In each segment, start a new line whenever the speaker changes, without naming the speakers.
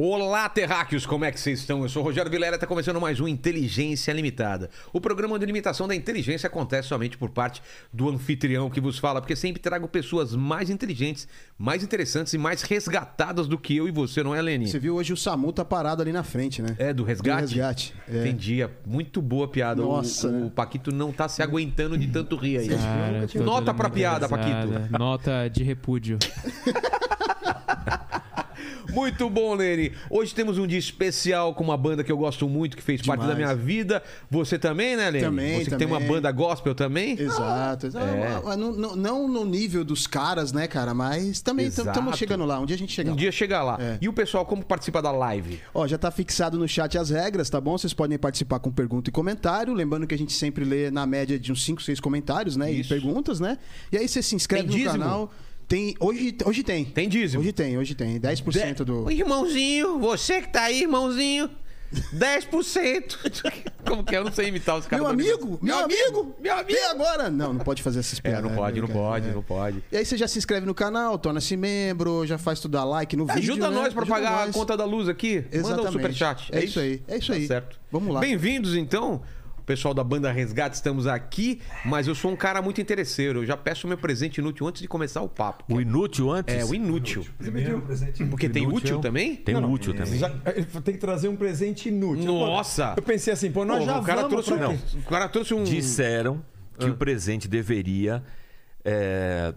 Olá, terráqueos, como é que vocês estão? Eu sou o Rogério Vilela e está começando mais um Inteligência Limitada. O programa de limitação da inteligência acontece somente por parte do anfitrião que vos fala, porque sempre trago pessoas mais inteligentes, mais interessantes e mais resgatadas do que eu e você, não é, Leni?
Você viu hoje o Samu tá parado ali na frente, né?
É, do resgate?
Do resgate. é.
Entendi. é Muito boa a piada. O-
Nossa,
o,
né?
o Paquito não tá se aguentando de tanto rir aí.
Cara,
Tipo,
tô
Nota
dando
pra
muita
piada,
risada.
Paquito.
Nota de repúdio.
Muito bom, Lene. Hoje temos um dia especial com uma banda que eu gosto muito, que fez parte da
Demais.
minha vida. Você também, né, Lene?
Também,
Você que tem
também.
uma banda gospel também?
Exato. exato.
É.
Ah, Não, não- não no nível dos caras, né, cara? Mas também
Exato.
estamos chegando lá. Um dia a gente chega
Um
lá.
dia chegar lá.
É.
E o pessoal, como participa da live?
Ó, já tá fixado no chat as regras, tá bom? Vocês podem participar com pergunta e comentário. Lembrando que a gente sempre lê na média de uns 5, 6 comentários, né?
Isso.
E perguntas, né? E aí você se inscreve
Tem
no
dízimo?
canal. Tem, hoje, hoje tem.
Tem dízimo?
Hoje tem, hoje tem. 10% do.
Ô, Irmãozinho, você que tá aí, irmãozinho. 10%. como que é? Eu não sei imitar os caras.
Meu
do
amigo, meu amigo,
Meu amigo.
Vem agora! Não, não pode fazer essas
É,
piadas.
não
né,
pode, não
cara?
pode,
É.
não pode.
E aí você já se inscreve no canal, torna-se membro, já faz tudo a like no vídeo.
Ajuda
né?
nós pra
Ajuda
pagar
nós.
a conta da luz aqui. Manda um
Exatamente.
superchat.
É isso aí, é isso
Tá
aí.
certo.
Vamos lá.
Bem-vindos, então. Pessoal da banda Resgate, estamos aqui, mas eu sou um cara muito interesseiro. Eu já peço meu presente inútil antes de começar o papo.
O inútil antes?
É, o inútil.
Primeiro presente
Porque tem
Inútil.
útil também?
Tem um útil também.
Já- ele Tem que trazer um presente inútil.
Nossa!
Eu pensei assim, pô, nós
Pô,
já
o cara
vamos
trouxe
pra
um,
quê?
O cara trouxe um. Ah.
Disseram que o presente deveria. é,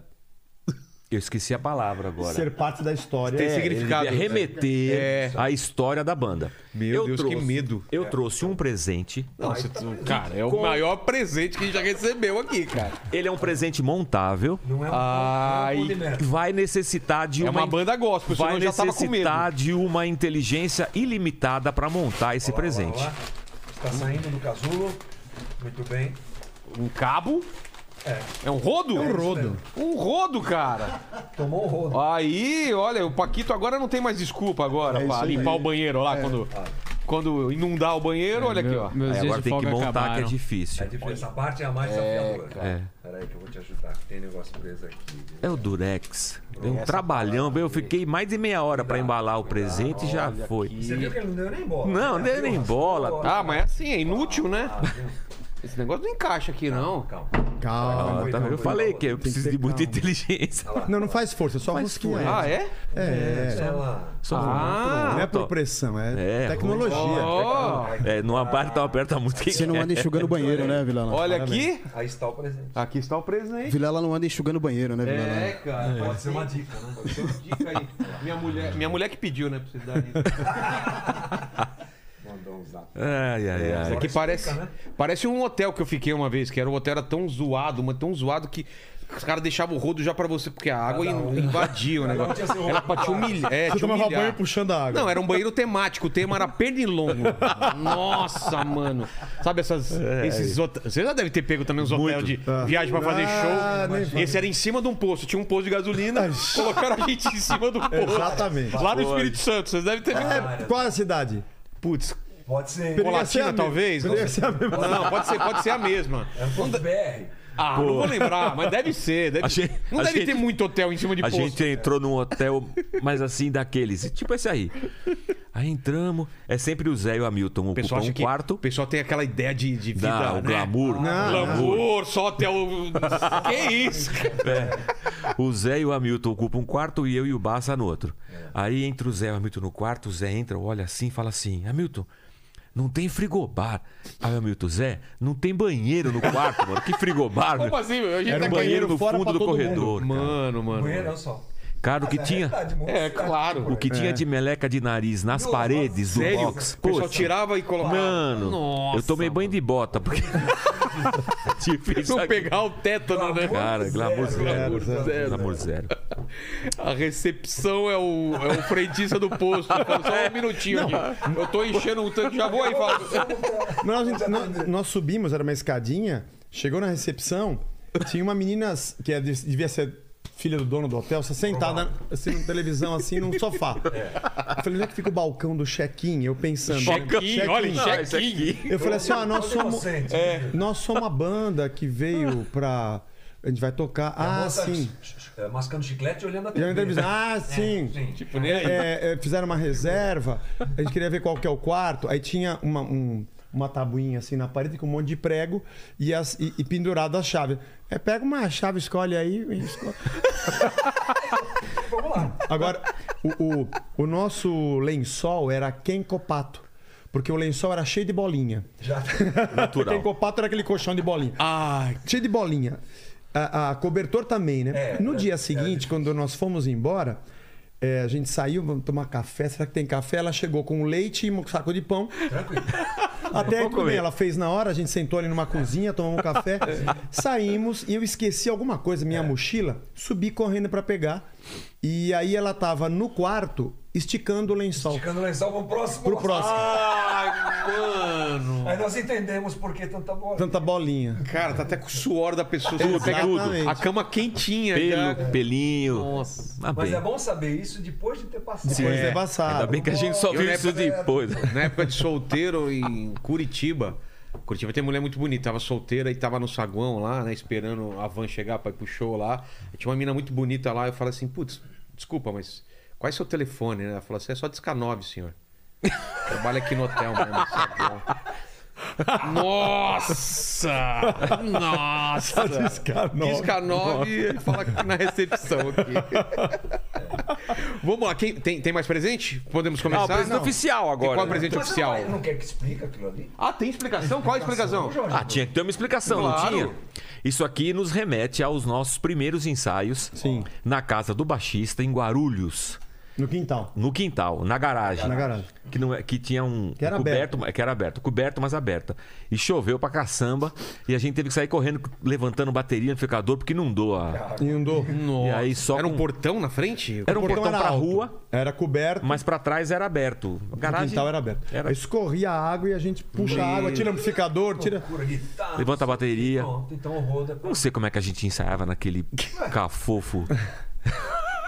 Eu esqueci a palavra agora.
ser parte da história.
Tem
É, ele
significado.
devia remeter
né? É.
à história da banda.
Meu Deus, que medo.
Eu trouxe um presente.
Nossa, tu- cara, é o maior presente que a gente já recebeu aqui, cara.
Ele é um presente montável.
Não é um
Ai.
polimento.
Vai necessitar de
É
uma.
uma banda gospel, senão
Vai
eu já tava com medo.
necessitar de uma inteligência ilimitada para montar esse presente.
Olha tá lá, Está saindo do casulo. Muito bem.
Um cabo? É. É um rodo? um rodo. Um rodo, cara.
Tomou um rodo.
Aí, olha, o Paquito agora não tem mais desculpa agora
É
pra
isso aí.
limpar o banheiro lá quando, quando inundar o banheiro. olha aqui, ó.
Meu- Meus
Aí
dias
agora
de
tem que
folga
montar,
acabaram.
que é difícil.
É difícil. Essa parte é a mais desafiadora.
É.
Peraí que eu vou te ajudar. Tem negócio preso aqui.
É o Durex. Deu um trabalhão. Eu fiquei mais de meia hora para embalar o presente e já foi.
Você viu que ele não deu nem bola.
Não,
Ele
deu
abriu,
nem
raspou,
bola. tá?
ó.
Ah, mas é assim, é inútil, né?
viu?
Esse negócio não encaixa aqui, não.
Calma.
Calma.
Ah, tá, eu falei que eu preciso de muita inteligência.
Não, não faz força, só mosquinha.
Ah, é?
É,
Sei lá.
Só
não é
Ah,
por pressão, é,
É,
tecnologia.
ó.
É, não aperta, não aperta muito. quem
Você não
quer.
anda enxugando o banheiro, né, Vilela?
Olha aqui.
Aí está o presente.
Aqui está o presente.
Vilela não anda enxugando o banheiro, né, Vilela?
cara.
Pode ser uma dica, né?
Dica aí. Minha mulher, minha mulher que pediu, né? Pra você dar isso.
Mandou um zap.
Ai, ai, ai.
Aqui parece,
né?
parece um hotel que eu fiquei uma vez, que era um hotel era tão zoado, mas tão zoado que os caras deixavam o rodo já pra você, porque a água in- invadia o negócio.
um. tinha seu
Era pra te humilhar. É,
Você
te
tomava
humilhar.
banho puxando a água.
Não, era um banheiro temático, o tema era pernilongo. Nossa, mano. Sabe essas,
É,
esses hotéis. Você já deve ter pego também uns hotéis de viagem pra fazer
Ah, nem
show. Esse era em cima de um poço, tinha um poço de gasolina, colocaram a gente em cima do poço.
Exatamente.
Lá no Espírito Santo, vocês devem ter visto.
É, qual a cidade?
Putz,
Pode ser.
Perigo-
Colatina,
ser a mesma.
talvez?
Poderia
Não sei.
ser a mesma.
Não, pode ser, pode ser a mesma.
É um ponto BR.
Ah, não vou lembrar, mas deve ser. Deve...
A gente-
não
a
deve
gente-
ter muito hotel em cima de
A
posto.
gente entrou num hotel, mas assim, daqueles, tipo esse aí. Aí entramos, é sempre o Zé e o Hamilton
O pessoal
ocupam
acha
um
que o
quarto.
pessoal tem aquela ideia de, de vida,
Dá,
né?
o glamour.
Glamour, só hotel... que isso?
É. O Zé e o Hamilton ocupam um quarto e eu e o Bassa no outro. Aí entra o Zé e o Hamilton no quarto, o Zé entra, olha assim e fala assim: Hamilton, não tem frigobar. Aí o Hamilton, Zé, não tem banheiro no quarto, mano. Que frigobar,
Como
mano?
assim? meu? A gente
Era
tá
um banheiro no
fora
fundo
pra
do
todo
corredor. Cara.
Mano, mano.
Banheiro é só.
Cara, o que tinha.
É, claro.
O que tinha de meleca de nariz nas paredes do
Sério?
box.
o pessoal
Poxa,
tirava e colocava.
Mano,
Nossa,
eu tomei banho de bota, porque. Difícil.
Não pegar o tétano, né?
Cara, glamour zero.
Glamour zero.
Glamour zero.
A recepção é o, é o frentista do posto. Fala,
É.
Só um minutinho aqui. Eu tô enchendo o tanque, já vou aí. Fala.
Nós, nós- nós subimos, era uma escadinha, chegou na recepção, tinha uma menina que é- devia ser filha do dono do hotel, só sentada assim, na televisão, assim, num sofá. Eu falei, onde é que fica o balcão do check-in? Eu pensando. né?
Check-in,
check-in.
olha, check-in.
né?
Eu falei assim, ah, nós somos...
Inocente.
Nós somos uma banda que veio pra A gente vai tocar.
E É a
ah,
moça,
sim.
eh, Mascando chiclete e olhando a
E
TV.
a entrevista. Ah, sim.
sim.
É, Tipo,
né?
nem aí.
É, é, fizeram uma reserva, a gente queria ver qual que é o quarto, aí tinha uma, um- uma tabuinha assim na parede com um monte de prego e, as, e, e pendurado a chave. É, pega uma chave, escolhe aí. e escolhe.
Vamos lá.
Agora, o, o, o nosso lençol era quencopato. Porque o lençol era cheio de bolinha.
Já.
Natural.
Quencopato era aquele colchão de bolinha. Ah, cheio de bolinha. A, a cobertor também, né?
É,
no
é,
dia seguinte, quando nós fomos embora, é, a gente saiu, vamos tomar café. Será que tem café? Ela chegou com leite e um saco de pão.
Tranquilo.
Até aí, tudo
comer.
bem, ela fez na hora, a gente sentou ali numa cozinha, tomamos um café, saímos e eu esqueci alguma coisa, minha mochila, subi correndo pra pegar. E aí ela tava no quarto esticando o lençol.
Ficando lá em salvo, vamos pro próximo.
Pro próximo.
Ai, mano.
Aí nós entendemos por que tanta bola.
Tanta bolinha.
Cara, tá até com o suor da pessoa.
Tudo,
Você pega
tudo.
A cama quentinha. já.
Pelo, pelinho.
Nossa.
Mas
né? Mas
bem,
é bom saber isso depois de ter passado.
Depois
É,
é, passado.
ainda bem que a gente só
Eu
viu
na
isso
época-
depois. Ah,
Na época de solteiro em Curitiba. Curitiba tem mulher muito bonita. Tava solteira e tava no saguão lá, né? Esperando a van chegar pra ir pro show lá. E tinha uma mina muito bonita lá. Eu falei assim, putz, desculpa, mas qual é seu telefone? né? Ela falou assim, é só discar 9, senhor. Trabalha aqui no hotel mesmo. no saguão." Nossa! Nossa!
Discar nove.
Disca 9 fala tá na recepção aqui. Vamos lá, quem- tem, tem mais presente? Podemos
Ah, o
começar?
presente oficial
Tem
agora.
qual
né?
presente
Mas você
oficial?
Não, não quer que explique aquilo ali?
Ah, tem explicação? Qual a explicação?
Jorge,
Ah, tinha que ter uma explicação, não
Claro.
tinha? Isso aqui nos remete aos nossos primeiros ensaios na casa do baixista em Guarulhos,
No quintal.
no quintal, na garagem.
Na garagem.
Que, não, é- que tinha um
Que era
coberto, que era aberto, coberto, mas aberta. E choveu pra caçamba e a gente teve que sair correndo, levantando bateria no amplificador, porque inundou a.
Inundou.
Nossa.
E aí só
Era um
com-
portão na frente?
Era um portão,
era
pra
alto,
rua,
Era coberto.
mas pra trás era aberto. A
o
garagem.
quintal era aberto.
Era-
Escorria a água e a gente puxa a água, tira o amplificador, tira.
Pura guitarra.
Levanta a bateria.
tá. Pronto, então roda.
Não sei como é que a gente ensaiava naquele cafofo.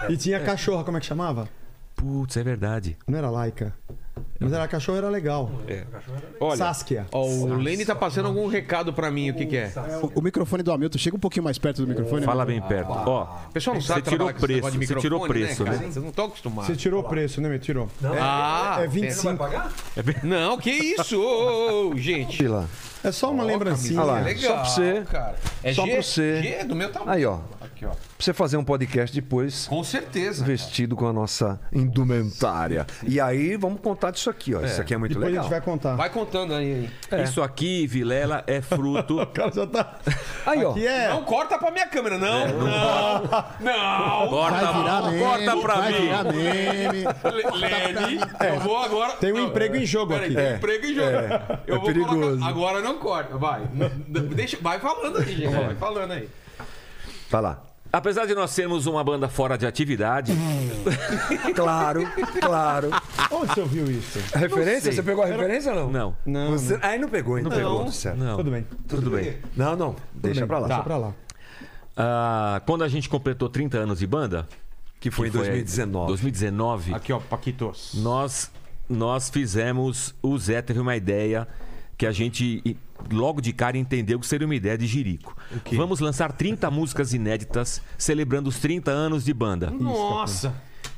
E tinha cachorra, como é que chamava?
Putz, é verdade.
Não era laica. Mas era cachorro, era legal.
Olha,
Saskia.
um- Ó, o Lene tá passando algum recado pra mim, o que que é?
O, o microfone do Hamilton, chega um pouquinho mais perto do microfone. né?
fala
Hamilton.
bem perto. Ó,
O pessoal não
Você
sabe
tirou
trabalhar com esse
preço,
negócio de
você tirou
microfone,
preço,
cara?
né?
Vocês não estão acostumados.
Você tirou o preço, né, me tirou?
Não,
Ah, é,
você não vai
É 25.
pagar?
Não, que isso, ô, ô, gente.
Pila.
É só uma lembrancinha.
Olha lá.
É legal,
Só pra você.
Cara. É
Só
G?
pra você.
G é do meu tamanho.
Aí, ó.
Aqui, ó.
Pra você fazer um podcast depois,
Com certeza.
vestido com a nossa indumentária. E aí, vamos contar disso aqui, ó. Isso aqui é muito
Depois a
legal.
gente vai contar.
Vai contando aí.
isso aqui, Vilela, é fruto.
O cara já tá.
Aí, ó.
Aqui é.
Não corta pra minha câmera, não. Não, não.
Corta,
Vai virar meme.
corta pra
vai
mim.
virar meme.
Le- Lene, eu vou agora.
Tem um
Não,
emprego em jogo
peraí,
aqui.
Tem um emprego em jogo. eu
é
vou
perigoso.
colocar. Agora não corta, vai. N- Deixa, vai falando aí, gente. Vai falando aí.
Tá lá.
Apesar de nós sermos uma banda fora de atividade,
Claro, claro. É
Onde você ouviu isso?
Referência? Você pegou a referência ou não?
não.
Não.
Você... Aí não pegou, hein? Não pegou, certo.
Não.
Tudo bem. Tá.
Tudo bem. Não, não. Deixa pra lá.
Deixa
Tá.
pra lá.
Ah, quando a gente completou 30 anos de banda,
Que foi em 2019.
2019,
Aqui, ó, Paquitos.
nós nós fizemos o Zé teve uma ideia que a gente e- logo de cara entendeu que seria uma ideia de Jirico. Vamos lançar 30 músicas inéditas celebrando os 30 anos de banda.
Nossa.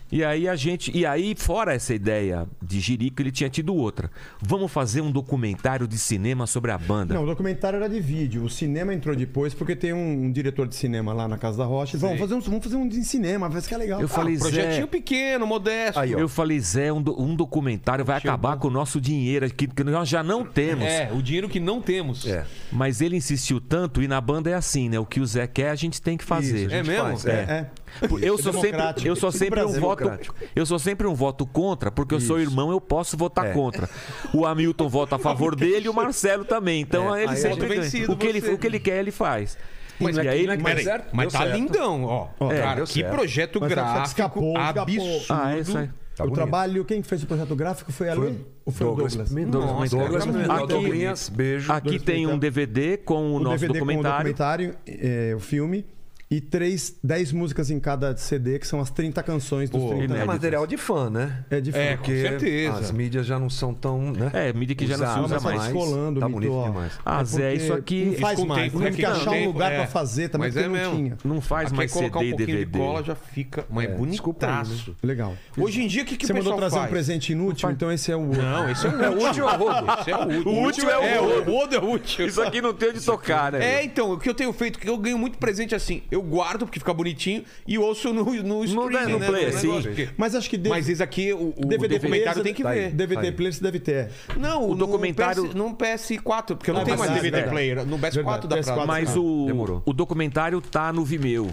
E aí a gente, e aí fora essa ideia de Jirico, ele tinha tido outra. Vamos fazer um documentário de cinema sobre a banda.
Não, o documentário era de vídeo. O cinema entrou depois, porque tem um, um diretor de cinema lá na Casa da Rocha. Ele falou, Vamos fazer um, vamos fazer um de cinema, vai que é legal.
Eu falei,
Projetinho tá
Zé,
pequeno, modesto.
Aí, ó.
eu falei, Zé, um, do- um documentário vai acabar com o nosso dinheiro, que, que nós já não temos.
É, o dinheiro que não temos.
É.
Mas ele insistiu tanto e na banda é assim, né? O que o Zé quer, a gente tem que fazer.
Isso, a
É
gente
mesmo?
faz,
É.
é.
é.
Eu
Isso,
sou sempre,
democrático.
eu sou
Tudo
sempre um
Brasil.
voto,
democrático.
eu sou sempre um voto contra, porque eu sou irmão, eu posso votar
É.
contra. O Hamilton vota a favor dele e o Marcelo também. Então
É.
ele
Aí
sempre
eu tô
ganha.
vencido,
o que ele
você.
o que ele quer, ele faz.
Mas, é
e aí ele
mas,
Deu certo,
mas
deu
tá
certo.
lindão, ó.
é,
cara,
deu
que
certo.
projeto
Mas
gráfico
escapou, escapou.
absurdo.
Ah, é isso aí.
Tá
o
bonito.
trabalho, quem fez o projeto gráfico foi a Lê? Ou foi
Douglas.
o Douglas?
Mendoza.
Nossa,
Douglas
cara.
Mendoza.
Aqui-
Douglas, beijo.
Aqui tem um DVD com o,
O
nosso
DVD com o
documentário.
documentário, é, o filme. E três, dez músicas em cada CD, que são as 30 canções dos
Pô,
30
É
inédito.
material de fã, né?
É de fã.
É, com
Porque
certeza.
as mídias já não são tão. Né,
É, mídia que já não se
usadas
usa
mais. Escolando,
tá
Mito,
bonito
ó.
demais.
Ah, Zé,
Porque
isso aqui.
Não faz
com
mais.
tempo,
Tem
né,
que
com
achar um
tempo,
lugar
é.
pra fazer também,
Mas
porque
é
não
mesmo.
tinha.
Não faz
Aqui
mais CD
colocar um
e
pouquinho
DVD.
de cola já fica, mas é,
desculpa aí, né?
bonitaço.
Legal.
Hoje em dia, o que, que
Você
o
mandou
pessoal
trazer um
faz?
presente inútil, então esse é o outro.
Não, esse é o último.
útil é o rodo.
Esse é o último.
O último é o rodo.
O rodo é o último.
Isso aqui não tem onde tocar, né?
É, então, o que eu tenho feito, que eu ganho muito presente assim. Eu guardo, porque fica bonitinho, e ouço no, no streaming,
né, no
né?
player,
negócio,
sim.
porque-
Mas acho que
Mas isso aqui, o, o documentário tem que
player,
ver.
DVD
Aí.
player você deve ter.
Não,
O documentário-
No, PS, no PS4, porque eu não
Ah,
tenho mais
verdade,
DVD
verdade.
player. No PS4 dá
Verdade,
pra...
PS4.
Mas
Ah,
o,
demorou.
o documentário tá no Vimeo.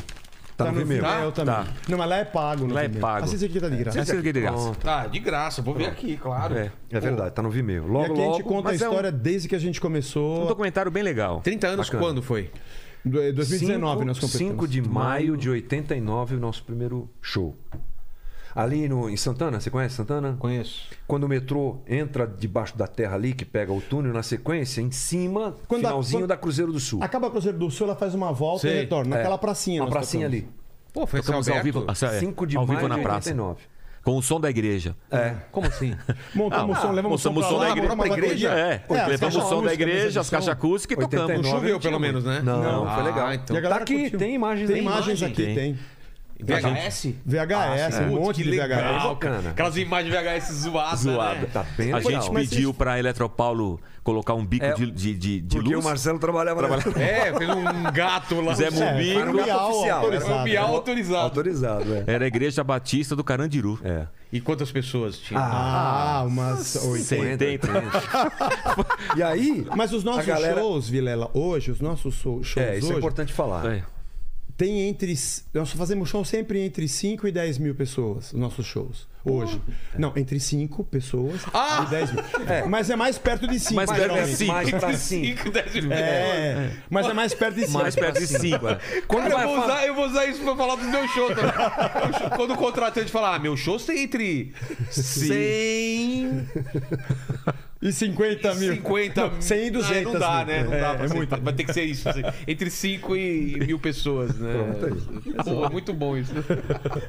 Tá no Vimeo.
Eu também.
Tá.
Não, mas lá é pago. né,
Lá é
Vimeo?
pago.
Assista aqui, tá de graça.
Essa é a de graça.
Tá, de graça, vou ver aqui, claro.
É.
É verdade, tá no Vimeo.
E
Logo,
aqui a gente
logo.
conta a
mas é um-
história desde que a gente
Um
começou.
documentário bem legal.
30 anos
Bacana.
quando foi?
Do- é 2019 nós completamos.
5 de maio de 89, o nosso primeiro show. Ali no, em Santana, você conhece Santana?
Conheço.
Quando o metrô entra debaixo da terra ali, que pega o túnel na sequência, em cima,
Quando a-
finalzinho
quando-
da Cruzeiro do Sul.
Acaba a Cruzeiro do Sul, ela faz uma volta
Sei.
e
é.
retorna. Naquela pracinha. né,
Uma
nós
pracinha
tocamos.
ali.
Pô, foi esse
Tocamos ao
Alberto?
vivo, assim, é,
5 de
ao
maio
vivo na
de
praça.
89.
Com o som da igreja.
É.
Como assim?
Montamos
Ah,
o som,
ah,
levamos o som
montamos
pra
o som
lá,
da igreja.
montamos a
Pra igreja?
É,
É,
levamos o
fecha a
som da
música,
igreja,
edição.
as caixas acústicas e um tocamos.
89.
Não choveu, pelo menos, né?
Não,
Ah,
foi legal.
então.
E a galera
Tá aqui,
curtiu.
tem imagens
Tem
aí.
imagens aqui,
Tem.
tem.
VHS?
Ah,
VHS, um monte de VHS.
Bacana.
Aquelas imagens de VHS zoadas,
Zoada.
né?
Tá bem
a
legal.
gente
Mas
pediu pra Eletropaulo colocar um bico
É,
de, de, de, de
Porque
luz.
o Marcelo trabalhava, trabalhava...
É, fez um gato lá.
Zé
É,
Mumbi.
Era um
Bial
bial oficial,
autorizado.
era
Foi
um
um Bial autorizado.
autorizado, é.
Era a Igreja Batista do Carandiru.
É.
E quantas pessoas tinha?
Ah, umas 80.
70.
80. e aí,
Mas os nossos
A galera-
shows, Vilela, hoje, os nossos so- shows
é, isso
hoje,
é importante falar.
É.
tem entre. Nós fazemos show sempre entre 5 e 10 mil pessoas, os nossos shows. Hoje. É. Não, entre 5 pessoas e 10 mil. Mas é mais perto de 5.
Mais perto de
geralmente.
cinco.
Mais pra é assim, cinco.
5, 10 mil.
É, mas é mais perto de 5.
Mais perto de 5.
Cara,
Quando
eu,
vai
vou
falar-
usar, eu vou usar isso pra falar do meu show também. Meu show- Quando o contratante falar, ah, meu show tem entre 100
E 50
e
mil.
50 mil.
100 e 200
Ah, Não dá,
mil.
né? Não
É,
dá pra
é
ser-
muito.
Vai ter que ser isso. assim. Entre 5 e mil pessoas, né? Pô, é muito bom isso.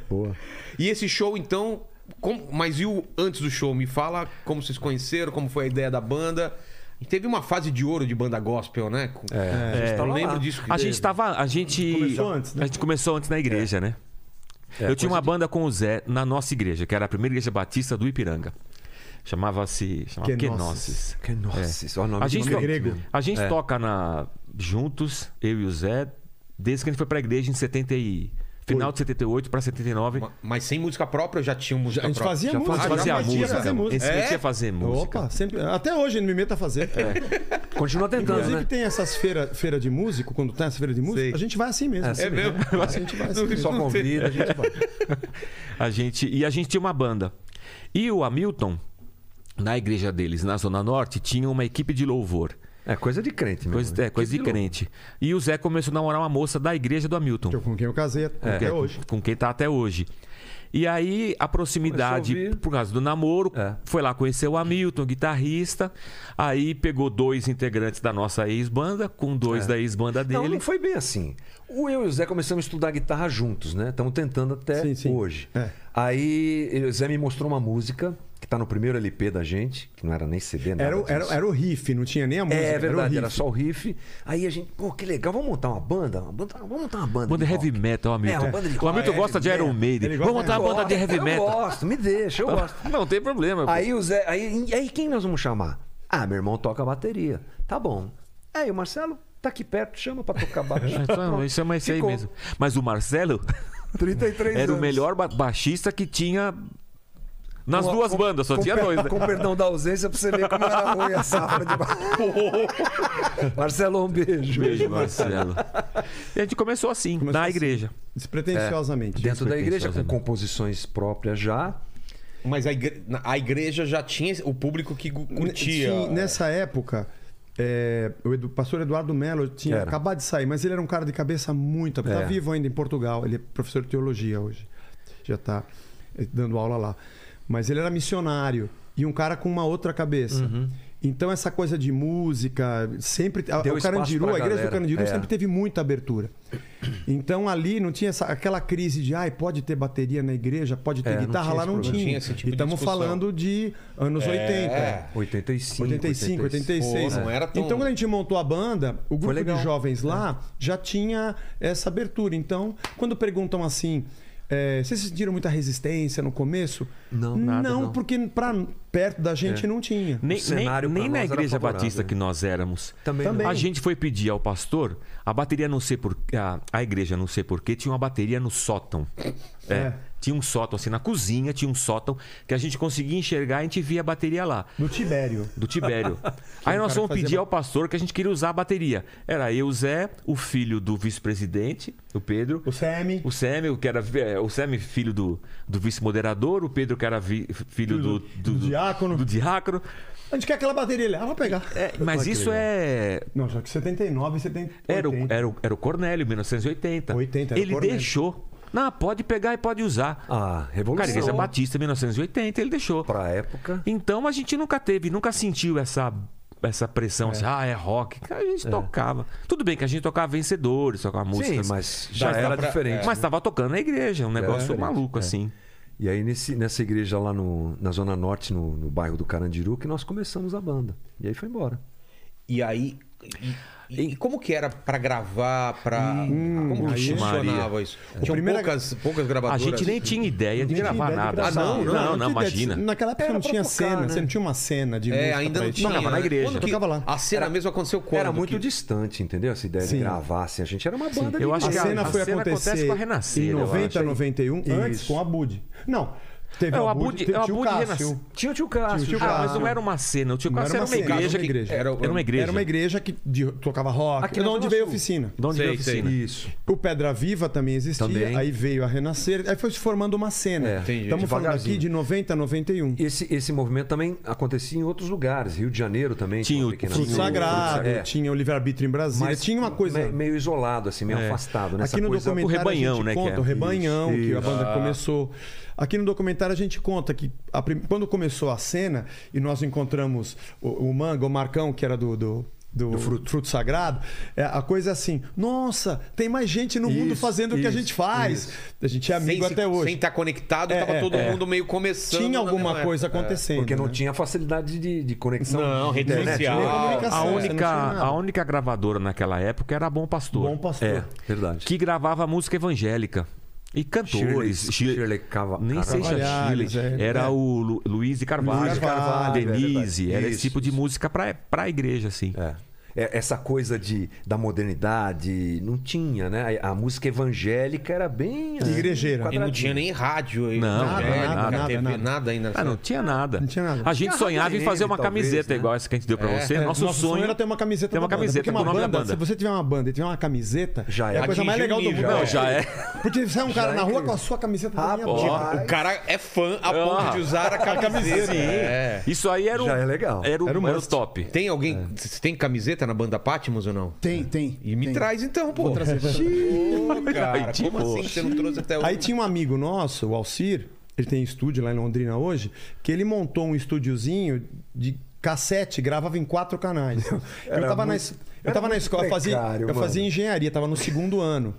Boa.
E esse show, então. como- mas e o antes do show? Me fala como vocês conheceram, como foi a ideia da banda. E teve uma fase de ouro de banda gospel, né? Com-
É.
É, a gente
Eu
tava
lembro
lá.
disso.
A gente tava. A gente.
Começou antes, né? É.
A gente começou antes na igreja, né? eu tinha uma banda com o Zé na nossa igreja, que era a primeira igreja batista do Ipiranga. Chamava-se. Chamava
Quenosses.
Quenosses.
Que nossa, isso é o nome
A gente,
de
to-
nome mesmo.
a gente
É.
toca na juntos, eu e o Zé, desde que a gente foi pra igreja em 70 e... final de 78 pra 79.
Ma- Mas sem música própria, eu já tinha música
A gente
própria.
fazia
Já
música,
fazia.
Ah, já
fazia
metia
música.
fazer música.
Esse
É?
metia fazer música.
Opa, sempre, até hoje não me meto a fazer.
Continua tentando,
Inclusive
né?
tem essas feiras feira de músico, quando tem essa feira de músico,
Sei.
a gente vai assim mesmo.
É mesmo?
A gente vai assim
Não-
mesmo.
Só
não sei.
convida, a gente vai.
A gente, e a gente tinha uma banda. E o Hamilton, na igreja deles, na Zona Norte, tinha uma equipe de louvor.
É coisa de crente mesmo. né?
Coisa, é, coisa de crente. E o Zé começou a namorar uma moça da igreja do Hamilton.
Que eu- com quem eu casei
com
até
quem-
hoje.
Com quem tá até hoje. E aí, a
Começou a
proximidade,
ouvir.
por causa do namoro,
É.
foi lá conhecer o Hamilton, o guitarrista. Aí pegou dois integrantes da nossa ex-banda, com dois da ex-banda dele.
Então, Não, não foi bem assim. O eu e o Zé começamos a estudar guitarra juntos, né? Estamos tentando até
Sim, sim.
hoje.
É.
Aí ele- o Zé me mostrou uma música que tá no primeiro LP da gente, que não era nem CD, nada
Era, o-
disso.
era, era o riff, não tinha nem a música.
É
era, o
verdade,
riff.
era só o riff. Aí a gente, pô, que legal, vamos montar uma banda? Uma banda vamos montar uma banda.
Banda
de
heavy
rock.
metal, Hamilton.
É, uma banda de
o Hamilton
rock, né?
gosta de
heavy
Iron
metal.
Maiden.
Ele
Vamos
gosta
montar
Eu
uma banda de
gosto,
heavy
Eu
metal.
gosto, me deixa, eu gosto.
Não tem problema. pô.
Aí o Zé, aí, aí quem nós vamos chamar? Ah, meu irmão toca bateria. Tá bom. Aí o Marcelo tá aqui perto, chama pra tocar baixo.
Então, isso é mais isso aí
Ficou.
mesmo. Mas o Marcelo
33
era o
anos.
melhor ba- baixista que tinha nas
Com a-
duas
com-
bandas, só
com
tinha
per-
dois. né?
Com perdão da ausência, pra você ver como era ruim a safra de ba- Marcelo, um beijo.
Beijo, Marcelo. E a gente começou assim,
Começou
na
assim.
igreja.
Despretensiosamente.
Dentro da igreja, com
Perfeito,
composições próprias já.
Mas a, igre- na- a igreja já tinha o público que gu- curtia.
Sim, nessa época, é, o Edu- pastor Eduardo Melo tinha
Era.
acabado de sair, mas ele era um cara de cabeça muito. Tá
É.
vivo ainda em Portugal, ele é professor de teologia hoje. Já tá
Uhum.
eh, dando aula lá. Mas ele era missionário e um cara com uma outra cabeça. Então, essa coisa de música, sempre. a-
Deu
o
espaço
Carandiru, a
pra
igreja
galera.
do Carandiru
É.
sempre teve muita abertura. Então, ali não tinha essa- aquela crise de, ai, pode ter bateria na igreja, pode ter
É, não
guitarra
tinha
lá,
esse
não
problema.
tinha.
Não tinha esse tipo
e
de
estamos
discussão.
falando de anos
É.
80.
85,
85, 86.
Pô, não era tão-
Então, quando a gente montou a banda, o grupo
legal.
de jovens lá já tinha essa abertura. Então, quando perguntam assim. é, vocês sentiram muita resistência no começo?
Não, nada, não.
porque pra, perto da gente não tinha.
Nem, O cenário nem, pra nem na nós era igreja favorável. batista que nós éramos.
Também não.
A gente foi pedir ao pastor, a bateria não sei por a, a igreja não sei porquê, tinha uma bateria no sótão. É, Tinha um sótão, assim, na cozinha tinha um sótão que a gente conseguia enxergar e a gente via a bateria lá.
No Tibério.
Do Tibério. Aí nós fomos
fazia
pedir
ba-
ao pastor que a gente queria usar a bateria. Era eu, Zé, o filho do vice-presidente, o Pedro,
O Semi.
o Semi, que era é, o Semi, filho do, do vice-moderador, o Pedro, que era vi- filho do,
do diácono.
do diácono.
A gente quer aquela bateria ali. Ah, vou pegar.
É, mas isso é.
Não, só que 79, 70.
Era o, é,
80.
era, o, era o Cornélio, 1980.
80, era o
ele
Cornélio.
deixou. Não, pode pegar e pode usar.
Ah,
Cara, Igreja é
revolução.
Batista, 1980, ele deixou.
Pra época.
Então a gente nunca teve, nunca sentiu essa, essa pressão, assim, ah, é rock. A gente tocava. Tudo bem que a gente tocava vencedores, tocava música.
Sim, mas já
Mas dá
era
pra-
diferente.
Mas tava tocando na igreja, um negócio
diferente,
maluco,
é.
assim.
E aí nesse, nessa igreja lá no, na Zona Norte, no, no bairro do Carandiru, que nós começamos a banda. E aí foi embora.
E aí. E, e como que era pra gravar, pra. como
Hum, aí-
funcionava
Maria.
isso? Tinham
primeira-
poucas, poucas
A
gravadoras.
gente nem tinha ideia de
Nem
gravar
tinha ideia de
nada.
gravar.
Ah, não, não,
não,
tinha ideia de-
imagina.
Naquela época não tinha cena. Você não tinha uma cena de
É,
música
ainda
pra
não
isso.
tinha.
tocava na
né?
igreja.
Quando que Assim,
Tocava lá.
A cena mesmo aconteceu quando?
Era muito
que-
distante, entendeu? Essa ideia
Sim.
de gravar, assim. A gente era uma banda de
Eu acho
A
que
cena
a
foi
cena acontece
acontecer
com a Renascer,
em
eu
90,
acho.
91, antes
Isso.
com a Bud. Não, teve
É, o
a
Abud,
Bud,
é, o
teve o
Abud renasceu.
Cássio.
Tinha o tio
Tinha o
Cássio.
tio
Ah, mas
Cássio.
não era uma cena. O tio
Não
Cássio era
era
uma
uma cena,
igreja.
era uma
que-
igreja.
Era era uma igreja.
Era uma igreja que de- tocava rock. É
Aqui
de
na
onde
Zona
veio a
Sul.
oficina.
De onde veio a
Sei, sei.
oficina?
Isso.
O Pedra Viva também existia,
Também.
aí veio a Renascer, aí foi se formando uma
É,
cena.
entendi.
Estamos falando aqui
Devagarzinho.
de 90 a 91.
Esse, esse movimento também acontecia em outros lugares. Rio de Janeiro também.
Tinha
uma
o
pequena-
Fruto
Fruto
Sagrado,
Sagrado, é.
tinha o livre-arbítrio em Brasília, tinha uma coisa...
me- meio isolado, assim, meio
É.
afastado, né?
Aqui no
coisa...
documentário
rebanhão,
a gente
né, que
conta,
é.
o rebanhão
Isso,
que a
isso.
banda começou. Aqui no documentário a gente conta que a prim- quando começou a cena e nós encontramos o, o Manga, o Marcão, que era do... do... do fruto. sagrado, é, a coisa é assim: nossa, tem mais gente no mundo
Isso,
fazendo o que a
isso,
gente faz. A gente é
sem
amigo
se-
até hoje.
Sem estar conectado,
É,
tava
é,
todo
é.
mundo meio começando. né,
Tinha
na
alguma
mesma
coisa
época. É,
acontecendo.
Porque não
né?
tinha facilidade de, de conexão.
Não,
de
rede
internet,
social.
né?
A
Comunicação, você não
única,
tinha nada.
a única gravadora naquela época era a Bom Pastor.
Bom Pastor.
É.
Verdade.
Que gravava música evangélica. E cantores.
Shirley-
Shir-
Shirley Cava-
Nem sei se era
Carvalhais,
Shirley.
é.
Era
É.
o Lu, Luiz de Carvalho.
Luiz de Carvalho, é
Denise.
verdade.
era esse
Isso,
tipo de música pra, pra igreja, assim.
É. É, Essa coisa de, da modernidade não tinha, né? A, a música evangélica era bem. assim,
Igrejeira.
E não tinha nem rádio, e
Não,
nada,
nada,
nada,
nada,
TV,
nada.
nada ainda. assim.
Ah, não tinha nada.
Não tinha nada.
A gente
Tinha
sonhava em
Rafa
fazer uma
Neves, talvez,
camiseta
né?
igual essa que a gente deu pra
É.
você.
É,
Nosso,
nosso
sonho
era ter uma camiseta
ter uma
da banda,
camiseta
porque
com o
uma
nome da
banda,
banda.
Se você tiver uma banda e tiver uma camiseta,
Já
é
é.
a coisa mais legal
Atingiu
do
o
mundo. né?
nível.
Não,
É.
já é.
Porque sai um cara
é
na rua
incrível.
com a sua camiseta
Ah,
da minha
pô.
banda.
O cara é fã a ponto
Ah.
de usar a camiseta.
Sim.
É.
Isso aí era o,
Já é legal.
Era o, É.
Era um
era o
must.
top.
Tem alguém. Você tem camiseta na banda Patmos ou não?
Tem, tem.
E me
tem.
traz então, pô. Ô, cara,
Ai,
como assim que você não trouxe até hoje?
Aí tinha um amigo nosso, o Alcir, ele tem estúdio lá em Londrina hoje, que ele montou um estúdiozinho de cassete, gravava em quatro canais. eu
Era
tava na,
muito-
es- eu
era
tava na
muito
escola, eu fazia,
precário,
eu fazia
mano.
engenharia, tava no segundo ano.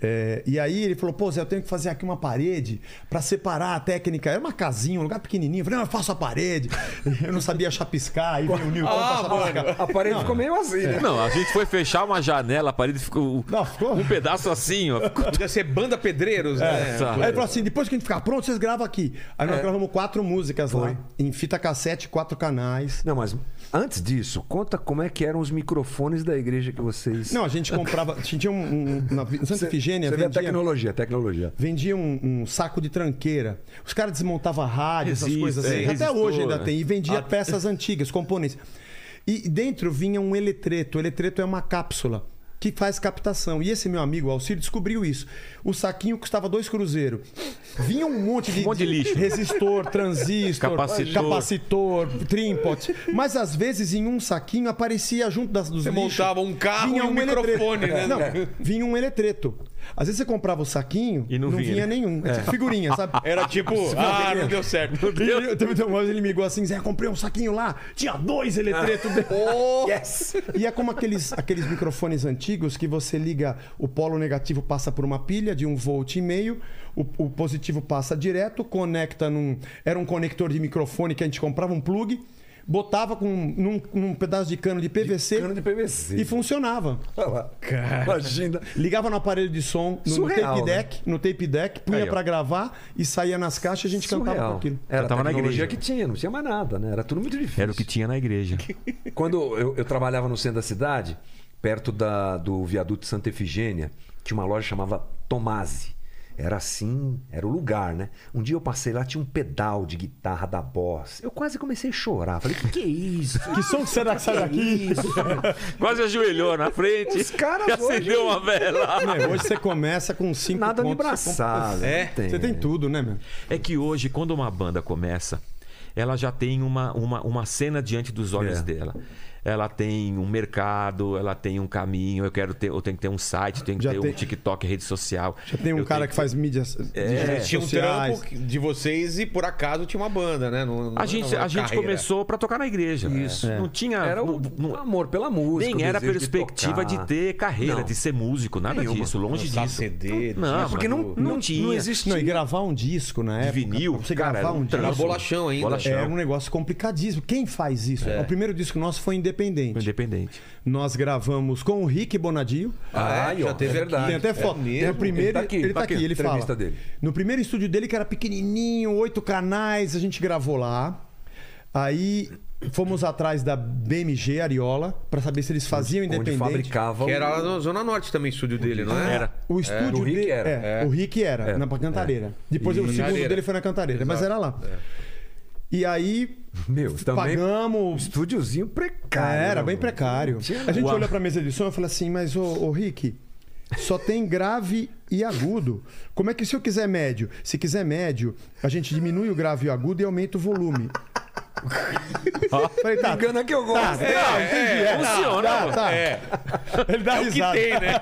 É, e aí ele falou, pô, Zé, eu tenho que fazer aqui uma parede pra separar a técnica. Era uma casinha, um lugar pequenininho. Eu falei, não, eu faço a parede. Eu não sabia chapiscar, aí veio o Nilton pra chapiscar.
A parede ficou meio assim,
É.
né?
Não, a gente foi fechar uma janela, a parede ficou,
Não, ficou?
um pedaço assim, ó. Ficou-
Podia ser banda Pedreiros,
É,
né?
Essa.
Aí ele falou assim: depois que a gente ficar pronto, vocês gravam aqui. Aí nós gravamos quatro músicas lá, em fita cassete, quatro canais.
Não, mas antes disso, conta como é que eram os microfones da igreja que vocês.
Não, a gente comprava. A gente tinha um. um na Vi- Santa Efigênia
Você vê a
vendia,
tecnologia, a tecnologia.
vendia um, um saco de tranqueira. Os caras desmontavam rádio, essas
Resiste,
coisas assim.
é,
Até
resistor,
hoje ainda
né?
tem. E vendia peças antigas, componentes. E dentro vinha um eletreto. O eletreto é uma cápsula que faz captação. E esse meu amigo, Alcir, descobriu isso. O saquinho custava dois cruzeiros. Vinha um monte de,
Um monte de lixo.
resistor, transistor,
Capacitor.
capacitor, trímpode. Mas às vezes em um saquinho aparecia junto das, dos
Você
lixos.
montava um carro e um
eletreto.
microfone, né?
Não, vinha um eletreto. Às vezes você comprava o saquinho
E não vinha,
vinha
né?
nenhum. É tipo figurinha, sabe?
Era tipo, ah, não deu certo.
E ele- Teve teve uma vez ele me ligou assim, Zé, comprei um saquinho lá, tinha dois eletretos dentro. Yes! E é como aqueles, aqueles microfones antigos que você liga, o polo negativo passa por uma pilha de um volt e meio, o, o positivo passa direto, conecta num... Era um conector de microfone que a gente comprava, um plug, botava com, num, num pedaço de cano de PVC
Cano de PVC.
e funcionava.
Olha lá. Imagina.
Ligava no aparelho de som, no,
Surreal,
tape
né?
deck, no tape deck, punha
Aí, ó.
pra gravar e saía nas caixas e a gente cantava
Surreal.
com aquilo.
Era
Cantava
a
na
tecnologia
igreja.
que tinha, não tinha mais nada, né? Era tudo muito difícil.
Era o que tinha na igreja.
Quando eu, eu trabalhava no centro da cidade, perto da, do viaduto Santa Efigênia, tinha uma loja que chamava Tomasi. Era assim, era o lugar, né? Um dia eu passei lá, tinha um pedal de guitarra da Boss. Eu quase comecei a chorar. Falei, que que é isso?
Que som que será que sai
Que
daqui?
isso?
Quase ajoelhou na frente.
Os caras
e acendeu
hoje-
uma vela.
Meu, hoje você começa com cinco
Nada me
pontos, você
abraçava.
É,
não
compra- Você tem tudo, né, meu?
É que hoje, quando uma banda começa, ela já tem uma, uma, uma cena diante dos olhos
É.
dela. Ela tem um mercado, ela tem um caminho, eu quero ter, eu tenho que ter um site, tenho que
Já
ter
tem-
um TikTok, rede social.
Já tem um
eu
cara
tenho- É.
que faz mídias de redes
Tinha um
sociais.
trampo de vocês e por acaso tinha uma banda, né? Não- não
A
era
gente,
uma
a gente
carreira.
começou pra tocar na igreja. Isso.
É.
Não tinha.
Era o
Ah, não- não-
amor pela música.
nem
o
era a
desejo de
perspectiva de,
tocar.
ter carreira,
Não.
de ser músico, nada
Nenhuma.
disso, longe
Lançar
disso.
CD,
não,
disco.
porque não, não, tinha.
Não existe. Não, e gravar um disco na época.
vinil,
pra Você
cara,
gravar
era um
um
trampo.
Era
disco.
bolachão ainda.
Bolachão.
Era um negócio complicadíssimo. Quem faz isso?
É.
O primeiro disco nosso foi independente.
Independente.
Nós gravamos com o Rick Bonadio.
Ah,
Ai,
é,
ó,
já teve
é verdade.
aqui.
Tem até
É
foto.
mesmo?
Tem o primeiro,
Ele tá aqui,
ele
tá
tá aqui,
aqui,
ele
entrevista
fala.
dele.
No primeiro estúdio dele, que era pequenininho, oito canais, a gente gravou lá. Aí fomos atrás da BMG Ariola pra saber se eles faziam
Onde
independente.
fabricava um
Que
o-
era lá na Zona Norte também, o estúdio dele, não é?
Era.
O estúdio
o Rick
dele-
era,
é, o Rick era,
É,
na Cantareira. Depois o
E-
segundo
Cantareira.
dele foi na Cantareira, mas era lá. E aí
É. Meu, também.
pagamos
Estúdiozinho precário.
É, era
né,
bem
mano?
precário.
Não tinha
A gente
nada.
olha pra mesa de som e fala assim, mas ô, ô Rick, só tem grave e agudo. Como é que se eu quiser médio? Se quiser médio, a gente diminui o grave e o agudo e aumenta o volume. Falei, tá,
Engana que eu gosto.
tá, entendi. É,
funciona,
Tá,
pô.
tá.
É
Ele dá
o que
risada.
tem, né?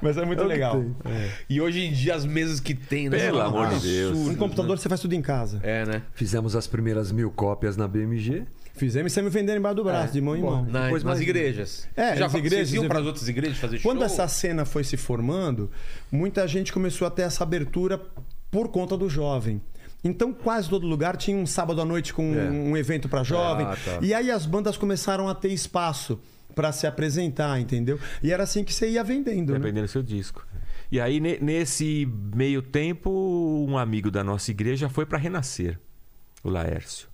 Mas é muito legal.
E hoje em dia as mesas que tem, né?
Pelo
É um
amor de Deus.
absurdo,
Um computador você faz tudo em casa.
né? É, né?
Fizemos as primeiras mil cópias na BMG.
Fizemos e você me vendendo embaixo do braço, de mão em mão.
Na, nas igrejas.
É,
já
nas
fa-
igrejas,
Vocês iam
eu-
para as outras igrejas fazer show?
Quando essa cena foi se formando, muita gente começou a ter essa abertura por conta do jovem. Então, quase todo lugar tinha um sábado à noite com
É.
um evento para jovem.
Ah, tá.
E aí as bandas começaram a ter espaço para se apresentar, entendeu? E era assim que você ia vendendo, né?
Dependendo do seu disco. E aí, ne- nesse meio tempo, um amigo da nossa igreja foi para Renascer, o Laércio.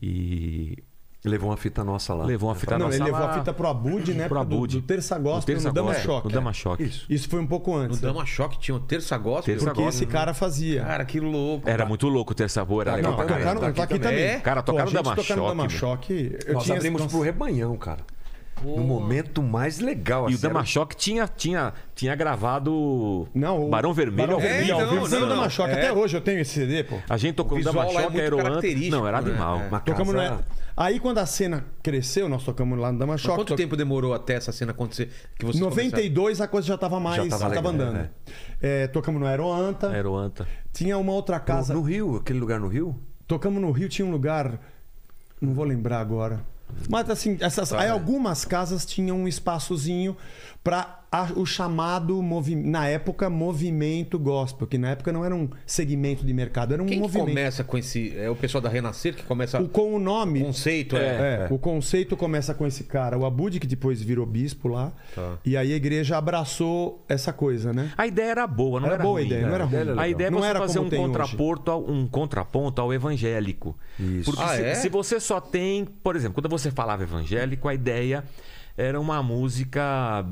E
Levou uma fita nossa lá.
levou uma fita
Não,
nossa
ele levou
lá,
a fita pro Abud, né?
pro Abud.
Do, do Terça
no
Gospel,
Terça
no Dama
Gospel,
Choque.
no Dama Choque.
Isso.
Isso foi um pouco
No
antes. né?
Dama Choque tinha o Terça Gospel?
Terça
Porque esse cara fazia.
Cara, que louco.
Era muito louco ter sabor, era
Tá,
legal
Não,
pra
tocaram,
caramba.
tá aqui, também.
É? Cara,
Pô,
tocaram
a gente
Dama
tocando
Choque,
Dama
meu.
Choque. Eu
Nós
tinha
abrimos pro rebanhão, cara. No momento mais
E
legal.
o
assim, era-
Dama Choque tinha, tinha, tinha gravado
Não, o
Barão Vermelho ao
Barão
vivo.
Vermelho
É,
ao vivo.
não,
Samba
não,
Dama
não.
Choque.
É.
Até hoje eu tenho esse CD, pô.
A gente tocou
O
no Dama
visual lá é
Choque,
muito
Aeroanta.
característico,
Não, era
né?
animal.
É.
Mas
Tocamos no-
Casa-
Aí quando a cena cresceu, nós tocamos lá no Dama Choque.
Quanto
to-
tempo demorou até essa cena acontecer? Que vocês
92 a coisa já tava mais,
Já
já
tava
tava,
legal,
andando.
né?
É, tocamos no Aeroanta.
Aeroanta.
Tinha uma outra casa.
No, no Rio, aquele lugar no Rio?
Tocamos no Rio, tinha um lugar. Não vou lembrar agora. Mas assim, essas, aí algumas casas tinham um espaçozinho para o chamado, movi- na época, movimento gospel, que na época não era um segmento de mercado, era um
Quem que
movimento.
começa com esse... É o pessoal da Renascer que começa
O-
o
com o nome.
conceito? É.
É, o conceito começa com esse cara, o Abud, que depois virou bispo lá.
Tá.
E aí a igreja abraçou essa coisa, né?
A ideia era boa, não
Era
era,
boa a
ruim.
ideia, não era
A
ruim.
A ideia é
Não
você
era
fazer
como
um
tem hoje.
contraponto, ao, um contraponto ao evangélico.
Isso.
Porque
Ah,
se,
é?
se você só tem, por exemplo, quando você falava evangélico, a ideia era uma música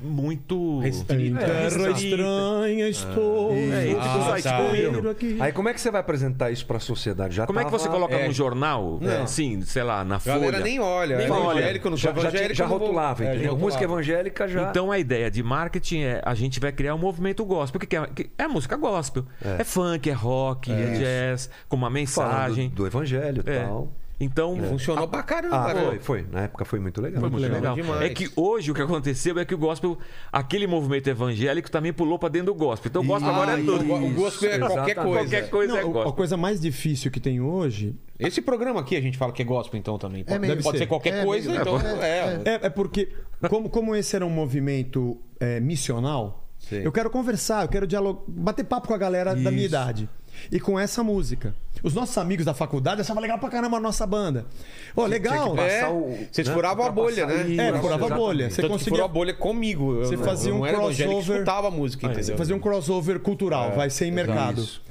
muito
Restrita.
É,
Terra
restrita.
estranha estou.
É, e
eu
tipo, só
tá.
expondo.
aqui.
Aí como é que você vai apresentar isso pra sociedade? Já
Como é que
tava-
você coloca
é.
num jornal,
Não.
assim, sei lá, na
A galera
folha?
nem olha.
né?
Nem
é
olha.
evangélico, não sou
já, já,
evangélico.
já
não vou-
rotulava,
É, já
entendeu? Música
rotulava.
evangélica já.
Então a ideia de marketing é a gente vai criar um movimento gospel, que é, que é música gospel. É. funk, é rock, é, jazz, com uma
falando
mensagem.
do evangelho e
É.
tal.
Então,
Funcionou pra caramba,
Ah,
né?
foi, foi. Na época foi muito legal.
foi muito
legal.
legal.
Demais.
É que hoje o que aconteceu é que o gospel, aquele movimento evangélico também pulou pra dentro do gospel. Então o gospel agora é
Ah, e
tudo.
O o gosto é
Isso,
qualquer
exatamente.
coisa.
Qualquer coisa é
Não, a
gospel.
coisa mais difícil que tem hoje
Esse programa aqui a gente fala que é gospel, então também. Pode,
meio-
pode ser.
É,
qualquer
meio-
coisa,
é,
então.
é,
É,
É, é porque, como, como esse era um movimento é, missional,
Sim.
eu quero conversar, eu quero dialogar, bater papo com a galera da minha
Isso.
idade. E com essa música. Os nossos amigos da faculdade achavam legal pra caramba a nossa banda. Ó, legal.
É,
Passar o-
vocês
né?
furavam a bolha, né?
Ultrapassar isso,
É, furava a
exatamente.
bolha.
Tanto
Você
que furou
conseguia
a bolha comigo. Eu
Você
não-
fazia
eu
um
não era evangélico,
crossover.
escutava a música, entendeu?
fazer um crossover cultural, vai ser em mercado.
É, isso.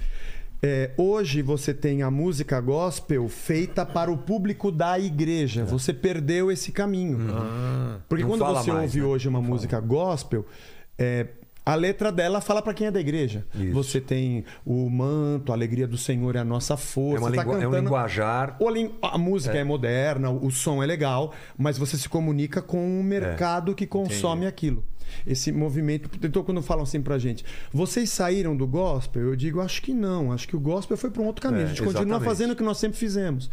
É, hoje você tem a música gospel feita para o público da igreja. Você perdeu esse caminho. Porque
É. Uhum. Ah,
quando
Não fala
você
mais,
ouve
né?
hoje uma música gospel, é, a letra dela fala para quem é da igreja.
Isso.
Você tem o manto, a alegria do Senhor é a nossa força.
É, uma
Você tá
lingua- é um
cantando-
linguajar.
o lin- A música é. moderna, o som é legal, mas você se comunica com o mercado que consome aquilo. Esse movimento. Então, quando falam assim pra gente, vocês saíram do gospel? Eu digo, acho que não. Acho que o gospel foi pra um outro caminho.
É,
a gente continua
exatamente.
fazendo o que nós sempre fizemos.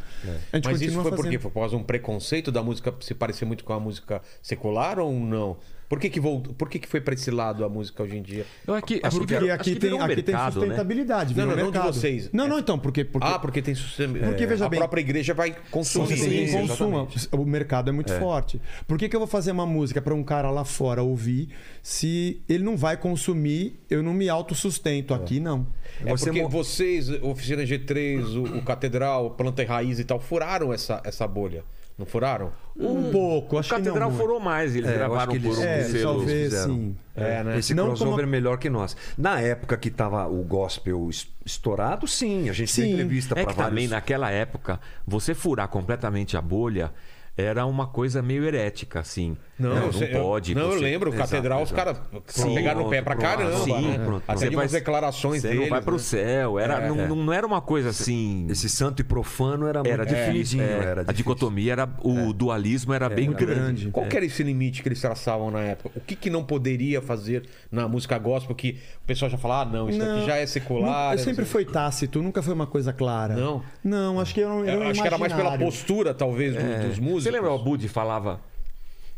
A
Mas
gente
isso
continua
foi
fazendo.
porque foi por causa de um preconceito da música se parecer muito com a música secular ou não? Por que, que, voltou, por que, que foi pra esse lado a música hoje em dia?
Eu aqui, acho que
Porque
virou- acho
aqui,
que
tem,
virou um
aqui tem
mercado, né?
sustentabilidade.
Não,
virou
não, não de
mercado.
vocês.
Não, não, então, porque. porque
Ah, porque tem sucesso.
Porque, veja
a
bem-
própria igreja vai consumir.
Sim,
isso.
Sim,
consuma. O mercado é muito forte. Por que, que eu vou fazer uma música para um cara lá fora ouvir se ele não vai consumir, eu não me autossustento aqui, não?
É
Você
porque
mo-
vocês, Oficina G3, o, o Catedral, Planta e Raiz e tal, furaram essa, essa bolha. Não furaram?
Um pouco,
O
acho que não.
Catedral
muito.
furou mais, eles
É, eu
gravaram
acho que
por um
eles-
É,
selo.
talvez
fizeram.
sim.
É, né?
Esse
Não
crossover
como-
melhor que nós. Na época que tava o gospel es- estourado, sim, a gente
Sim.
tem entrevista
É
pra
que também
vários.
naquela época, você furar completamente a bolha era uma coisa meio herética, assim. Não, não,
você- eu-
pode.
Não,
você-
eu lembro, o
Exato,
Catedral, os
exato.
caras
Sim,
pegaram no pé pra
pronto,
caramba.
Sim,
né?
pronto.
Até
Você
de
vai-
umas declarações
Você
deles.
não vai pro
né?
céu. Era, não, não- não era uma coisa assim.
Esse santo e profano era,
Era
muito
difícil.
divididinho,
é.
era
a
difícil.
dicotomia era. O dualismo era bem grande.
Qual que era esse limite que eles traçavam na época? O que, que não poderia fazer na música gospel que o pessoal já fala, ah, não, isso aqui já é secular.
Nu-
é
sempre
não sei
foi tácito, nunca foi uma coisa clara.
Não?
Não, acho que era um,
o
era
quê." É,
um
Acho que era mais pela
imaginário.
postura, talvez, do-
É.
Um dos músicos.
Você lembra o Abud falava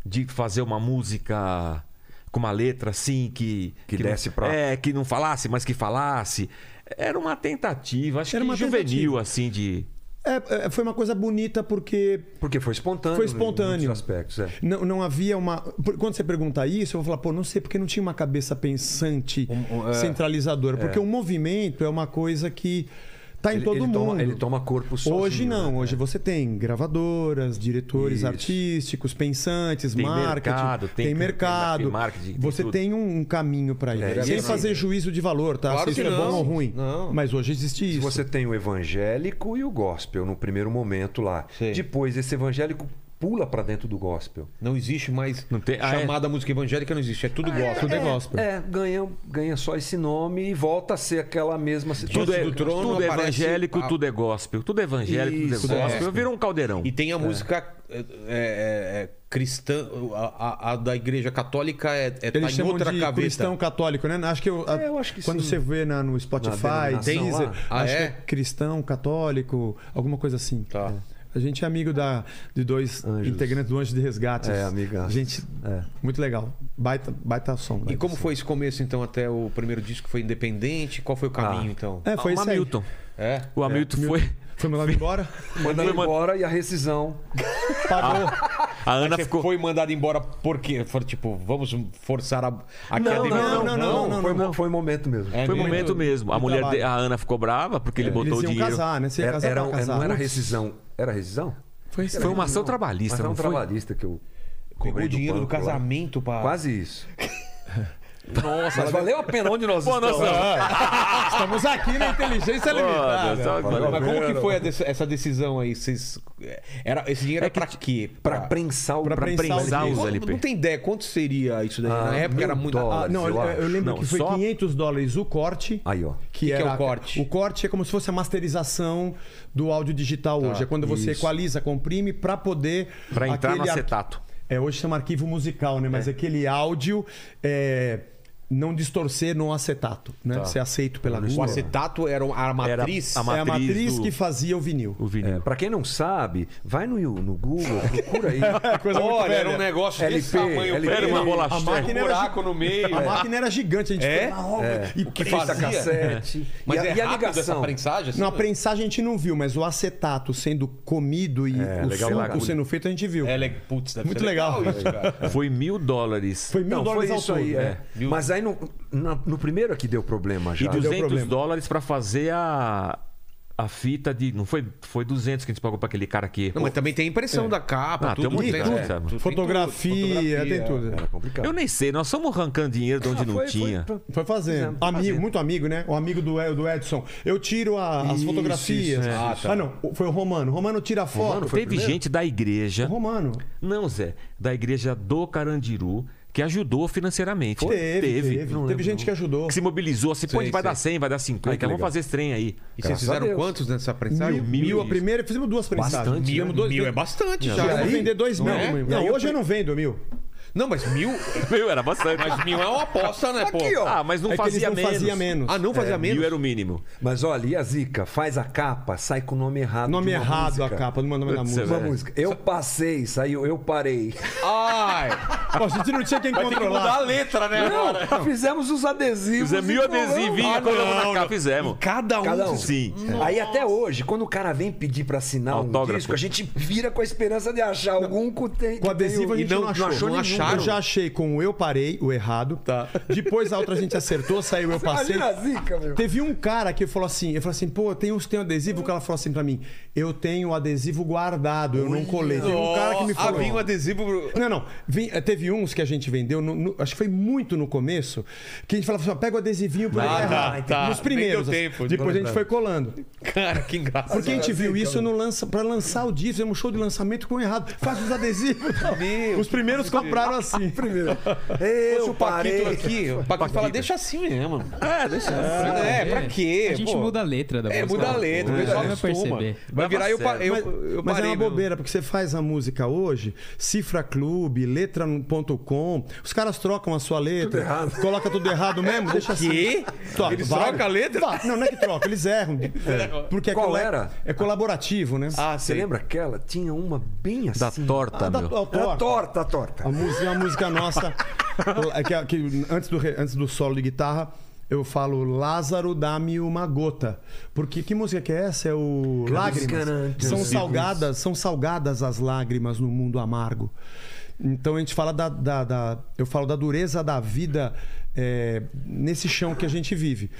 de fazer uma música com uma letra assim que
Que
não-
desse pra-
é que não falasse, mas que falasse. Era uma tentativa, acho
Era
que
uma
juvenil
tentativa.
assim de
É, é, foi uma coisa bonita porque
Porque foi espontâneo.
Foi
Em
espontâneo.
muitos aspectos, é.
Não, não havia uma. por- Quando você pergunta isso, eu vou falar, pô, não sei, porque não tinha uma cabeça pensante,
Um, é,
centralizadora. Porque o movimento é uma coisa que tá em
Ele-
todo
ele
mundo.
toma- ele toma corpo sozinho,
Hoje não,
né?
hoje você tem gravadoras, diretores
Isso.
artísticos, pensantes,
Tem
marketing.
mercado, tem-
tem mercado.
tem marketing, tem
você
tudo.
tem um, um caminho para ir.
É, e
Sem
assim-
fazer juízo de valor, tá?
Claro
Se isso
que
é bom
não.
ou ruim.
Não.
Mas hoje existe isso.
Você tem o evangélico e o gospel no primeiro momento lá.
Sim.
Depois esse evangélico pula pra dentro do gospel.
Não existe mais
Não tem- ah, é.
chamada música evangélica, não existe. É tudo gospel.
Tudo é gospel.
É, ganha, ganha só esse nome e volta a ser aquela mesma situação.
Tudo é- do trono
tudo é
aparece-
evangélico,
Ah.
tudo é gospel, tudo é evangélico,
Isso,
tudo é
é.
gospel. Vira um caldeirão.
E tem a música é, é, é, cristã, a, a- a da igreja católica é, é tá
Eles
em
chamam
outra
de
gaveta.
cristão católico, né? Acho que eu, a-
É, eu acho que
quando
sim.
você vê na, no Spotify,
Na denominação
Deezer,
lá?
Ah,
acho
é?
que é cristão católico, alguma coisa assim.
Tá.
É. A gente é amigo da, de dois
Anjos.
integrantes do Anjo de Resgate.
É, amigaço.
Gente,
É.
muito legal. Baita, baita som.
E
baita
como
som.
foi esse começo, então, até o primeiro disco foi independente? Qual foi o caminho,
Ah.
então?
É, foi
o
isso aí.
Hamilton.
É?
O Hamilton foi.
Foi mandado embora,
é
Manda
Foi uma-
embora e a rescisão.
pagou.
Ah,
A Ana
Você
ficou.
foi mandado embora porque foi tipo, vamos forçar a, a
Não,
demissão?
não, não, não, não,
foi,
não.
foi momento mesmo.
É
Foi um
mesmo?
momento mesmo. A
de
mulher,
trabalho. É.
de- a Ana ficou brava porque ele botou
Eles
o
iam
dinheiro.
casar, né? Você ia
Era,
casar
era- um, é,
pra casar.
não era
Putz,
rescisão. Era rescisão?
Foi, uma ação trabalhista,
Era
não
um
foi?
trabalhista que eu.
Pegou
cobrei
o dinheiro do
banco lá.
casamento pra.
Quase isso.
Nossa,
Mas valeu a pena onde nós
Pô,
estamos.
nossa,
Estamos aqui na inteligência
Olha,
limitada.
sabe-
Mas como que foi a dec- essa decisão aí? Vocês- Era, esse dinheiro
É
é pra quê?
Pra prensar o
Pra
pra
prensar
prensar
o-
o-
os
Quanto-
LP.
Não tem ideia quanto seria isso daí. Na
Ah,
época
mil
era muito.
dólares.
Ah, não, eu,
eu acho.
eu lembro
Não,
que foi
só-
500 dólares o corte.
Aí, ó.
Que
Que,
que é
era,
o corte?
O corte é como se fosse a masterização do áudio digital hoje. É quando você equaliza, comprime para poder.
Pra entrar no
aquele ar-
acetato.
É, hoje chama arquivo musical, né? Mas aquele áudio. é, não distorcer no acetato, né? Ser aceito pela
O
Google.
acetato era uma- a
Era
matriz.
a ma-
é a
matriz
matriz
do-
que fazia o vinil.
O vinil.
É, pra quem não sabe, vai no, no Google, procura aí.
coisa muito
Olha, era
velha.
um negócio desse
LP,
tamanho.
LP.
preto,
Era uma bola
um
cheia.
máquina-
buraco no meio.
A máquina era gigante, a gente
É?
fez na obra.
É,
E o que
prensa
fazia?
cassete.
Mas
e, a-
é
e a
rápido essa
ligação?
prensagem? assim,
Não, a
né?
prensagem a gente não viu, mas o acetato sendo comido e o
legal,
suco
legal.
sendo feito a gente viu.
Ela é, putz, deve
Muito
ser
legal.
isso, cara.
Foi mil dólares.
Foi mil
Não, foi
dólares ao
isso
todo. né?
aí, é.
Mil-
Mas aí no, na- no primeiro aqui deu problema
E
já.
200
problema.
dólares pra fazer a, a fita de. Não foi, foi 200 que a gente pagou pra aquele cara aqui.
Não, mas também tem a impressão da capa,
Ah, tem
tudo.
um monte de
né?
coisa,
É,
sabe?
tudo, tem
Fotografia,
tudo,
tem tudo.
Era complicado.
Eu nem sei, nós estamos arrancando dinheiro de onde
Ah,
não
foi-
tinha.
foi-
Foi fazendo.
Foi
Amigo,
fazendo.
muito amigo, né? O amigo do, do Edson. Eu tiro a- as
Isso,
fotografias.
isso,
é.
ah,
Ah, tá.
não. Foi o Romano. Romano tira a foto.
Romano foi-
Teve gente da igreja.
Romano.
Não, Zé. Da igreja do Carandiru, que ajudou financeiramente.
Teve, teve. Teve,
Não lembro,
gente
não.
que ajudou.
Que se mobilizou assim, pô,
Sei,
a gente vai
sei.
dar 100, vai dar 50,
Ai, que
vamos
legal.
fazer esse trem aí.
E vocês
Graças a
fizeram
Deus.
quantos nessa prensagem?
Mil, mil a
isso.
primeira, fizemos duas prensagens.
Bastante,
Mil,
Fizemos dois,
mil é
dois-
bastante
Já
já.
vou
aí?
vender dois
Não
mil.
é?
Não,
Não, eu
hoje eu não vendo mil.
Não, mas mil.
Meu, era bastante.
Mas mil é uma aposta, né, pô?
Ah, mas não
é que eles
fazia
não
menos. É,
fazia menos.
Ah, não fazia menos?
Mil era o mínimo.
Mas olha, e a Zica? Faz a capa, sai com o nome errado.
Nome
de uma
errado
música.
a capa, não mandou da
Putz,
música.
Uma
É.
música. Eu passei, saiu, eu parei.
Ai!
Pô, a gente não tinha quem
Vai ter que mudar a
controlar.
letra, né, agora?
tá, fizemos os adesivos.
Fizemos mil
e colamos.
adesivinhos, colamos na capa, fizemos.
Cada um.
Cada um.
Sim.
Aí até hoje, quando o cara vem pedir pra assinar um
Autógrafo.
disco, a gente vira com a esperança de achar algum que tem.
Com adesivo a
E
gente
não-
não,
não
achou.
achou nenhum.
Eu já achei com o Eu Parei, o errado. Tá. Depois a outra a gente acertou, saiu Eu Passei.
Imagina a tá Zica, meu.
Teve um cara que falou assim, eu falei assim, pô, tem uns tem adesivo, o cara falou assim pra mim, eu tenho adesivo guardado, eu não colei. Teve um cara que me
Ah,
falou.
vinha um adesivo. pro-
Não, não. Vim- eh, teve uns que a gente vendeu, no- no- acho que foi muito no começo, que a gente falava assim, ó, pega o adesivinho pra
Ah,
ele errar.
tá, tá.
Nos primeiros.
Nem deu
assim.
tempo de
Depois a gente
lembrar.
foi colando.
Cara, que engraçado.
Porque a gente viu isso no lança, pra lançar o disco, fizemos um show de lançamento com errado. Faz os adesivos. os primeiros compraram assim. Primeiro.
Fosse
Eu
o Paquito
parei.
aqui, o Paquito fala, deixa assim mesmo.
Ah, deixa.
É, pra quê?
assim. A gente
pô?
muda a letra da
É,
música.
muda a letra, o
O
pessoal
pessoal vai
acostuma.
perceber.
Vai assim, virar eu, pa-
Mas-
eu,
Mas,
eu
mas é
parei mesmo.
uma bobeira, porque você faz a música hoje, Cifra Clube, letra.com, os caras trocam a sua letra, coloca tudo errado mesmo, deixa assim.
quê?
Tá,
Eles
vai.
trocam a letra?
Vai. Não, não é que troca, eles erram. Porque é
Qual
cole-
era?
É colaborativo, né?
Ah,
Você
sei.
lembra aquela? Tinha uma bem assim.
Da torta,
Ah, da-
meu.
ó,
Era
torta.
torta, a torta.
A música é uma música nossa. que, é, que antes, do, re- antes do solo de guitarra, eu falo Lázaro, dá-me uma gota. Porque que música que é essa? É o Lágrimas.
descarante,
São
os
salgadas, são salgadas as lágrimas no mundo amargo. Então a gente fala da. da- da- eu falo da dureza da vida é, nesse chão que a gente vive.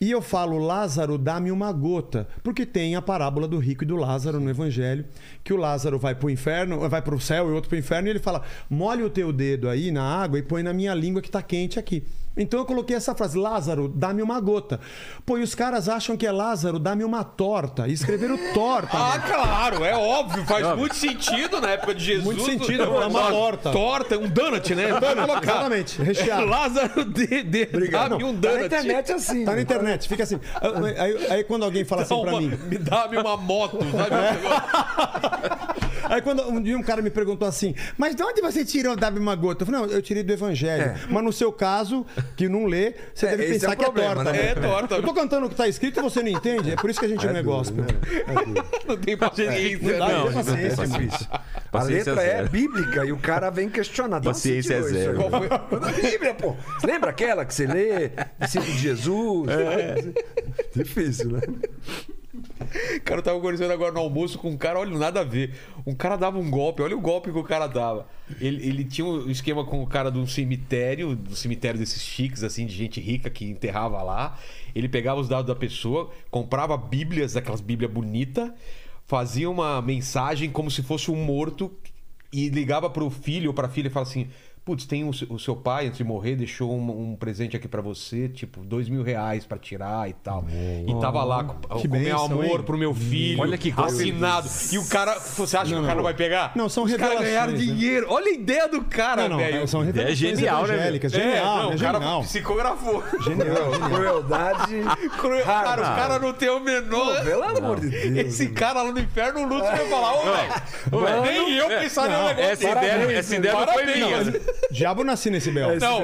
E eu falo, Lázaro, dá-me uma gota. Porque tem a parábola do rico e do Lázaro no Evangelho, que o Lázaro vai pro inferno, vai pro céu e outro pro inferno, e ele fala: molhe o teu dedo aí na água e põe na minha língua que tá quente aqui. Então eu coloquei essa frase, Lázaro, dá-me uma gota. Pô, e os caras acham que é Lázaro, dá-me uma torta. E escreveram torta. né?
Ah,
mano.
claro, é óbvio, faz muito sentido na época de Jesus.
Muito sentido, é uma torta.
Torta, um donut, né? Vai colocar.
Exatamente, recheado.
Lázaro de, de dá-me um
Tá na
donut.
internet é assim.
Tá na internet, fica assim. Aí, aí- aí quando alguém fala assim
Dá
pra
uma-
mim.
Me dá-me uma moto, sabe?
Aí quando um dia um cara me perguntou assim, mas de onde você tirou dá-me uma gota? Eu falei, não, eu tirei do evangelho. Mas no seu caso, que não lê, você
É,
deve
esse é
pensar
o
que
problema,
é torta.
né?
É torta.
Eu tô cantando o que tá escrito e você não entende. É por isso que a gente não é
né?
gospel.
Não tem paciência.
Não dá,
né?
não.
É
paciência.
difícil. A
Paciência
letra é
zero.
bíblica e o cara vem questionar. De onde você
Paciência
tirou
é
isso?
zero.
Qual foi? Bíblia, pô. Você lembra aquela que você lê? Discípulo de Jesus?
É.
Difícil, né?
Cara, eu tava conversando agora no almoço com um cara, olha, nada a ver. Um cara dava um golpe, olha o golpe que o cara dava. Ele, ele tinha um esquema com o cara de um cemitério, do cemitério desses chiques, assim, de gente rica que enterrava lá. Ele pegava os dados da pessoa, comprava bíblias, aquelas bíblias bonitas, fazia uma mensagem como se fosse um morto e ligava pro filho ou pra filha e falava assim: Putz, tem o, se- o seu pai, antes de morrer, deixou um, um presente aqui pra você, tipo, dois mil reais pra tirar e tal. E tava lá com,
Que
com meu
bênção,
amor
hein?
pro meu filho.
Olha que coisa.
Assinado. E o cara. Você acha que o cara não vai pegar?
Não, são
Os caras
revelações,
ganharam
né?
dinheiro. Olha a ideia do cara,
Não, não,
velho.
são revelações
genial, né,
evangélicas.
É, não,
Genial, é
o cara
genial.
psicografou.
Crueldade.
Cruel, cara, o cara não tem o menor.
Pelo amor de Deus.
Esse cara lá no inferno, o Lúcio vai falar, ô, velho. Nem eu pensaria um negócio
é, Essa
desse.
ideia, essa ideia não foi
Parabéns,
minha.
mas-
Diabo nasci nesse B.O.
Não,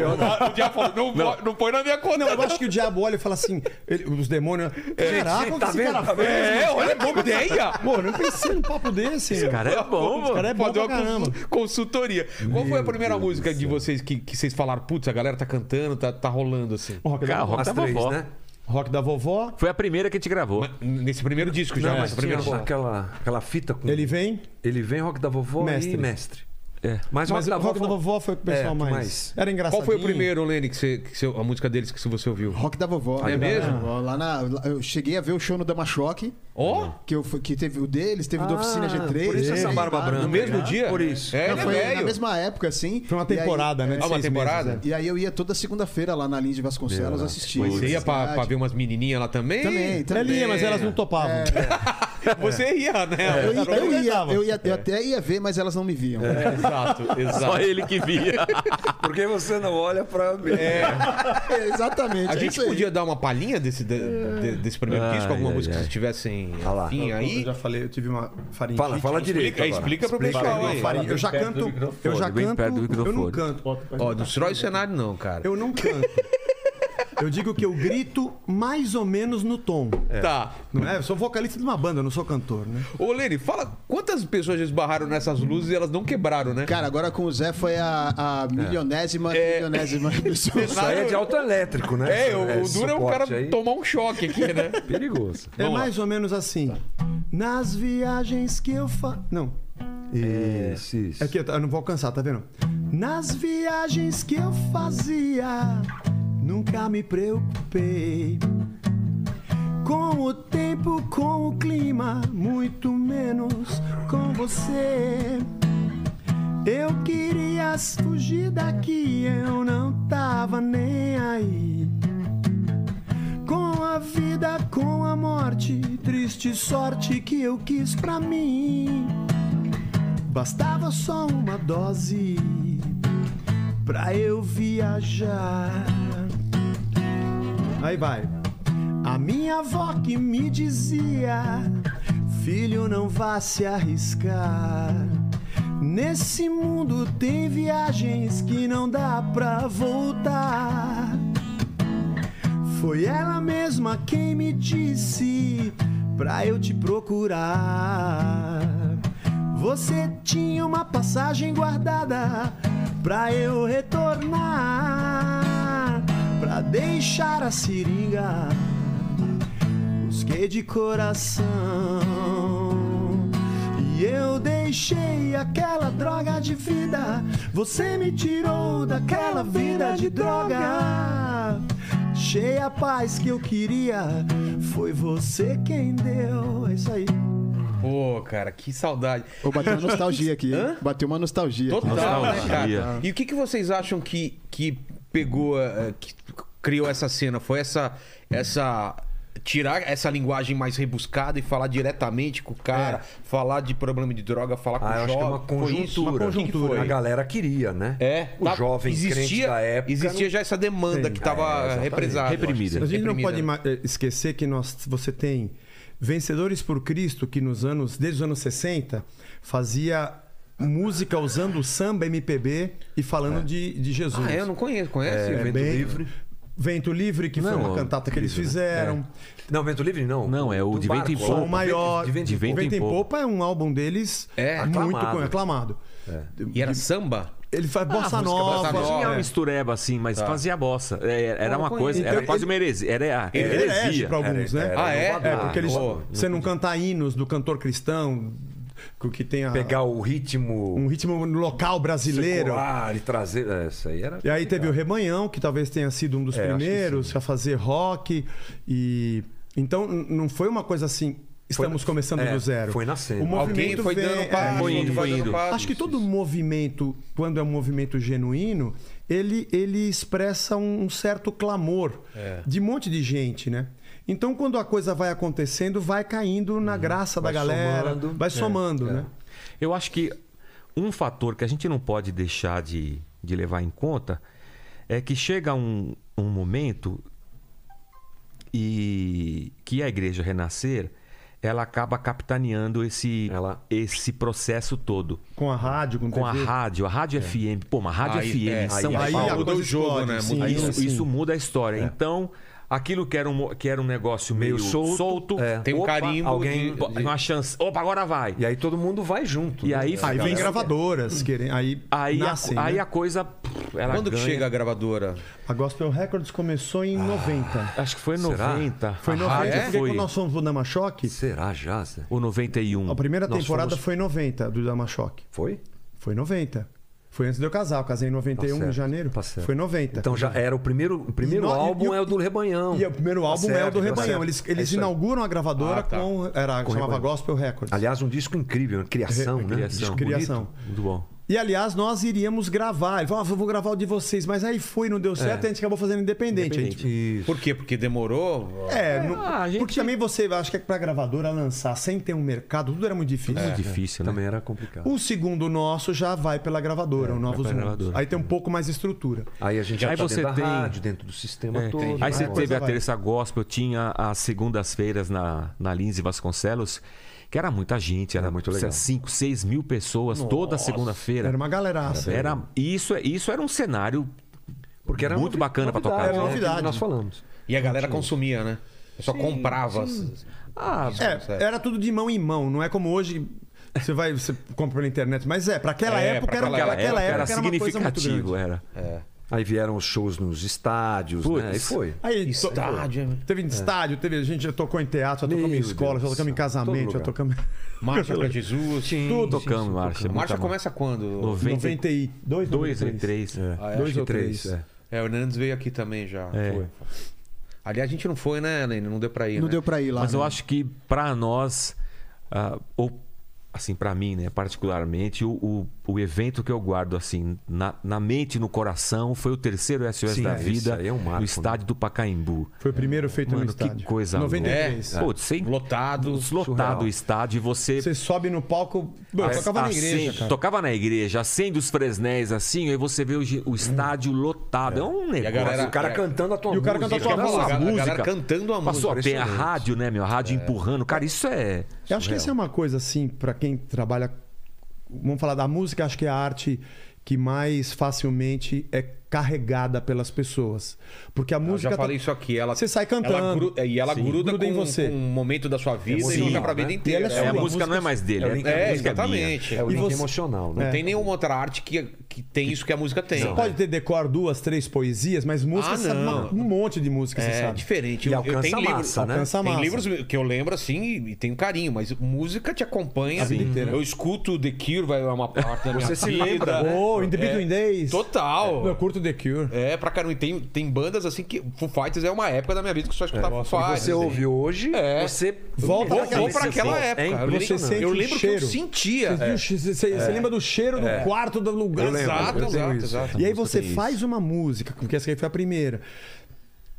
o diabo falou, não, não. põe na minha conta.
Não, eu acho que o diabo olha e fala assim, ele- os demônios. Caraca, o que esse cara fez?
É, olha, boa ideia.
Pô, eu não pensei num papo desse. Esse
cara é bom,
Esse cara é bom
Fazer
pra
uma
caramba.
consu- consultoria. Qual foi a primeira música de vocês que, que vocês falaram? Putz, a galera tá cantando, tá, tá rolando assim.
O Rock da,
Cara,
vovó.
rock
As
da
três,
vovó. É,
né?
Rock da vovó,
Foi a primeira que a gente gravou.
Mas Nesse primeiro disco já,
Não,
nessa
mas
primeira
tinha aquela, aquela fita com.
ele vem.
Ele vem rock da vovó
Mestre.
e mestre.
É.
Mas,
Mas
rock,
o
da,
Rock
vovó...
da vovó foi o pessoal
É, que
mais...
mais?
Era engraçado.
Qual foi o primeiro, Lene, que você, que você- a música deles que você ouviu?
Rock da vovó.
É
Rock da
mesmo?
vovó. Lá na, lá- eu cheguei a ver o show no Dama Choque,
Ó, Ah,
que, eu fui- que teve o deles, teve o da Oficina G3.
Por isso essa
teve
barba
vários.
branca.
no mesmo
né?
dia?
Por isso.
É,
Não,
ele é
foi na
velho.
mesma época, assim.
Foi uma
e aí-
temporada, né?
Ah, uma
Seis
temporada?
meses,
E aí eu ia toda segunda-feira lá na linha de Vasconcelos assistir.
Mas você ia pra, pra ver umas menininhas lá também?
Também,
é.
também.
Ele ia, mas elas não topavam.
Você ia, né?
É. Eu, ia, eu, ia,
dava.
eu
É.
ia- eu até ia ver, mas elas não me viam.
Exato, exato.
Só ele que via.
Por que você não olha pra mim?
É,
Exatamente.
A
é
gente
isso aí.
podia dar uma palhinha desse, de- de- desse primeiro
Ai,
disco, alguma
ai,
música que
ai.
vocês tivessem
Ah lá.
afim aí?
Eu já falei, eu tive uma faringite.
Fala, fala direito.
Explica,
agora.
explica pro
Explica
pessoal
aí.
aí.
Farinha. Eu já canto. Eu já
bem
canto.
perto do
Eu não
microfone.
canto.
Ó, não destrói o cenário não, cara.
Eu não canto. Eu digo que eu grito mais ou menos no tom.
Tá.
Não é? Eu sou vocalista de uma banda, eu não sou cantor, né?
Ô, Lene, fala quantas pessoas já esbarraram nessas luzes e elas não quebraram, né?
Cara, agora com o Zé foi a, a
É.
milionésima, milionésima pessoa.
Isso aí é de alto elétrico, né?
É, o, o
Esse
duro é o
suporte
cara
aí.
tomar um choque aqui, né?
Perigoso.
É
Vamos lá. Tá.
mais ou menos assim. Nas viagens que eu fa... Não.
Isso, isso.
É que eu, eu não vou alcançar, tá vendo? Nas viagens que eu fazia, nunca me preocupei. Com o tempo, com o clima, muito menos com você. Eu queria fugir daqui, eu não tava nem aí. Com a vida, com a morte, triste sorte que eu quis pra mim. Bastava só uma dose pra eu viajar. Aí vai. A minha avó que me dizia: Filho, não vá se arriscar. Nesse mundo tem viagens que não dá pra voltar. Foi ela mesma quem me disse pra eu te procurar. Você tinha uma passagem guardada pra eu retornar, pra deixar a seringa. Busquei de coração e eu deixei aquela droga de vida. Você me tirou daquela vida de droga. Cheia a paz que eu queria, foi você quem deu. É isso aí.
Pô, cara, que saudade.
Ô, bateu uma nostalgia aqui. hein? Bateu uma nostalgia. aqui.
Total, né,
Nostalgia.
cara? E o que, que vocês acham que, que pegou, eh, que criou essa cena? Foi essa, essa. Tirar essa linguagem mais rebuscada e falar diretamente com o cara, falar de problema de droga, falar com
É. Ah, eu
o
acho que é
jovem.
uma
Foi isso?
conjuntura.
O que que
A
foi?
galera queria, né?
É,
O
tá-
jovem crente da época.
Existia
não- É,
já essa demanda que estava represada.
Reprimida.
A gente não pode
mais.
ma- eh, esquecer que nós, você tem Vencedores por Cristo, que nos anos, desde os anos 60, fazia música usando o samba MPB e falando de, de Jesus.
É. Ah, eu não conheço. Conhece?
Vento
É bem-
Livre.
Vento Livre, que foi
Não,
uma cantata que eles
incrível,
fizeram.
Não, Vento Livre não.
Não, é o
Do
De Vento em
barco,
Som
Poupa.
lá.
Maior.
É. De Vento em
De Vento
Poupa.
em
em
Poupa.
é um álbum deles
É,
muito
aclamado.
con- aclamado.
E era samba?
Ele faz bossa
música
nova. um
bossa nova.
Tinha
É.
uma mistureba assim, mas fazia bossa. É, Era
Não,
uma
conheço.
coisa, era
Então,
quase uma heresia. Era
Ele é herege
heresia.
pra alguns, né?
Era
ah, é?
inovador.
É, porque eles.
Pô.
você não cantar hinos do cantor cristão, que- que tem a,
Pegar o ritmo
um ritmo local brasileiro.
secular e trazer. é, Isso aí era.
E aí teve o Rebanhão, que talvez tenha sido um dos
É, acho que
primeiros a fazer rock. E então n- não foi uma coisa assim. Estamos começando
é,
do zero.
foi nascendo.
O
Alguém
movimento
foi
vem- É,
dando passo,
Foi
outro vai
indo, foi
dando
indo.
passo.
Acho que todo movimento, quando é um movimento genuíno, ele, ele expressa um certo clamor de um monte de gente, né? Então, quando a coisa vai acontecendo, vai caindo na graça da
Vai
galera,
somando.
vai
É,
somando,
é.
né?
Eu acho que um fator que a gente não pode deixar de, de levar em conta é que chega um, um momento e que a igreja renascer ela acaba capitaneando esse,
Ela-
esse processo todo.
Com a rádio, com,
Com a
TV.
rádio, a rádio FM. Pô, uma rádio
Aí,
FM,
é,
São
aí
Paulo.
a
Muda
coisa
o jogo,
explode,
né?
sim.
Muda
Aí
isso.
Isso,
sim.
isso muda a história. Então, aquilo que era um, mo- que era um negócio meio,
Meio solto,
solto,
é.
Tem um carimbo
Alguém,
de- de-
uma chance. Opa, agora vai.
E aí todo mundo vai junto.
E
né?
aí
Essa
Aí vem
galera-
gravadoras, querem, aí,
Aí,
nascem.
a, aí
né?
a coisa. pff,
Tá
Ela
Quando que
ganha.
chega a gravadora?
A Gospel Records começou em 90.
Acho que foi em
Será?
90.
Foi em
em
90,
rádio
porque
foi.
quando nós fomos do Dama Choque,
Será já? Zé?
Ou 91.
a primeira
Nós
temporada
fomos-
foi em 90 do Dama Choque.
Foi?
Foi em 90. Foi antes de eu casar, eu casei em 91
Tá certo,
em um janeiro.
tá certo.
Foi em 90.
Então já era o primeiro. O primeiro
E no- e-
álbum
e o-
é o do Rebanhão.
E o primeiro
Tá
álbum é o
certo,
do
tá
Rebanhão.
certo.
Eles,
É
eles
isso aí.
inauguram a gravadora
Ah, tá.
com. Era, chamava
Rebanhão.
Gospel Records.
Aliás, um disco incrível, né? criação, né?
É, Criação.
Disco bonito.
Criação.
Muito bom.
E aliás, nós iríamos gravar. Ele falou, ah, eu vou gravar o de vocês. Mas aí foi,
É.
não deu certo, e a gente acabou fazendo independente. A gente-
Isso.
Por quê? Porque demorou?
É, não-
Ah, a gente-
porque também você, acho que é pra gravadora lançar sem ter um mercado, tudo era muito difícil.
É.
Muito difícil, né?
Também era complicado.
O segundo nosso já vai pela gravadora, o Novos
pela
Mundos.
gravadora.
Aí tem um pouco mais estrutura.
Aí a gente
Aí
já tá
você
dentro
tem-
da rádio, dentro do sistema
É,
todo. né?
entendi.
vai
Aí você
embora.
teve a
vai.
terça gospel, tinha as segundas-feiras na, na Lindsay Vasconcelos, que era muita gente, era,
Era muito legal.
5, 6 mil pessoas toda segunda-feira.
Era uma galeraça.
Era, isso, é- isso era um cenário
Porque era
muito
novi-
bacana pra tocar.
novidade,
né?
Era
Novidade.
novidade. Nós falamos.
E a galera consumia, né? Só comprava.
Ah,
É, era tudo de mão em mão, não é como hoje. Você vai, você compra pela internet, mas é, pra aquela
É,
época
pra
era
aquela
aquela,
época,
aquela época
era
era uma coisa muito
significativo, é.
grande.
era.
Aí vieram os shows nos estádios,
Putz.
né? E foi.
Aí, to-
Estádio, né?
teve em estádio, teve, a gente já tocou em teatro, já tocamos em
Meu
escola,
Deus
já tocamos em
do céu,
casamento,
todo
já
lugar.
tocamos.
Marcha pra Jesus.
Tudo tocando,
é
Marcha
Marcha. muita-
começa quando?
92,
92 e 3.
Ah, é,
Dois
acho
ou
que-
três.
é.
É, o Hernandes veio aqui também já.
É.
Foi. Aliás, a gente não foi, né, Helena? Não deu pra ir,
Não
né?
deu pra ir lá.
Mas eu
né?
acho que pra nós, ah, ou assim, pra mim, né, particularmente, o, o, o evento que eu guardo assim na, na mente e no coração foi o terceiro SOS
Sim,
da
é, isso
vida
aí é um marco,
no estádio do Pacaembu.
Foi o primeiro feito no
Mano,
um estádio.
que coisa
93.
louca. É, Putz, sem
Lotado,
lotado
surreal.
o estádio e você
Você sobe no palco. Mano, eu tocava na
Acende-
igreja, cara.
Tocava na igreja, acende os fresnéis assim, aí você vê o, gi- o estádio lotado. É, um negócio.
galera-
O cara
É.
cantando a tua
E o cara
música.
cantando a
A
tua
Nossa,
galera- a
música.
galera cantando a
Passou
música.
tem a rádio, né, meu? A rádio empurrando. Cara, isso é.
Eu acho que essa é uma coisa, assim, pra quem trabalha. Vamos falar da música, acho que é a arte que mais facilmente é carregada pelas pessoas. Porque a
Eu
música.
já
tá-
falei isso aqui. Ela,
Você sai cantando.
ela gru- é, e ela
Sim.
gruda,
Gruda
com,
em você. É
com um momento da sua vida e
Sim,
fica pra
né?
vida
E
inteira.
ela é
É, a
sua.
música,
música
não é mais dele.
é o link-
a
É,
música minha.
exatamente.
É o
E
link
você-
emocional,
Não
né?
tem nenhuma outra arte que, que tem isso que a música tem.
Você pode ter decor duas, três poesias, mas música
Ah,
você sabe
não.
uma- um monte de música, você
É
sabe.
diferente. Eu-
E
eu
alcança
tenho
a massa, né?
Alcança a massa.
Tem livros que eu lembro assim e e tenho carinho, mas música te acompanha. assim. Eu escuto The Cure, vai é uma parte da minha
Você se
vida.
lembra, né?
Oh,
É.
Independent Days. Eu
Total.
curto The Cure.
É, pra caramba. E Tem, tem bandas assim que. Foo Fighters é uma época da minha vida que só escutava Foo Fighters.
Você ouve hoje,
É.
você
Volta
Vou,
naquela-
vou pra aquela
É
época. Eu lembro-
impressionante.
Você sente
eu
o
lembro que eu
cheiro.
sentia.
Você, viu, você- você- você lembra do cheiro do quarto do lugar.
Eu lembro, É. Exato, eu tenho exato, isso.
Tá
exato.
E aí você faz uma música, porque essa aí foi a primeira.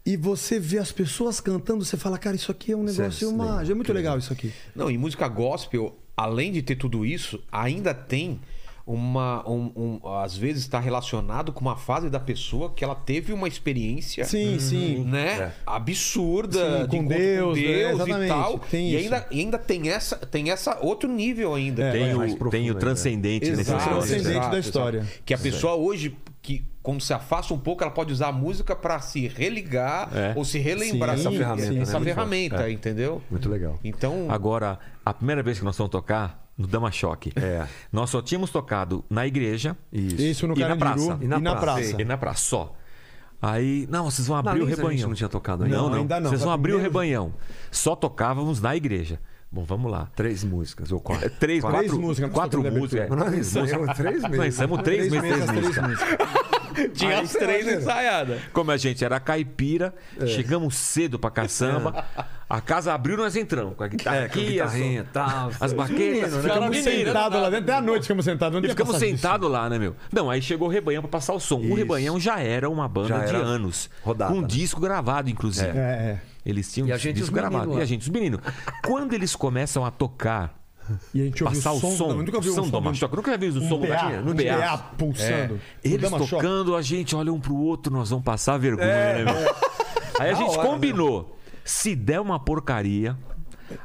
E você vê as pessoas cantando, você fala, cara, isso aqui é um negócio, é
Certo,
uma... é muito legal isso aqui.
Não, e música gospel, além de ter tudo isso, ainda tem uma. um- um- às vezes está relacionado com uma fase da pessoa que ela teve uma experiência.
Sim,
Uhum.
sim.
é
Né? Absurda.
Sim, com
de encontro
Deus, né?
Deus e
Exatamente,
tal.
tem
e
isso.
ainda, e ainda tem essa tem essa outro nível ainda.
É,
Tem,
é mais
o,
profundo
tem o
ainda.
transcendente nesse
né? Exato,
negócio.
transcendente
exato,
da
exato.
história.
Que a pessoa hoje, que quando se afasta um pouco, ela pode usar a música pra se religar
É.
ou se relembrar.
Sim,
essa
sim,
ferramenta,
sim,
essa
sim.
ferramenta entendeu?
Muito legal.
Então,
Agora, a primeira vez que nós fomos tocar, no Dama Choque,
É.
nós só tínhamos tocado na igreja
Isso.
Isso no
e na
Carandiru
praça.
e na, praça.
E na praça, só. Aí, não, vocês vão
Na
abrir o
Lins a gente
rebanhão.
não tinha tocado ainda.
Não, não.
Não, ainda não.
Vocês
Foi
vão
a
abrir o
primeira-
rebanhão. Só tocávamos na igreja. Bom, vamos lá.
Três músicas ou quatro.
É, Três,
Três
quatro,
músicas,
quatro
nós tocamos
músicas.
Não,
é.
ensaiamos três
Nós
meses.
ensaiamos três,
Três
meses,
meses,
três
três
músicas.
tinha as três ensaiadas.
Como a gente era caipira, chegamos cedo pra caçamba. A casa abriu, nós entramos. Com a guitarra
É, com a
aqui, as-
guitarrinha, tal.
as baquetas.
Ficamos
ficamos sentados.
sentados lá dentro, até a noite ficamos sentados. é
tá
não
E
tinha
ficamos
passagem disso.
sentados lá, né, meu? Não, aí chegou o Rebanhão pra passar o som. O Rebanhão já era uma banda
Já
de
era
anos.
rodada,
com um
né?
disco gravado, inclusive.
É, é.
Eles tinham
E
um
a gente e os
disco
meninos
gravado.
lá.
E a gente, os meninos. Quando eles começam a tocar,
E a gente ouviu
passar
o som.
o som,
nunca
o
ouviu
som
um
do
som
Dama Choque. Nunca vi o som
um
do
PA,
Dama
um
no
PA
BA.
pulsando. O
É. Eles
Dama Choque.
tocando, a gente olha um pro outro, nós vamos passar vergonha, né, meu? Aí a gente combinou. Se der uma porcaria,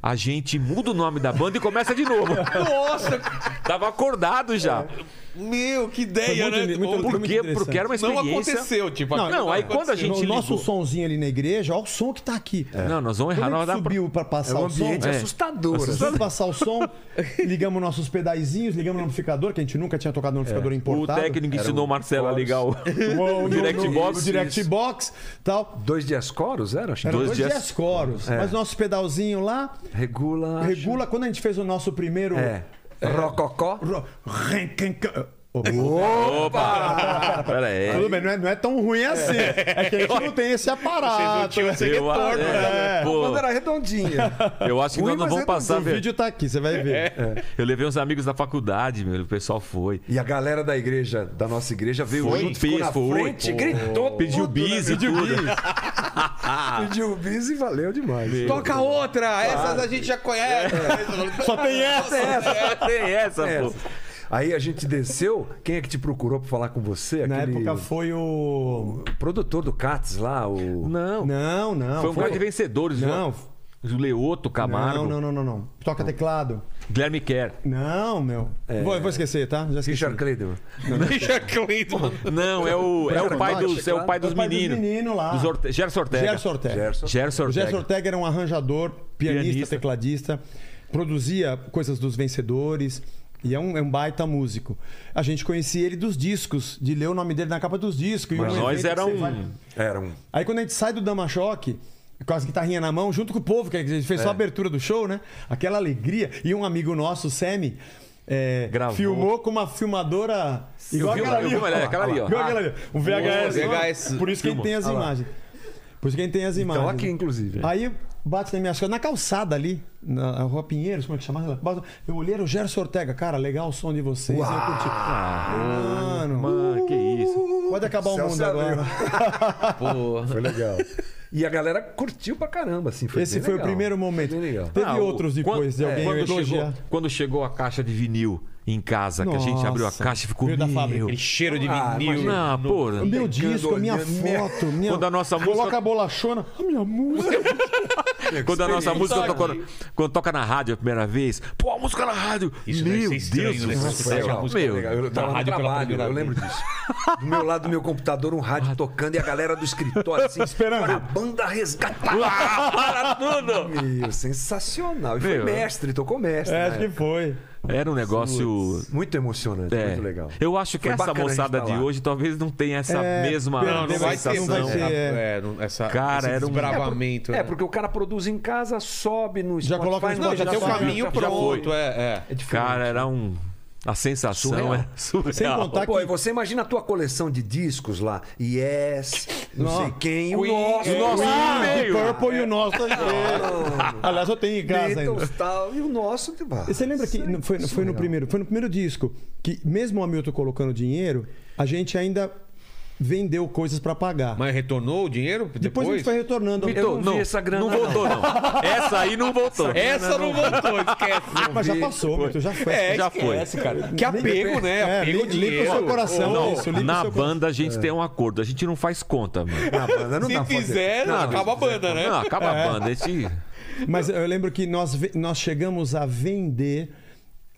a gente muda o nome da banda e começa de novo.
Nossa,
Tava acordado já.
meu, que ideia,
muito
né?
in- muito-
Ou-
Por quê?
interessante.
Porque era
não
uma experiência.
aconteceu, tipo,
Não,
aquilo
não, aí quando a
aconteceu.
gente
o nosso
ligou.
sonzinho ali na igreja, olha o som que tá aqui.
Não, nós vamos errar
Quando
na hora da
a gente subiu pra passar
É um
o som.
ambiente
É.
assustador.
Precisamos passar o som, ligamos nossos pedaizinhos, ligamos no amplificador, que a gente nunca tinha tocado no amplificador
É. O
importado.
técnico ensinou o Marcelo a
Fox.
ligar o.
o,
Direct Box.
Direct Box, tal.
Dois dias coros, era? Acho que
Eram
Dois
dois
dias- É.
dias, coros. Mas nosso pedalzinho lá,
Regula.
regula. Quando a gente fez o nosso primeiro.
É. Rococó.
Ro- ren- can- can- Ô,
Opa! Pera
Tudo
aí.
bem, não é, não é tão ruim assim. É que a gente não tem esse aparato. esse
Eu,
retorno,
é,
né?
pô,
Quando era redondinha.
eu acho que
Ruim,
nós não
mas
vamos
é
passar.
O
ver-
vídeo tá aqui, você vai ver.
Eu levei uns amigos da faculdade, meu, o pessoal foi.
E a galera da igreja, da nossa igreja, veio
Foi,
junto, ficou na
fez, foi,
frente,
pô.
gritou.
Pediu
tudo,
bis
né?
e tudo.
Pediu o bis e valeu demais. Então,
Toca outra, essas a gente já conhece. né?
Só tem essa.
Essa, tem essa,
É.
pô.
Aí a gente desceu. Quem é que te procurou pra falar com você?
Na
Aquele
época foi o.
produtor do Cats lá, o.
Não,
Não, não.
foi um cara de vencedores.
Não.
O Leoto, Camargo,
Não, não, não, não, não. Toca teclado.
Guilherme Kerr.
Não, meu.
É.
Vou, vou esquecer, tá? Já esqueci.
Richard Clayton.
Deixa Cleiton.
Não, é o, é o
Braga
pai
Norte,
dos, é o pai dos
pai dos
meninos.
meninos lá.
Dos Orte... Gerson Ortega.
Gerson Ortega.
Gerson.
Gerson
O Gerson
Ortega.
Ortega era um arranjador, pianista,
Pianista.
tecladista, produzia coisas dos vencedores e é um, é um baita músico. A gente conhecia ele dos discos, de ler o nome dele na capa dos discos. e
Mas
um evento
nós
que
era
você
um.
vai-
Era um.
Aí quando a gente sai do Dama Choque, com as guitarrinhas na mão, junto com o povo, que a gente
É.
fez só a abertura do show, né? Aquela alegria. E um amigo nosso, o Semi, é,
Gravou.
filmou com uma filmadora igual
vi,
aquela
eu
ali.
vi, olha, aquela ali, ó.
Igual aquela ali. Um VHS.
Boa, VHS.
ó. Por isso que ele tem as imagens. Por isso que ele tem as imagens.
Então aqui, inclusive.
Aí bate na minha costas, na calçada ali, na na Rua Pinheiros, como é que chamava? Bate- Eu olhei, era o Gerson Ortega. Cara, legal o som de vocês. Eu curti. Mano,
Mano, Ah, que isso.
pode acabar o
Celso
mundo
abriu.
agora.
Foi legal. E a galera curtiu pra caramba, assim. Foi
Esse
bem
foi
legal.
o primeiro momento.
Bem legal.
Teve
Ah, o-
outros depois
quando,
de alguém
é, quando
elogiar.
chegou, quando chegou a caixa de vinil em casa, que a gente
Nossa.
abriu a caixa e ficou.
Veio da fábrica.
Meu,
Aquele cheiro de
Ah,
vinil.
não, pô.
Meu disco, minha
olhando,
foto, minha.
Quando a nossa
Coloca
música-
a bolachona. A minha música.
Quando a nossa música
Sabe?
toca, quando toca na rádio a primeira vez, pô, a música na rádio.
Isso
meu
deve ser estranho,
Deus
né?
do
Você
céu.
sabe a música
Meu,
Legal, Eu
Na
tava no
rádio pela
trabalho,
primeira
eu
vez.
lembro disso. Do meu lado do meu computador, um rádio tocando e a galera do escritório, assim,
Esperando.
A banda resgatada.
Ah, para tudo!
Meu, sensacional. E foi
Meu.
mestre, tocou mestre.
É,
né?
acho que foi.
Era um negócio.
Muito emocionante,
é.
muito legal.
Eu acho que
Foi
essa
bacana a gente
moçada
tá
de
lá.
hoje talvez não tenha essa
É,
mesma
não,
Não vai ter,
sensação.
não
vai ter.
É, não- essa,
Cara,
esse
era um-
desbravamento.
É,
né?
porque o cara produz em casa, sobe no
Já
Spotify,
coloca no
Não, já
Já
tem o
um
foi,
caminho
já
pronto, é, é.
tipo,
É diferente.
Cara, era um. A sensação
Surreal.
era surreal.
Sem contar
Pô, e
que.
você imagina a tua coleção de discos lá, Yes, não,
Não.
sei quem, o
Queen,
nosso,
é,
o nosso
Ah,
e
o
meio.
Purple e o nosso. Aliás, eu tenho em casa ainda.
Beatles, tal, e o nosso. tipo, ah,
E Você lembra que
isso é
não- foi, foi no
surreal.
primeiro, foi no primeiro disco que mesmo o Hamilton colocando dinheiro, a gente ainda vendeu coisas pra pagar.
Mas retornou o dinheiro
depois,
depois?
a gente foi retornando.
Eu não vi essa grana,
não voltou, não. Essa aí não voltou.
Essa não voltou, esquece.
Ah, Mas já passou, Hamilton, já foi.
É,
Já
esquece, cara. Que apego, né?
É,
Apego ao
limpa- limpa o
dinheiro.
seu coração,
Não,
isso, limpa o
Na
seu
banda a gente tem um acordo, a gente não faz conta, mano.
Na banda, não dá
Se
pra fazer.
fizer,
Não,
acaba a banda, né?
Não, acaba a banda. A gente...
Mas eu lembro que nós, ve- nós chegamos a vender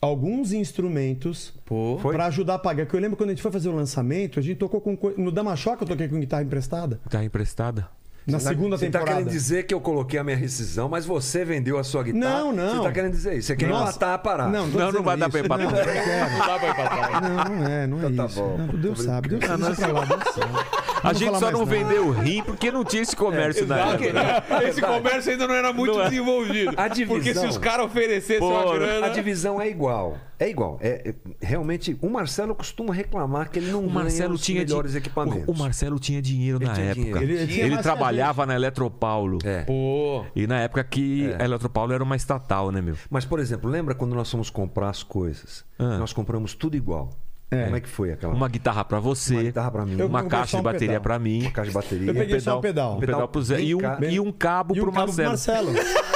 alguns instrumentos
Pô.
pra ajudar a pagar. Porque eu lembro quando a gente foi fazer o lançamento, a gente tocou com. coi- No Dama Choque eu toquei com guitarra emprestada.
Tá emprestada.
Na
Tá-
segunda
você tá
temporada.
querendo dizer que eu coloquei a minha rescisão, mas você vendeu a sua guitarra?
Não, não.
Você tá querendo dizer isso? Você quer
Nossa.
matar a parada?
Não, tô
Não, não
dizendo
vai dar
isso.
pra empatar.
Não, não quero.
Não dá pra empatar.
Não, não é, não é
Então tá
isso.
bom.
Não,
Tô
Deus sabe, Deus
Ah,
sabe. Deixa pra lá, Deus sabe.
A
Não
gente
vou
só
falar
não
mais nada.
vendeu rim porque não tinha esse comércio na
É
Exato,
época.
né? Esse comércio ainda não era muito desenvolvido.
A divisão-
Porque se os caras oferecessem uma
Pô,
grana.
A divisão é igual. É igual. É, é- realmente, o Marcelo costuma reclamar que ele não
O
ganha
Marcelo
os
tinha
melhores
di-
equipamentos.
O Marcelo tinha dinheiro na
tinha
época.
dinheiro.
Ele- ele
Ele,
tinha mais que a
trabalhava na Eletropaulo.
É.
Pô.
E na época que
É.
a Eletropaulo era uma estatal, né, meu?
Mas, por exemplo, lembra quando nós fomos comprar as coisas?
Ah.
Nós compramos tudo igual. Como é que foi aquela?
Uma guitarra pra você, uma,
Uma guitarra pra mim.
Eu-
uma
comprei
caixa
só
de
um
bateria
pedal.
pra mim,
caixa de bateria.
Eu peguei só um pedal.
um pedal pro Zé
Vem
e um,
cá.
e um cabo
E
pro
um cabo pro
Marcelo.
Marcelo.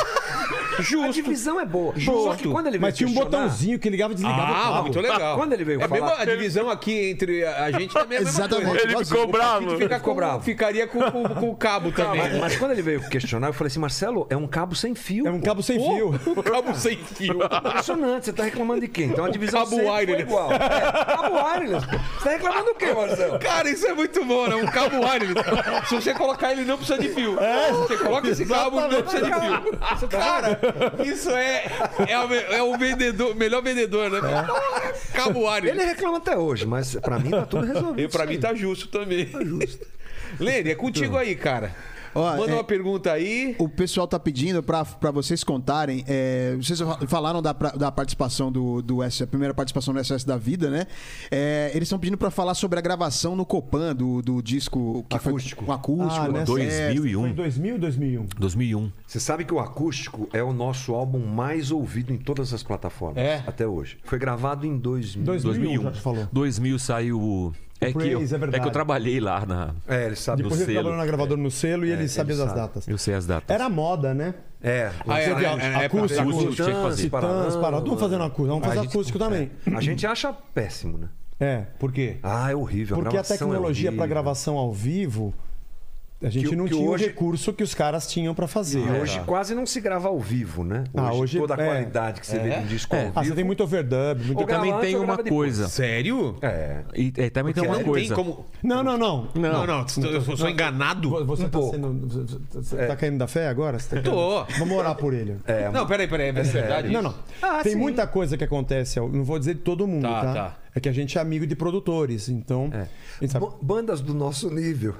A
Justo.
divisão é boa. Só que
Justo.
quando ele veio
Mas tinha um
questionar-
botãozinho que ligava e desligava o
Ah,
cabo.
muito legal.
Quando ele veio
é
falar-
mesmo a divisão aqui entre a a gente também é a mesma
Exatamente.
coisa.
Ele
Ele
ficou
ficou
A
bravo.
gente fica com-
bravo.
ficaria com, com- com o cabo também.
Mas, mas quando ele veio questionar, eu falei assim, Marcelo, é um cabo sem fio.
É um
pô.
cabo sem
Pô,
fio.
O cabo sem fio.
Impressionante, você tá reclamando de quem? Então a divisão
cabo
sempre foi
wireless.
igual. É, cabo wireless, pô. Você tá reclamando do quê, Marcelo?
Cara, isso é muito bom, né? Um cabo wireless. Se você colocar ele, não precisa de fio.
É.
você coloca esse cabo, não precisa de fio.
tá
Cara, isso é, é, o, me- é o vendedor, melhor vendedor, né?
É.
Cabo
é
wireless.
Ele reclama até hoje, mas pra mim tá tudo resolvido.
E pra
isso
mim tá justo também. Tá justo. Lene, é contigo aí, cara.
Ó,
Manda
é-
uma pergunta aí.
O pessoal tá pedindo pra pra vocês contarem. é, vocês fa- falaram da, pra- da participação do, do S, a primeira participação no SS da vida, né? É, eles estão pedindo pra falar sobre a gravação no Copan do, do disco que acústico. Foi, um acústico.
Ah,
né?
né?
um?
Foi em
2001.
2000 2001.
2001.
Você sabe que o acústico é o nosso álbum mais ouvido em todas as plataformas
É.
até hoje. Foi gravado em 2000.
2001,
2001.
já te falou.
2000 um. saiu o. É, que eu,
Praise, é
é,
verdade.
que eu trabalhei lá na.
É, ele sabe.
No
Depois ele
selo.
trabalhou na gravadora no selo e ele sabia
ele
das
sabe.
datas.
Eu sei as datas.
Era moda, né?
É,
Ah, é,
você-
é, é, é,
acústico,
acústico.
tinha que fazer.
Titãs,
Paranã.
Pará. Vamos fazer um acústico. Vamos
A
fazer
gente- é.
acústico também.
A gente acha péssimo, né?
É.
Por quê?
Ah, é horrível.
Porque a
gravação é
tecnologia para
horrível.
gravação ao vivo, a gente
Que-
não
que
tinha
hoje-
o recurso que os caras tinham para fazer. né?
E hoje quase não se grava ao vivo, né? Hoje,
Ah, hoje-
toda a
é.
qualidade que você vê de um disco ao
Ah, você
vivo.
tem muito overdub, muito
Ou grava
Também
antes
tem
ou
uma
grava depois.
coisa.
Sério?
Ah,
É.
E, é, também tem
Não
uma coisa.
tem como.
Não, não, não.
Não, não, eu sou enganado.
Você tá,
pouco.
sendo- você tá caindo da fé agora? Você tá
Tô.
caindo- Vamos orar por ele.
É,
Não, peraí, peraí, é verdade.
Não, não. Tem muita coisa que acontece, eu não vou dizer de todo mundo,
Tá,
tá?
tá.
É que a gente é amigo de produtores, então. a gente sabe-
Ba- Bandas do nosso nível.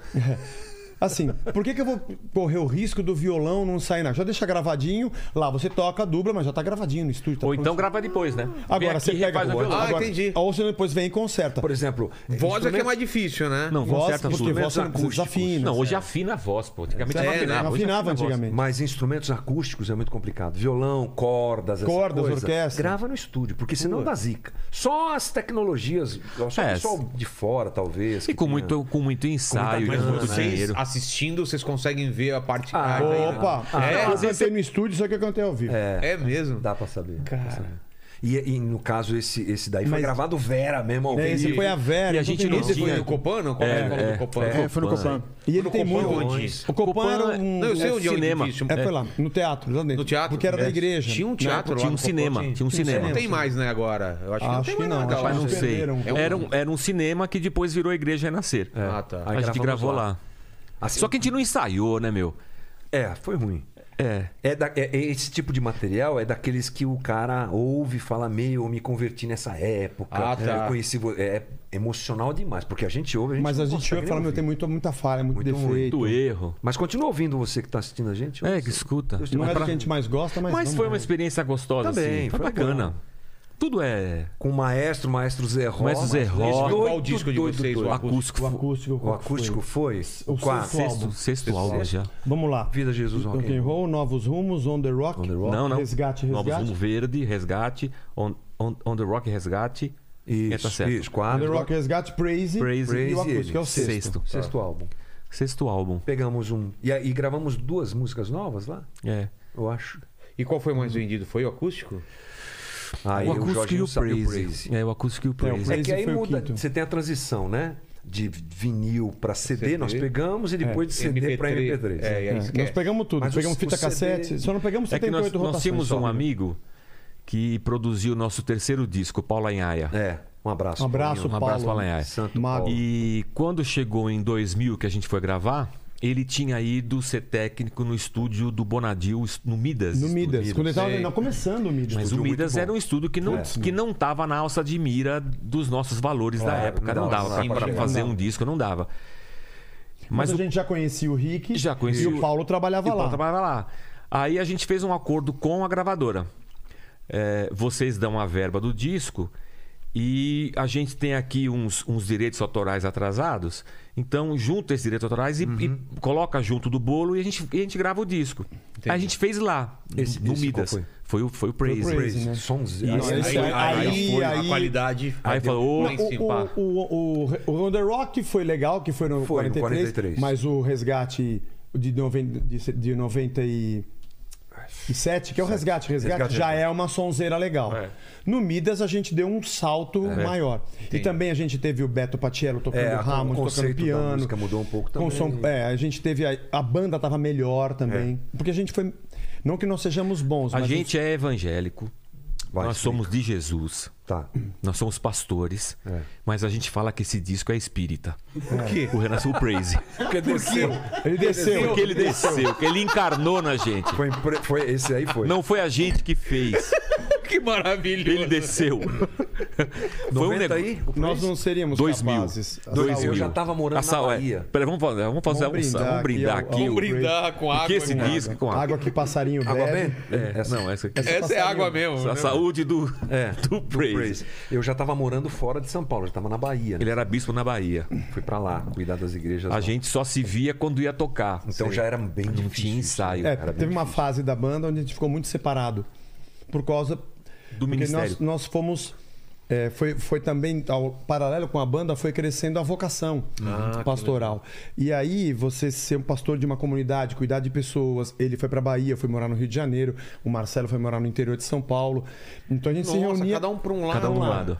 Assim, por que, que eu vou correr o risco do violão não sair na. Já deixa gravadinho, lá você toca, dubla, mas já tá gravadinho no estúdio. Tá
Ou
pronto.
então grava depois, né? Vem
Agora
aqui
você
e
pega.
refaz no violão.
Ah,
agora,
entendi.
Ou você depois vem e conserta.
Por exemplo,
Voz é que é mais difícil, né?
Não,
Voz,
conserta
porque
tudo.
voz você não precisa desafina.
Não, hoje afina a voz, pô. Antigamente
É,
não
né?
afinava.
Não
hoje afina
afinava
a voz.
antigamente.
Mas instrumentos acústicos é muito complicado. Violão, cordas, essa
Cordas,
coisa.
orquestra.
Grava no estúdio, porque senão dá zica. Só as tecnologias, só
É,
o pessoal de fora, talvez.
E
que
com
tenha.
muito, com muito ensaio,
Mas
com muito
vocês
dinheiro.
assistindo, vocês conseem ver a parte.
Ah,
Ah, daí, né?
Opa! tá
É,
eu cantei no estúdio, só que eu cantei ao vivo.
é mesmo.
Dá pra saber. Cara. E, e no caso, esse, esse daí foi
Mas-
gravado Vera mesmo. ao
É,
vivo.
esse foi a Vera.
E a
então
gente
tem
não
Esse
isso.
foi
tinha-
no Copan? Não? Qual é,
É,
o nome do
é.
Copan?
É, foi no Copan.
E ele
No
tem
Copan
muito.
é onde?
O Copan era um.
Não, eu sei
é,
onde é o
cinema.
edifício.
é, foi lá, no teatro, lá dentro.
No teatro?
Porque era
É.
da igreja.
Tinha um
né?
teatro lá
Tinha um
no Copan,
cinema, tinha um cinema.
Não tem mais, né, agora? Eu acho,
Acho
que não
que
tem
não,
mais nada
acho
lá.
Mas não
né?
sei.
perderam.
Era um, era um cinema que depois virou igreja renascer.
Ah, tá.
A gente
gravamos
gravou
lá.
É. lá. Ah,
Assim,
Só que a gente não ensaiou, né, meu?
É, foi ruim.
É.
É da- é- é esse tipo de material é daqueles que o cara ouve e fala, meu, eu me converti nessa época.
Ah, tá.
Eu conheci vo-" É emocional demais, porque a gente ouve, a gente
Mas
não
a gente
consegue
ouve e fala,
nem
meu, tem
ouvir.
muito, muita falha, muito,
Muito,
defeito.
Do erro.
Mas continua ouvindo você que está assistindo a gente.
É, que escuta.
Não é
Mas
o
pra-
que a gente mais gosta, mas.
Mas
vamos
foi uma
ver.
experiência gostosa,
Também,
assim. Foi,
foi
bacana. Tudo é
Com o maestro, o maestro Zé Ró.
Maestro Zé Ró.
Doido,
Esse foi qual disco de
doido,
vocês,
doido.
o
acústico.
O acústico.
O
qual que
acústico é
foi?
foi?
O
quarto.
sexto É, tá
Sexto, sexto álbum já.
Vamos lá.
Vida, Jesus, rock and
Rock and Roll, Novos Rumos, On the Rock.
Não, não.
Resgate,
Novos Rumo
Resgate.
Verde, Resgate. On, on, on the Rock, Resgate. É, tá
Isso,
certo.
isso,
On the
quadro.
Rock, Resgate, Praise.
Praise.
E o
Praise
acústico,
ele.
é o sexto.
Sexto.
Sexto álbum.
Sexto álbum.
Pegamos um. E, aí gravamos duas músicas novas lá,
É.
eu acho.
E qual foi o mais vendido? Foi o acústico?
Aí
o Um acústico e
Ah, Jorginho
o
sabia
Praise. É, o acústico e o
É, o
Praise.
É que aí
foi o
muda.
quinto.
Você tem a transição, né? De vinil pra CD,
CD.
nós pegamos, e depois de CD pra MP3.
É, é,
É,
isso que
nós
é.
pegamos tudo.
Mas
pegamos
o-
fita
o
cassete.
CD
Só não pegamos
É que
78
nós, nós
rotações
tínhamos
só,
um
né?
amigo que produziu o nosso terceiro disco, Paulo Anhaia.
É, um abraço.
Um abraço,
Um abraço,
Paulo.
Paulo Anhaia.
Santo
Mago.
Paulo.
E quando chegou em 2000 que a gente foi gravar, ele tinha ido ser técnico no estúdio do Bonadil, no Midas. É.
No Midas. Quando ele tava
sei.
não, começando o Midas.
Mas o
muito
Midas
bom.
era um estudo que
É,
não, que não tava na alça de mira dos nossos valores da época. Não,
não,
dava
sim,
pra- pra
não.
fazer um disco, não dava. Mas,
Mas
o
a gente já conhecia o Rick.
Já conhecia
E o
o-
Paulo
e
trabalhava
o Paulo
lá.
trabalhava lá. Aí a gente fez um acordo com a gravadora. É, vocês dão a verba do disco e a gente tem aqui uns, uns direitos autorais atrasados. Então junta esses direitos autorais e,
Uhum.
e coloca junto do bolo e a gente, e a gente grava o disco. Aí a gente fez lá,
Esse-
no
esse qual
Midas.
foi?
Foi? o, foi o Praise.
Praise.
Praise,
né?
Sons.
E-
Aí-
esse-
Aí, aí,
aí-
a
aí-
qualidade.
Aí falou,
lá em
O,
cima.
o, o, o, o On The Rock foi legal, que foi no,
Foi no
43,
43.
Mas o resgate de, noven, de, de 90 e... E sete, que é o resgate. Resgate,
Resgate,
já
resgate.
é uma sonzeira legal.
É.
No Midas, a gente deu um salto maior. E também a gente teve o Beto Patiello tocando
É, o
Hammond, tocando
conceito da
piano.
música mudou um pouco
Com
também.
som- é, a gente teve. A, a banda tava melhor também. Porque a gente foi. Não que nós sejamos bons,
A
mas.
gente é evangélico.
Vai,
nós
explica.
somos de Jesus.
Tá.
Nós somos pastores.
É.
Mas a gente fala que esse disco é espírita. Por quê? O Renasceu Praise. Porque desceu.
Ele desceu.
Porque ele desceu. Que ele encarnou na gente.
Foi, impre- foi- esse aí foi.
Não foi a gente que fez.
Que maravilha.
Ele desceu. Foi um
90
negócio.
Nós não seríamos
Dois mil.
capazes. A
Dois
saúde.
mil.
eu já tava
A
morando na
saúde-
Bahia.
Peraí, vamos fazer, vamos fazer
Vamos
um,
brindar
vamos brindar
aqui ao-
aqui.
ao
o-
Vamos brindar com água.
Porque esse
irmão.
disco com água.
Água que passarinho
Água
bebe.
bem?
É, não, essa aqui.
Essa é água mesmo.
A
né?
saúde do,
É,
do Praise.
Eu já tava morando fora de São Paulo, já tava na Bahia. né?
Ele era bispo na Bahia.
Fui pra lá, cuidar das igrejas.
A
lá.
gente só se via quando ia tocar.
Então
Sim.
já era bem
não
difícil.
tinha ensaio.
É,
cara.
teve uma fase da banda onde a gente ficou muito separado. Por causa. porque
ministério.
Nós, nós fomos. é, foi, foi também, ao paralelo com a banda, foi crescendo a vocação
Ah,
pastoral. E aí, você ser um pastor de uma comunidade, cuidar de pessoas. Ele foi pra Bahia, foi morar no Rio de Janeiro. O Marcelo foi morar no interior de São Paulo. Então a gente
Nossa,
se reunia.
cada um pra um lado.
Cada um do
lá.
lado.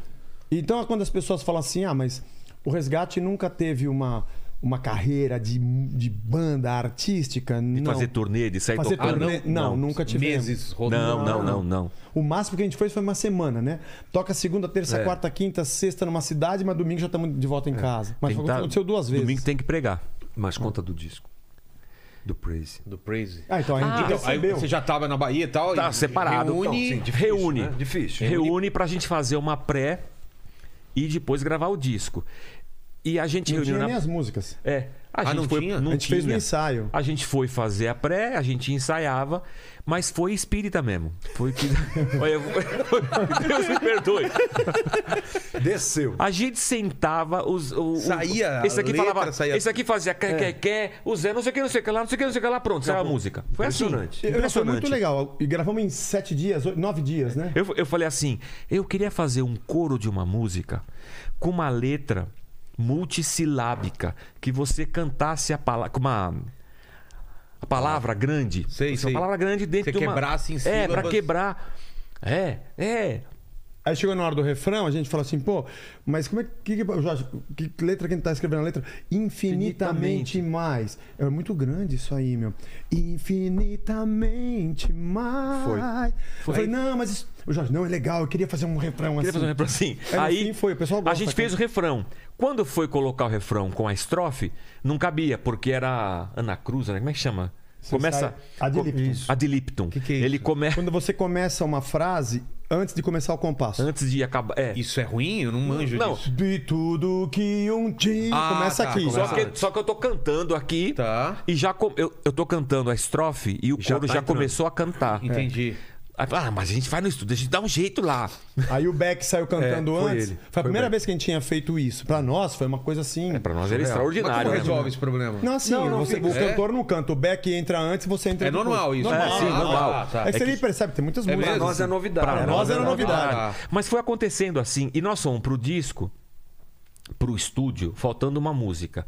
Então, quando as pessoas falam assim, ah, mas o Resgate nunca teve uma, uma carreira de, de banda artística,
De
não.
fazer turnê, de sair
Fazer
tocando. Ah,
turnê, não, nunca tivemos.
Meses rodando.
Não, não, não, não.
O máximo que a gente fez foi uma semana, né? Toca segunda, terça,
É.
quarta, quinta, sexta numa cidade, mas domingo já estamos de volta em casa. Mas
Tem que
foi-
tá-
aconteceu duas vezes.
Domingo tem que pregar.
Mas conta do disco. Do Praise.
Do Praise.
Ah, então a gente
Então, aí
recebeu.
você já tava na Bahia e tal.
Tá
e
separado.
Reúne.
Então,
difícil,
reúne.
né? Difícil.
Reúne pra gente fazer uma pré e depois gravar o disco. E a gente
não
reuniu
tinha
na.
nem as músicas.
É. A
Ah,
gente
não
foi,
tinha?
Não
a gente fez um
tinha.
ensaio.
A gente foi fazer a pré, a gente ensaiava, mas foi espírita mesmo. Foi que. Olha, foi- Deus me perdoe.
Desceu.
A gente sentava, os, o, o-
Saía a
Esse aqui
letra,
falava.
saía-
Esse aqui fazia quer, quer, quer, o Zé, não sei o que, não sei o que lá, não sei o que, não sei o que lá, pronto, saiu a música. Foi assim.
Impressionante.
Eu- Foi muito
Impressionante.
legal. E gravamos em sete dias, oito- nove dias, né?
Eu, eu falei assim: eu queria fazer um coro de uma música com uma letra multissilábica que você cantasse a palavra. Com uma. A palavra grande.
Sei,
Você- uma
sei.
palavra grande dentro
Você
de uma...
quebrasse em
É, pra
sílabas.
quebrar. É, é.
Aí chegou na hora do refrão, a gente falou assim, pô, mas como é que. que- Jorge, que letra que a gente tá escrevendo a letra? Infinitamente,
Infinitamente.
mais. É muito grande isso aí, meu. Infinitamente mais.
Foi.
Eu falei, não, mas isso. O Jorge, não, é legal, eu queria fazer um refrão
Queria
assim.
fazer um refrão assim.
É, no
Aí
fim foi, o pessoal
a
gosta,
gente
cara.
fez o refrão. Quando foi colocar o refrão com a estrofe, não cabia, porque era Ana Cruz, né? Como é que chama? Começa.
sai- Ad libtum.
Co- Ad Lipton.
Que que é
Ele
isso?
começa
Quando você começa uma frase antes de começar o compasso.
antes de acabar. É.
Isso é ruim? Eu não manjo
Não.
disso.
De tudo que um dia.
Ah,
começa
tá,
aqui.
começa
Só
Ah,
que,
antes.
só que eu tô cantando aqui.
Tá.
E já com- eu, eu tô cantando a estrofe e o
Já
coro
tá
já
entrando.
começou a cantar.
Entendi.
Aí fala, Ah, mas a gente vai no estúdio, a gente dá um jeito lá.
Aí o Beck saiu cantando
É, foi
antes.
ele.
Foi a
Foi o
primeira
Beck.
vez que a gente tinha feito isso. Pra nós foi uma coisa assim.
Pra nós era
Mas
extraordinário.
como é
né?
resolve esse problema?
Não, assim, você- o
fica-
cantor não canta. O Beck entra antes, você entra
É
depois.
normal isso,
É, sim,
Ah,
normal.
tá, tá.
Aí
É
você
que-
nem percebe, tem muitas
É
músicas.
Pra
mesmo?
nós é novidade.
Pra
Pra nós era novidade.
Ah.
Mas foi acontecendo assim. E nós fomos pro disco, pro estúdio, faltando uma música.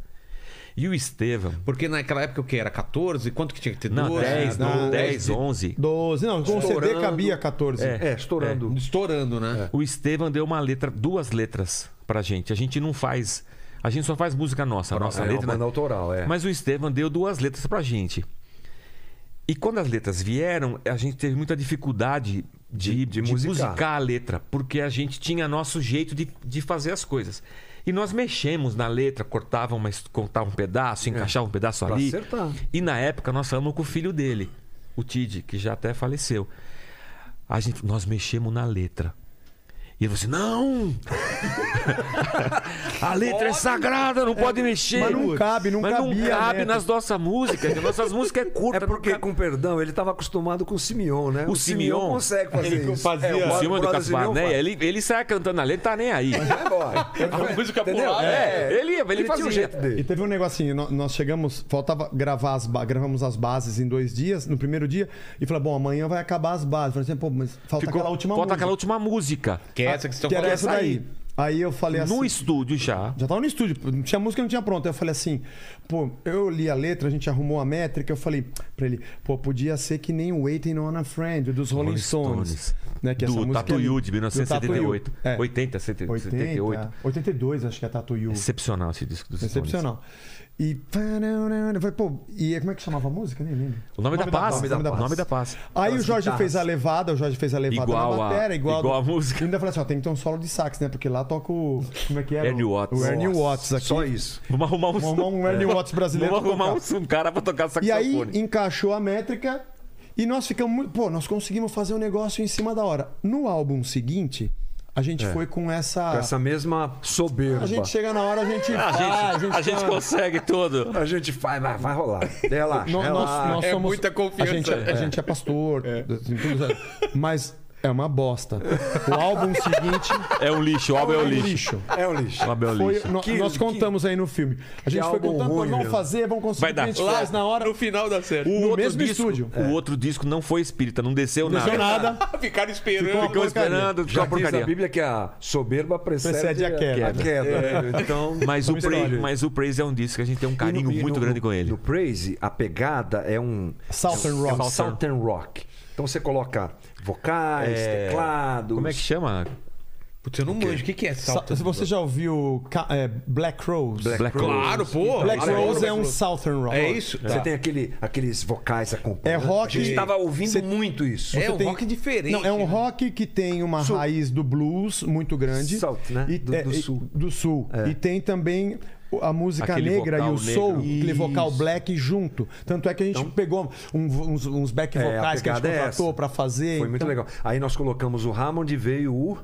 E o Estevam,
Porque naquela época o que? Era 14? Quanto que tinha que ter? Ah,
na
12?
10,
Não,
no
não,
10, 11,
12, não, com o CD
Estourando.
cabia 14.
É.
É, estourando.
Estourando, né?
o Estevam deu uma letra, duas letras pra gente. A gente não faz. A gente só faz música nossa, a nossa
é,
letra.
uma banda
né?
autoral, é.
Mas o Estevam deu duas letras pra gente. E quando as letras vieram, a gente teve muita dificuldade de,
De- de
de musicar.
musicar.
a letra, porque a gente tinha nosso jeito de, de fazer as coisas. E nós mexemos na letra, cortava, uma, es- cortava um pedaço, encaixava um pedaço
É. Pra
ali.
acertar.
E na época nós falamos com o filho dele, o Tid, que já até faleceu. A gente, nós mexemos na letra. E ele falou assim: não! a letra é sagrada, não pode mexer.
mas não cabe, não
Mas não
cabia né? a
cabe
letra.
nas nossas músicas. As nossas músicas é
É
curta.
porque,
não cabe.
com perdão, ele estava acostumado com o Simeon, né?
O Simeon
consegue fazer
ele
isso.
fazia-
É,
O Simão do
brother
Caspar
Simeon
Né?
faz.
Ele, ele sai cantando a letra, tá nem aí.
Vai embora.
A música
Entendeu?
pulava.
É, ele, ele,
Ele tinha
fazia.
o jeito
E
dele.
teve um negocinho, nó- nós chegamos, faltava gravar as ba- gravamos as bases em dois dias, no primeiro dia, e falou, bom, amanhã vai acabar as bases. Falei assim, pô, mas falta
Ficou-
aquela última
Falta
música.
aquela última música.
Que é essa que vocês estão
Que era
falando.
essa daí. Aí eu falei assim.
No estúdio já.
Já tava no estúdio, pô, não tinha música, não tinha pronta. Eu falei assim, pô, eu li a letra, a gente arrumou a métrica, eu falei pra ele, pô, podia ser que nem o Waiting on a Friend, dos Rolling,
Rolling
Stones.
Stones.
Né, que essa
do
música é
Tatu
linda.
Yu de
Do Tatu Yu.
1978.
É.
80, 78.
80, 82, acho que é Tatu Yu.
Excepcional esse disco dos Stones.
Excepcional. E. Eu falei, pô, e como é que chamava a música? Nem lembro.
O nome, da paz.
o
O
nome da
nome da paz.
Aí o
Aquelas
Jorge
guitarras.
fez a levada, o Jorge fez a levada
Igual
na
a-
matéria, igual,
igual a música.
E ainda falei assim, ó, tem que ter um solo de sax, né? Porque lá toca o. Como é que era?
Ernie
O-
Watts.
O Ernie
Nossa,
Watts aqui.
Só isso.
Vamos arrumar um,
Vamos arrumar um Ernie Watts brasileiro
Vamos
pra
arrumar
tocar.
um, um cara pra tocar
E aí
saxofone.
encaixou a métrica e nós ficamos. muito- Pô, nós conseguimos fazer um negócio em cima da hora. No álbum seguinte, a
É.
gente foi com essa.
tá.
Com essa mesma soberba.
A gente chega na hora, a gente.
a, Ah, gente,
faz,
a gente
faz.
consegue tudo.
A gente vai, vai, vai rolar. Relaxa,
Nó- nós,
relaxa.
nós
é
somos-
muita confiança.
A gente é, a gente é pastor, assim, tudo certo. mas é uma bosta. O álbum seguinte
É um lixo, o álbum é um lixo.
É um lixo.
O álbum é um
foi-
lixo.
nó-
Que-
nós
que-
contamos aí no filme. A gente foi
álbum
contando, pô,
ruim,
vamos
meu.
fazer, vamos conseguir.
Vai dar.
A gente
Lá-
faz na hora.
No final da série.
O
No
outro
mesmo
disco,
estúdio.
O outro disco não foi espírita, não desceu
Não
nada.
aconteceu nada.
Ficaram
Ficou,
esperando.
ficou esperando, ficou
Já
uma
diz a
porcaria.
Bíblia que a soberba precede,
Precede a queda.
A
É.
queda. Então,
Mas o,
vamos
Praise-
embora.
mas o Praise é um disco que a gente tem um carinho
E no- e
muito
no-
grande com ele.
No Praise, a pegada é um.
Southern
é um-
Rock.
É um Southern Rock. Então você coloca vocais,
É,
teclados.
Como é que chama?
Putz, eu não manjo. O que, que é
Sa-
salto?
Você já ouviu ca- é, Black Rose?
Black
Claro, pô.
Black
Claro,
Rose
Black
é um Southern Rock.
É isso?
Você tem aquele, aqueles vocais
tá? É
acompanhando.
rock.
A gente tava ouvindo
Você-
muito isso.
É um
tem-
rock diferente.
Não, é um
né?
rock que tem uma
Sul.
raiz do blues muito grande.
South, né?
E,
Do-
é,
do
e-
sul. É.
do sul. E tem também a música
Aquele
negra e o
vocal
soul,
negro.
aquele vocal
Isso.
black junto. Tanto é que a gente pegou um- uns, uns back
Então- É, a
vocais que a gente
pegada é
contratou
essa.
pra fazer.
Foi muito
Então,
legal. Aí nós colocamos o Hammond e veio o.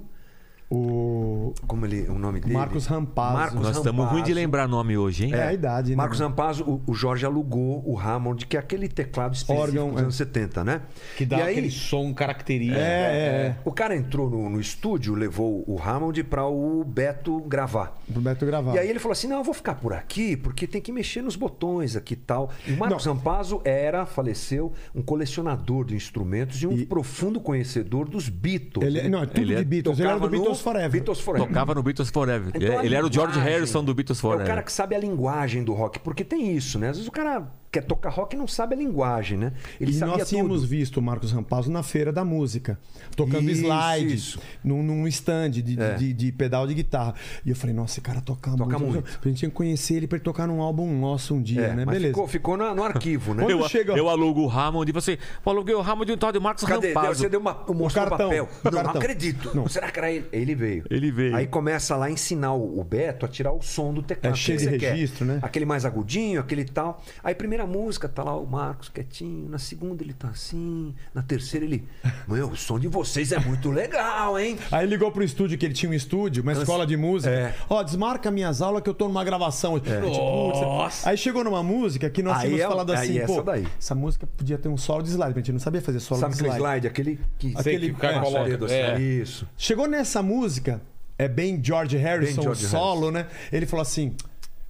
O...
Como ele, o nome dele?
Marcos Rampazzo.
Marcos
Nós estamos ruim de
Rampazzo.
lembrar nome hoje, hein?
É, a idade, né?
Marcos Rampazzo, o, o Jorge alugou o Hammond, que é aquele teclado específico
Órgão,
dos
é.
anos 70, né?
Que dá
e aí,
aquele som característico.
É, é, é.
O cara entrou no, no estúdio, levou o Hammond pra o Beto gravar.
Pro Beto gravar.
E aí ele falou assim: não, eu vou ficar por aqui, porque tem que mexer nos botões aqui e tal. E o Marcos Rampazzo era, faleceu, um colecionador de instrumentos e um profundo conhecedor dos Beatles.
Ele, não, é tudo
Ele é-
de Beatles. Ele era do
tocava no
Beatles Forever.
Beatles Forever.
Tocava no Beatles Forever.
Então,
Ele-
a
ele era o George
linguagem
Harrison do Beatles
É
Forever.
o cara que sabe a linguagem do rock, porque tem isso, né? Às vezes o cara quer tocar rock e não sabe a linguagem, né? Ele
e
sabia
nós tínhamos
tudo.
visto o Marcos Rampazzo na feira da música, tocando
Isso,
slide,
isso.
Num, num stand de, de-
É.
de- de pedal de guitarra. E eu falei, nossa, esse cara toca,
Toca
muito.
muito.
A gente tinha que conhecer ele pra ele tocar num álbum nosso um dia,
É,
né?
mas
Beleza.
Ficou, ficou na- no, arquivo, né?
Quando
eu,
chega-
eu alugo o Hammond e você. Eu aluguei o Hammond e o tal de Marcos
Cadê? Deu-
Rampazzo.
Você deu uma, um
cartão,
papel.
o
Não, não
cartão.
acredito. Será que era ele? Ele veio.
Ele veio.
Aí começa lá a ensinar o o Beto a tirar o som do teclado.
É cheio
O que
de
você quer?
registro, né?
Aquele mais agudinho, aquele tal. Aí primeira música, tá lá o Marcos quietinho. Na segunda ele tá assim. Na terceira ele... Meu, o som de vocês é muito legal, hein?
Aí ligou pro estúdio, que ele tinha um estúdio, uma escola de música.
É.
Ó, desmarca minhas aulas que eu tô numa gravação. hoje. Eu, tipo, putz.
Nossa.
Aí chegou numa música que nós
Aí
tínhamos
é-
falado
aí
assim,
é
pô,
essa daí.
música podia ter um solo de slide, mas a gente não sabia fazer solo
Sabe
de
aquele
slide.
slide? Aquele que...
Aquele-
que o cara
é,
Passa o dedo
coloca.
assim.
É.
Isso.
Chegou nessa música, é bem George Harrison,
Bem George
o solo, né? Ele falou assim.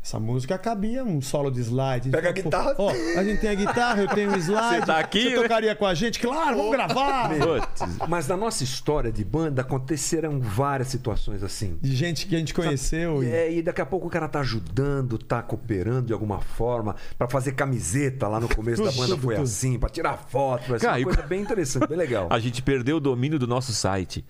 Essa música cabia um solo de slide.
Pega a
Pô,
guitarra.
Ó, a gente tem a guitarra, eu tenho o slide.
Você tá aqui,
Você
né?
tocaria com a gente? Claro, vamos gravar.
Putz.
Mas na nossa história de banda aconteceram várias situações assim.
De gente que a gente conheceu. e-
É, e daqui a pouco o cara tá ajudando, tá cooperando de alguma forma pra fazer camiseta lá no começo da banda foi assim, pra tirar foto, foi assim,
Cara, e-
uma coisa bem interessante, bem legal.
A gente perdeu o domínio do nosso site.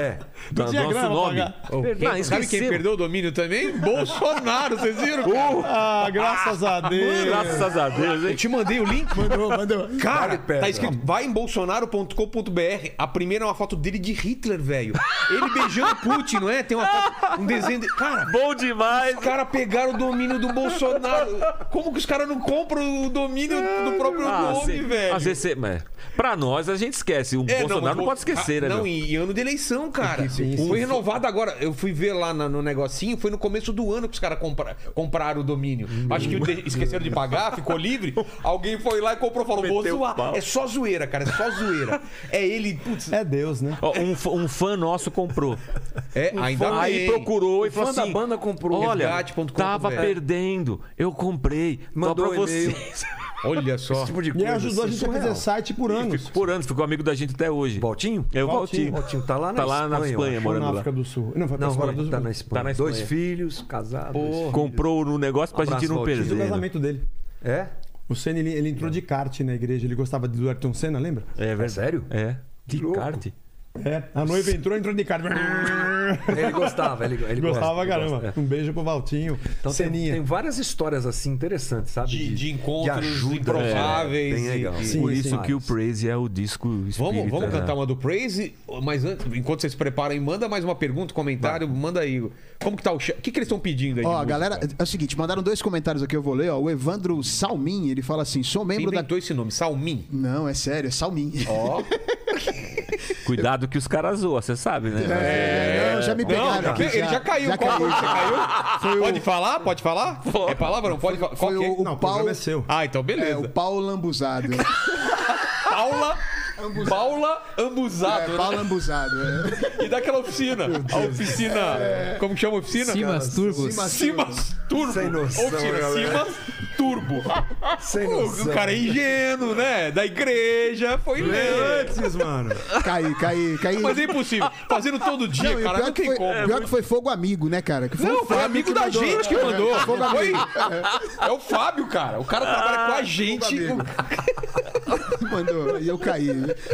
É.
Do
tinha
nosso
grana pra
nome.
pagar.
Oh, quem- sabe
Não,
quem
esqueceu.
perdeu o domínio também? Bolsonaro, vocês viram? cara?
Ah, graças a Deus.
Graças a Deus, hein?
Eu te mandei o link.
Mandou, mandou.
Cara,
Vale pedra.
tá escrito, vai em bolsonaro.com.br. A primeira é uma foto dele de Hitler, velho. Ele beijando o Putin, não é? Tem uma foto, um desenho dele. Cara,
Bom demais.
os caras pegaram o domínio do Bolsonaro. Como que os caras não compram o domínio do próprio
Ah,
nome,
cê-
velho?
às vezes cê- mas pra nós, a gente esquece. O
É,
Bolsonaro não,
mas o-
pode esquecer,
Ah,
né?
Não,
meu?
e, e ano de eleição, cara.
sim,
foi renovado agora. Eu fui ver lá na- no negocinho, foi no começo do ano que os caras compra- compraram o domínio. Acho que o de- esqueceram de pagar, ficou livre. Alguém foi lá e comprou, falou, vou zoar. É só zoeira, cara, é só zoeira. É ele, putz,
É Deus, né?
Ó, um, fã- um fã nosso comprou.
é, ainda
Fã-
bem.
aí procurou e falou
fã da
assim:
banda comprou.
Olha,
Resgate.com.br.
tava perdendo. Eu comprei. Mandou
Mandou
pra
um e-mail.
vocês.
Olha só.
Esse tipo de
E
coisa.
ajudou a
assim,
gente a
surreal.
fazer site por anos.
Por anos, ficou amigo da gente até hoje.
Valtinho?
É o Valtinho.
Valtinho tá lá na
Tá lá na
Espanha, eu
Espanha,
acho.
Foi
morando
na
lá.
África do Sul. Não, foi pra
Não,
Espanha.
agora tá na Espanha.
Tá na
Dois
Espanha.
filhos, casado. dois filhos.
Comprou no negócio pra
Abraço,
gente não
Valtinho.
Fiz o
perder. né?
casamento dele.
É?
O Senna, ele, ele entrou de kart na igreja. Ele gostava do Ayrton Senna, lembra?
É
É sério?
É. De
louco.
kart.
É. A noiva entrou, entrou de kart.
Ele gostava, ele, ele
Gostava
gosta,
pra caramba.
gosta, é.
Um beijo pro Valtinho.
Então tem,
Seninha.
tem várias histórias assim interessantes, sabe?
De- de encontros
ajuda,
improváveis
É, bem
e-
legal.
e-
Sim,
Por isso
sim.
que o Praise é o disco espírita.
Vamos, vamos
né?
cantar um- uma do Praise, mas antes, enquanto vocês se preparam, aí, manda mais uma pergunta, comentário, manda aí. Como que tá o chat? O que, que eles estão pedindo aí? de
Ó,
música?
galera, é o seguinte, mandaram dois comentários aqui, eu vou ler, ó. O Evandro Salmin, ele fala assim: sou
Quem
membro da.
inventou esse nome? Salmin.
Não, é sério, é Salmin.
Ó,
Cuidado que os caras zoam, você sabe, né?
É, não, já me pegaram.
já-
aqui,
ele já caiu.
Já
Qual
caiu.
foi que você caiu? pode falar? Pode falar? É palavrão, pode falar. Qual
Foi
que é?
um-
o,
Não, o
o
programa
Paulo.
é seu.
Ah, então
É,
beleza.
o Paulo Lambuzado.
Paula. Paula Ambuzado.
É,
né?
Paulo Lambuzado. É.
E daquela oficina. A oficina. Como que chama a oficina?
Simas Turbos.
Simas-
Simas Turbo.
Sem noção,
oficina
galera.
Simas Turbo.
Sem
O
noção.
cara é ingênuo, né? Da igreja. Foi ler.
Antes, mano.
Caí, caí, caí.
Mas é impossível. Fazendo todo dia,
e
cara,
pior
não
que
tem
foi, é,
como.
Pior que foi fogo amigo, né, cara? Que foi o
Não, foi
Fábio
amigo
que
da
mandou. né?
gente que mandou.
Fogo
Não foi?
amigo.
É o Fábio, cara. O cara trabalha com a gente.
amigo. Mandou. E eu caí.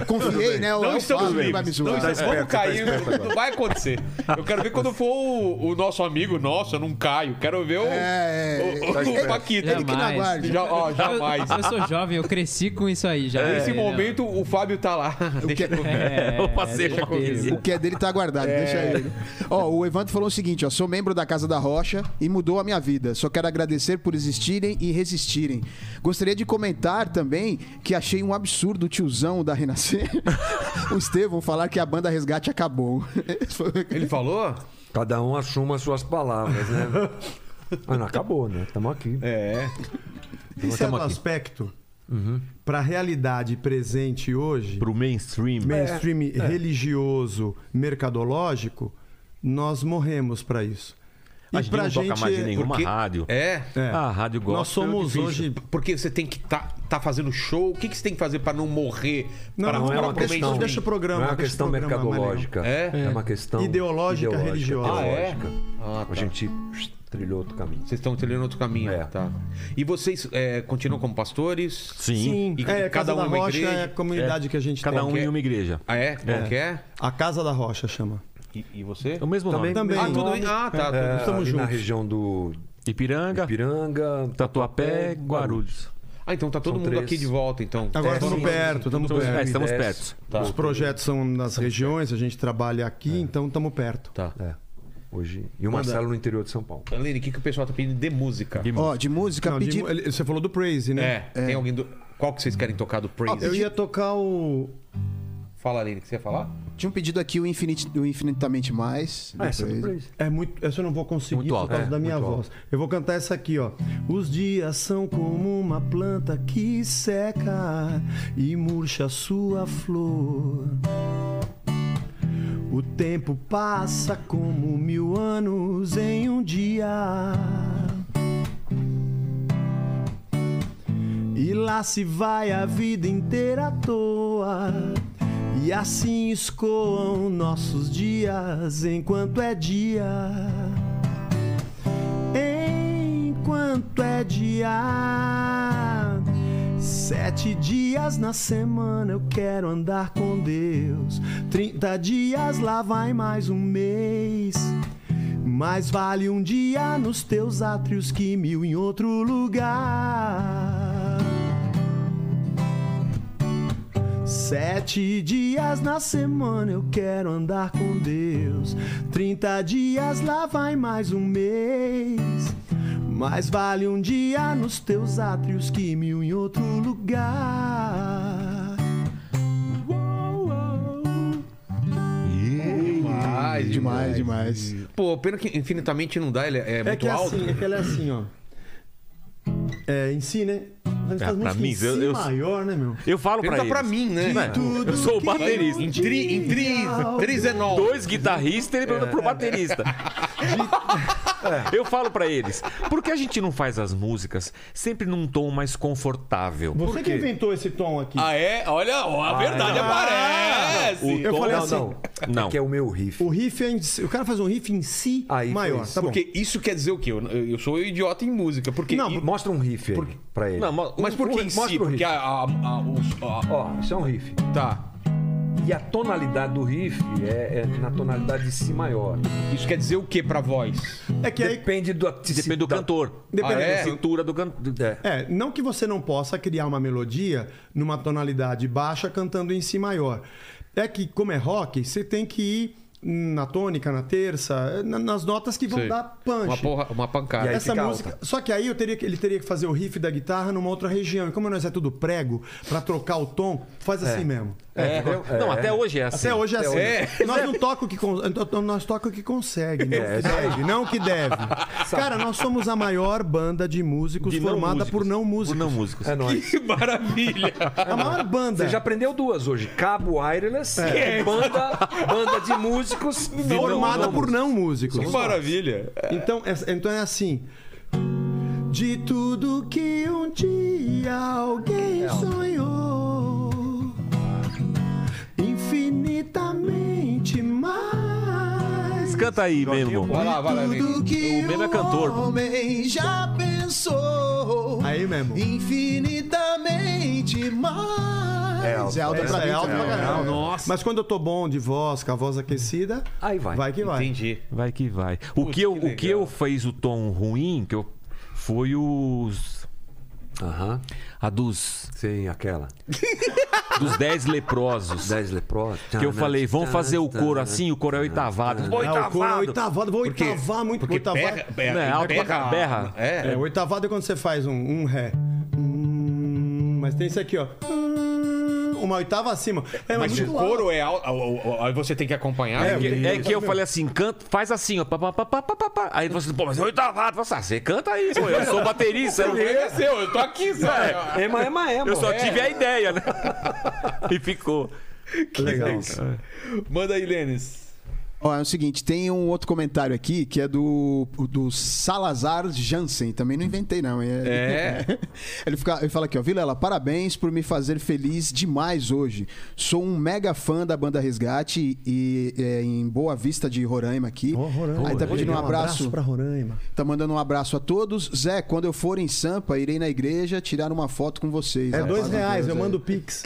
Confiei, né? o-
Não
é o
estamos
Fábio que
bem.
vai me
Não
zoar.
estamos-
esperto,
Vamos
tá
cair.
esperto agora.
não vai acontecer. Eu quero ver quando for o, o nosso amigo. Nossa, eu não caio. Quero ver o,
É, é,
o, o, o Paquito.
Ele que não aguarde.
Já- ó, jamais.
Eu, eu sou jovem, eu cresci com isso aí já.
Nesse
É,
momento, o Fábio tá lá. Deixa
que-
eu
não.
ver.
É,
Eu passei
deixa
uma
comigo.
O que é dele tá guardado, deixa ele. Ó, o Evandro falou o seguinte, ó, sou membro da Casa da Rocha e mudou a minha vida. Só quero agradecer por existirem e resistirem. Gostaria de comentar também que achei um absurdo o tiozão da Renascer, o Estevão, falar que a banda Resgate acabou.
Ele falou?
Cada um assuma as suas palavras, né? Mas não acabou, né? Estamos aqui.
É.
Esse é um aspecto
Uhum.
pra realidade presente hoje,
Pro mainstream.
mainstream
É,
religioso, mercadológico, nós morremos pra isso.
A gente não toca mais em nenhuma
porque-
rádio.
É.
É.
Ah, a rádio gospel
Nós somos
é difícil.
hoje
Porque você tem que tá, tá fazendo show. O que, que você tem que fazer pra não morrer?
Não,
pra,
não
pra
é uma
pro
questão.
mainstream?
Deixa o programa,
Não é uma
deixa o
questão
programa,
mercadológica.
É?
É uma questão
Ideológica, religiosa.
Ah, é?
teológica.
Ah, tá.
A gente psh, trilhou outro caminho.
Vocês estão trilhando outro caminho.
É.
Tá. E vocês é, continuam como pastores?
Sim.
E
É,
cada
Casa
um
da
é uma
Rocha
igreja?
é a comunidade que a gente
Cada
tem.
um em uma igreja.
Ah, é? Qualquer?
A Casa da Rocha chama.
E, e você?
É o mesmo
Também-
nome.
Também.
Ah, tudo bem. Ah, tá.
É,
tudo-
ali
estamos
na
juntos.
região do
Ipiranga,
Piranga,
Tatuapé, Guarulhos.
Ah, então tá todo
São
mundo
três.
aqui de volta, então.
Agora
É,
estamos
sim.
perto, estamos
Estamos, é,
perto.
estamos
Dez.
perto.
Os projetos são nas regiões, a gente trabalha aqui, então estamos perto.
Tá.
É. Hoje. E o Marcelo no interior de São Paulo.
Aline, o que, que o pessoal tá pedindo de música?
De-
Ó, de música,
Não, de-
pedi...
ele- você falou do Praise, né?
É, tem alguém do. Qual que vocês querem tocar do Praise?
Eu ia tocar o.
Fala, Aline, o que você ia falar?
tinha um pedido aqui, o, infinit... o Infinitamente Mais.
Ah, essa é
depois.
do Praise.
É muito, essa eu não vou conseguir
Muito alto,
por causa
é,
da minha
muito
voz. Eu vou cantar essa aqui, ó. Os dias são como uma planta que seca e murcha sua flor. O tempo passa como mil anos em um dia. E lá se vai a vida inteira à toa. E assim escoam nossos dias enquanto é dia. Enquanto é dia. Sete dias na semana eu quero andar com Deus. Trinta dias lá vai mais um mês. Mais vale um dia nos teus átrios que mil em outro lugar. Sete dias na semana eu quero andar com Deus. Trinta dias lá vai mais um mês. Mais vale um dia nos teus átrios que mil em outro lugar.
Demais,
Demais, demais.
Pô, pena que infinitamente não dá, ele é, é
É
muito
que é
alto.
assim, é que ela é assim, ó. É, em si, né? Mas
É,
faz
pra
música
mim,
em si
eu- eu-
maior, né, meu?
Eu falo
Pergunta
pra eles.
pra mim, né?
Né?
Tudo
Eu sou o
que
é
baterista.
Em tri, em tri, trizenol. É.
Dois guitarristas e ele pergunta pro baterista. Eu falo pra eles, por que a gente não faz as músicas sempre num tom mais confortável?
Você que inventou esse tom aqui.
Ah, é? Olha, ó, a verdade aparece.
O
Eu
tom-
falei
não,
assim-
não.
Não.
É que é o meu riff.
O riff é em, si- o cara faz um riff em si
Aí foi
maior,
isso.
tá bom?
Porque isso quer dizer o quê? Eu, eu sou um idiota em música. Porque.
Não,
e-
Mostra um riff aí pra ele.
Não, mo-
mas por que
o-
em si?
mostra o
Porque
riff.
a. a- a- os- a-
Ó, isso é um riff.
tá.
E a tonalidade do riff é, é na tonalidade de si maior.
Isso quer dizer o quê pra voz?
É que aí
Depende do
Depende do cantor.
assim, Depende
Ah, é?
do-
da cintura do cantor.
É, não que você não possa criar uma melodia numa tonalidade baixa cantando em si maior. É que, como é rock, você tem que ir na tônica, na terça, na- nas notas que vão
Sei.
dar punch.
Uma, porra, uma pancada.
E aí
Essa
fica
música.
alta.
Só que aí eu teria que- ele teria que fazer o riff da guitarra numa outra região. E como nós é tudo prego, pra trocar o tom, faz assim mesmo.
É, Não, até hoje é assim.
Até hoje é assim.
hoje.
Nós não toca o que con- então, nós toca o que consegue, não o que deve, não o que deve. Cara, nós somos a maior banda de músicos
De não
é formada por
músicos.
não músicos.
Por não músicos.
É nóis.
Que maravilha!
A maior banda.
Você já aprendeu duas hoje. Cabo Wireless
É.
e banda, banda de músicos
formada
não-
por não músicos.
que maravilha!
Então é, então é assim. De tudo que um dia alguém sonhou, infinitamente mais.
Canta aí mesmo.
Vai lá, vai lá, Lene.
Tudo que
O Memo é cantor.
O homem já pensou.
Aí mesmo.
Infinitamente mais.
É alto.
alto
Essa
pra
é
mim,
alta
cara.
pra caramba.
Nossa.
Mas quando eu tô bom de voz, com a voz aquecida,
Aí vai.
vai que vai.
Entendi.
Vai que vai. O que, eu, o que eu fez o tom ruim que eu, foi os.
Aham.
A dos,
Sim, aquela.
dos dez leprosos.
Dez leprosos.
Que eu falei, vão fazer o coro assim, o coro é oitavado.
É, o coro é
Oitavado.
oitavado, vou
Porque-
oitavar muito
Porque
oitavado.
berra, berra,
Não, é alto pra
berra,
cá, berra.
É.
É, oitavado é quando você faz um, um ré. Hum, mas tem isso aqui, ó. Hum, Uma oitava acima. É,
Mas
muito
o
alto.
couro é alto. Aí você tem que acompanhar.
É que, é que eu
Meu.
falei assim, canta, faz assim, ó. Pá, pá, pá, pá, pá, pá, pá. Aí você, pô, mas é oitavado. Você, ah, você canta aí, pô. Eu sou baterista. eu,
É seu, eu tô aqui, sabe?
Ema, ema, ema.
eu só
É.
tive a ideia, né? E ficou.
Legal.
Manda aí, Lênis.
Ó, é o seguinte, tem um outro comentário aqui que é do, do Salazar Jansen. Também não inventei, não. É. ele, fica- ele fala aqui, ó. Vilela, parabéns por me fazer feliz demais hoje. Sou um mega fã da banda Resgate e é, em Boa Vista de Roraima aqui.
Ó, Roraima.
Aí tá pedindo um abraço.
pra Roraima.
Tá mandando um abraço a todos. Zé, quando eu for em Sampa, irei na igreja tirar uma foto com vocês.
É
Rapaz,
dois
meu
reais, eu
Deus,
mando o Pix.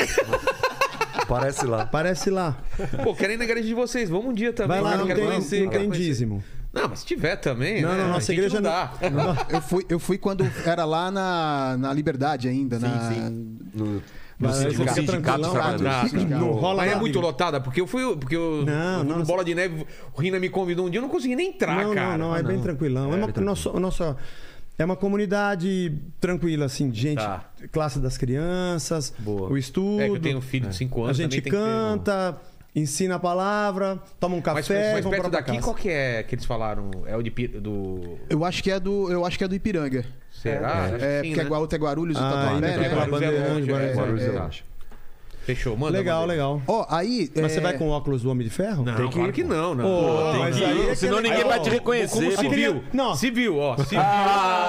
Aparece lá.
Aparece lá.
Pô, quero ir na igreja de vocês. Vamos um dia também.
Vai lá,
Eu
não
quero
tem,
conhecer,
não
quero
tem
conhecer.
dízimo.
Não, mas se tiver também.
Não,
né?
não,
A
nossa
gente
igreja
não
não-
dá.
Eu fui, eu fui quando era lá na, na Liberdade ainda, na,
No-
No
Mas
sindicato,
fica
sindicato
tranquilão,
dos trabalhadores.
Tá, tá.
Não rola
Mas é
nada.
muito lotada, porque eu fui. Porque eu,
Não,
eu fui
não,
no
não.
Bola de Neve, o Rina me convidou um dia, eu não consegui nem entrar,
não,
cara. Ah,
não, não, é bem tranquilão. É, uma, nossa, nossa, é uma comunidade tranquila, assim, de gente,
Tá.
classe das crianças, o estudo.
É que eu tenho um filho de 5
a
anos.
gente
também tem que ter um-
canta, ensina a palavra, toma um
Mas,
café,
mas
vamos
perto
pra
daqui,
casa.
qual que é que eles falaram? É o de, Pi- do.
Eu acho que é do, eu acho que é do Ipiranga.
Será? Acho que
É,
sim,
porque
né?
é Guarulhos, é Guarulhos e
Ah,
Tatuapé,
ainda
né?
tem Guarulhos. Bandeirante,
é,
Bandeirante.
Guarulhos,
é.
eu acho.
Fechou, manda.
Legal,
manda.
legal.
Ó, aí...
Mas você
é,
vai com óculos do Homem de Ferro?
Não, tem que, claro que não, né? não.
Pô,
Tem
mas
que-
aí é que
Senão
é
ninguém
legal.
vai te reconhecer,
Como
pô.
civil.
Não. Ah!
Civil, ó. Civil.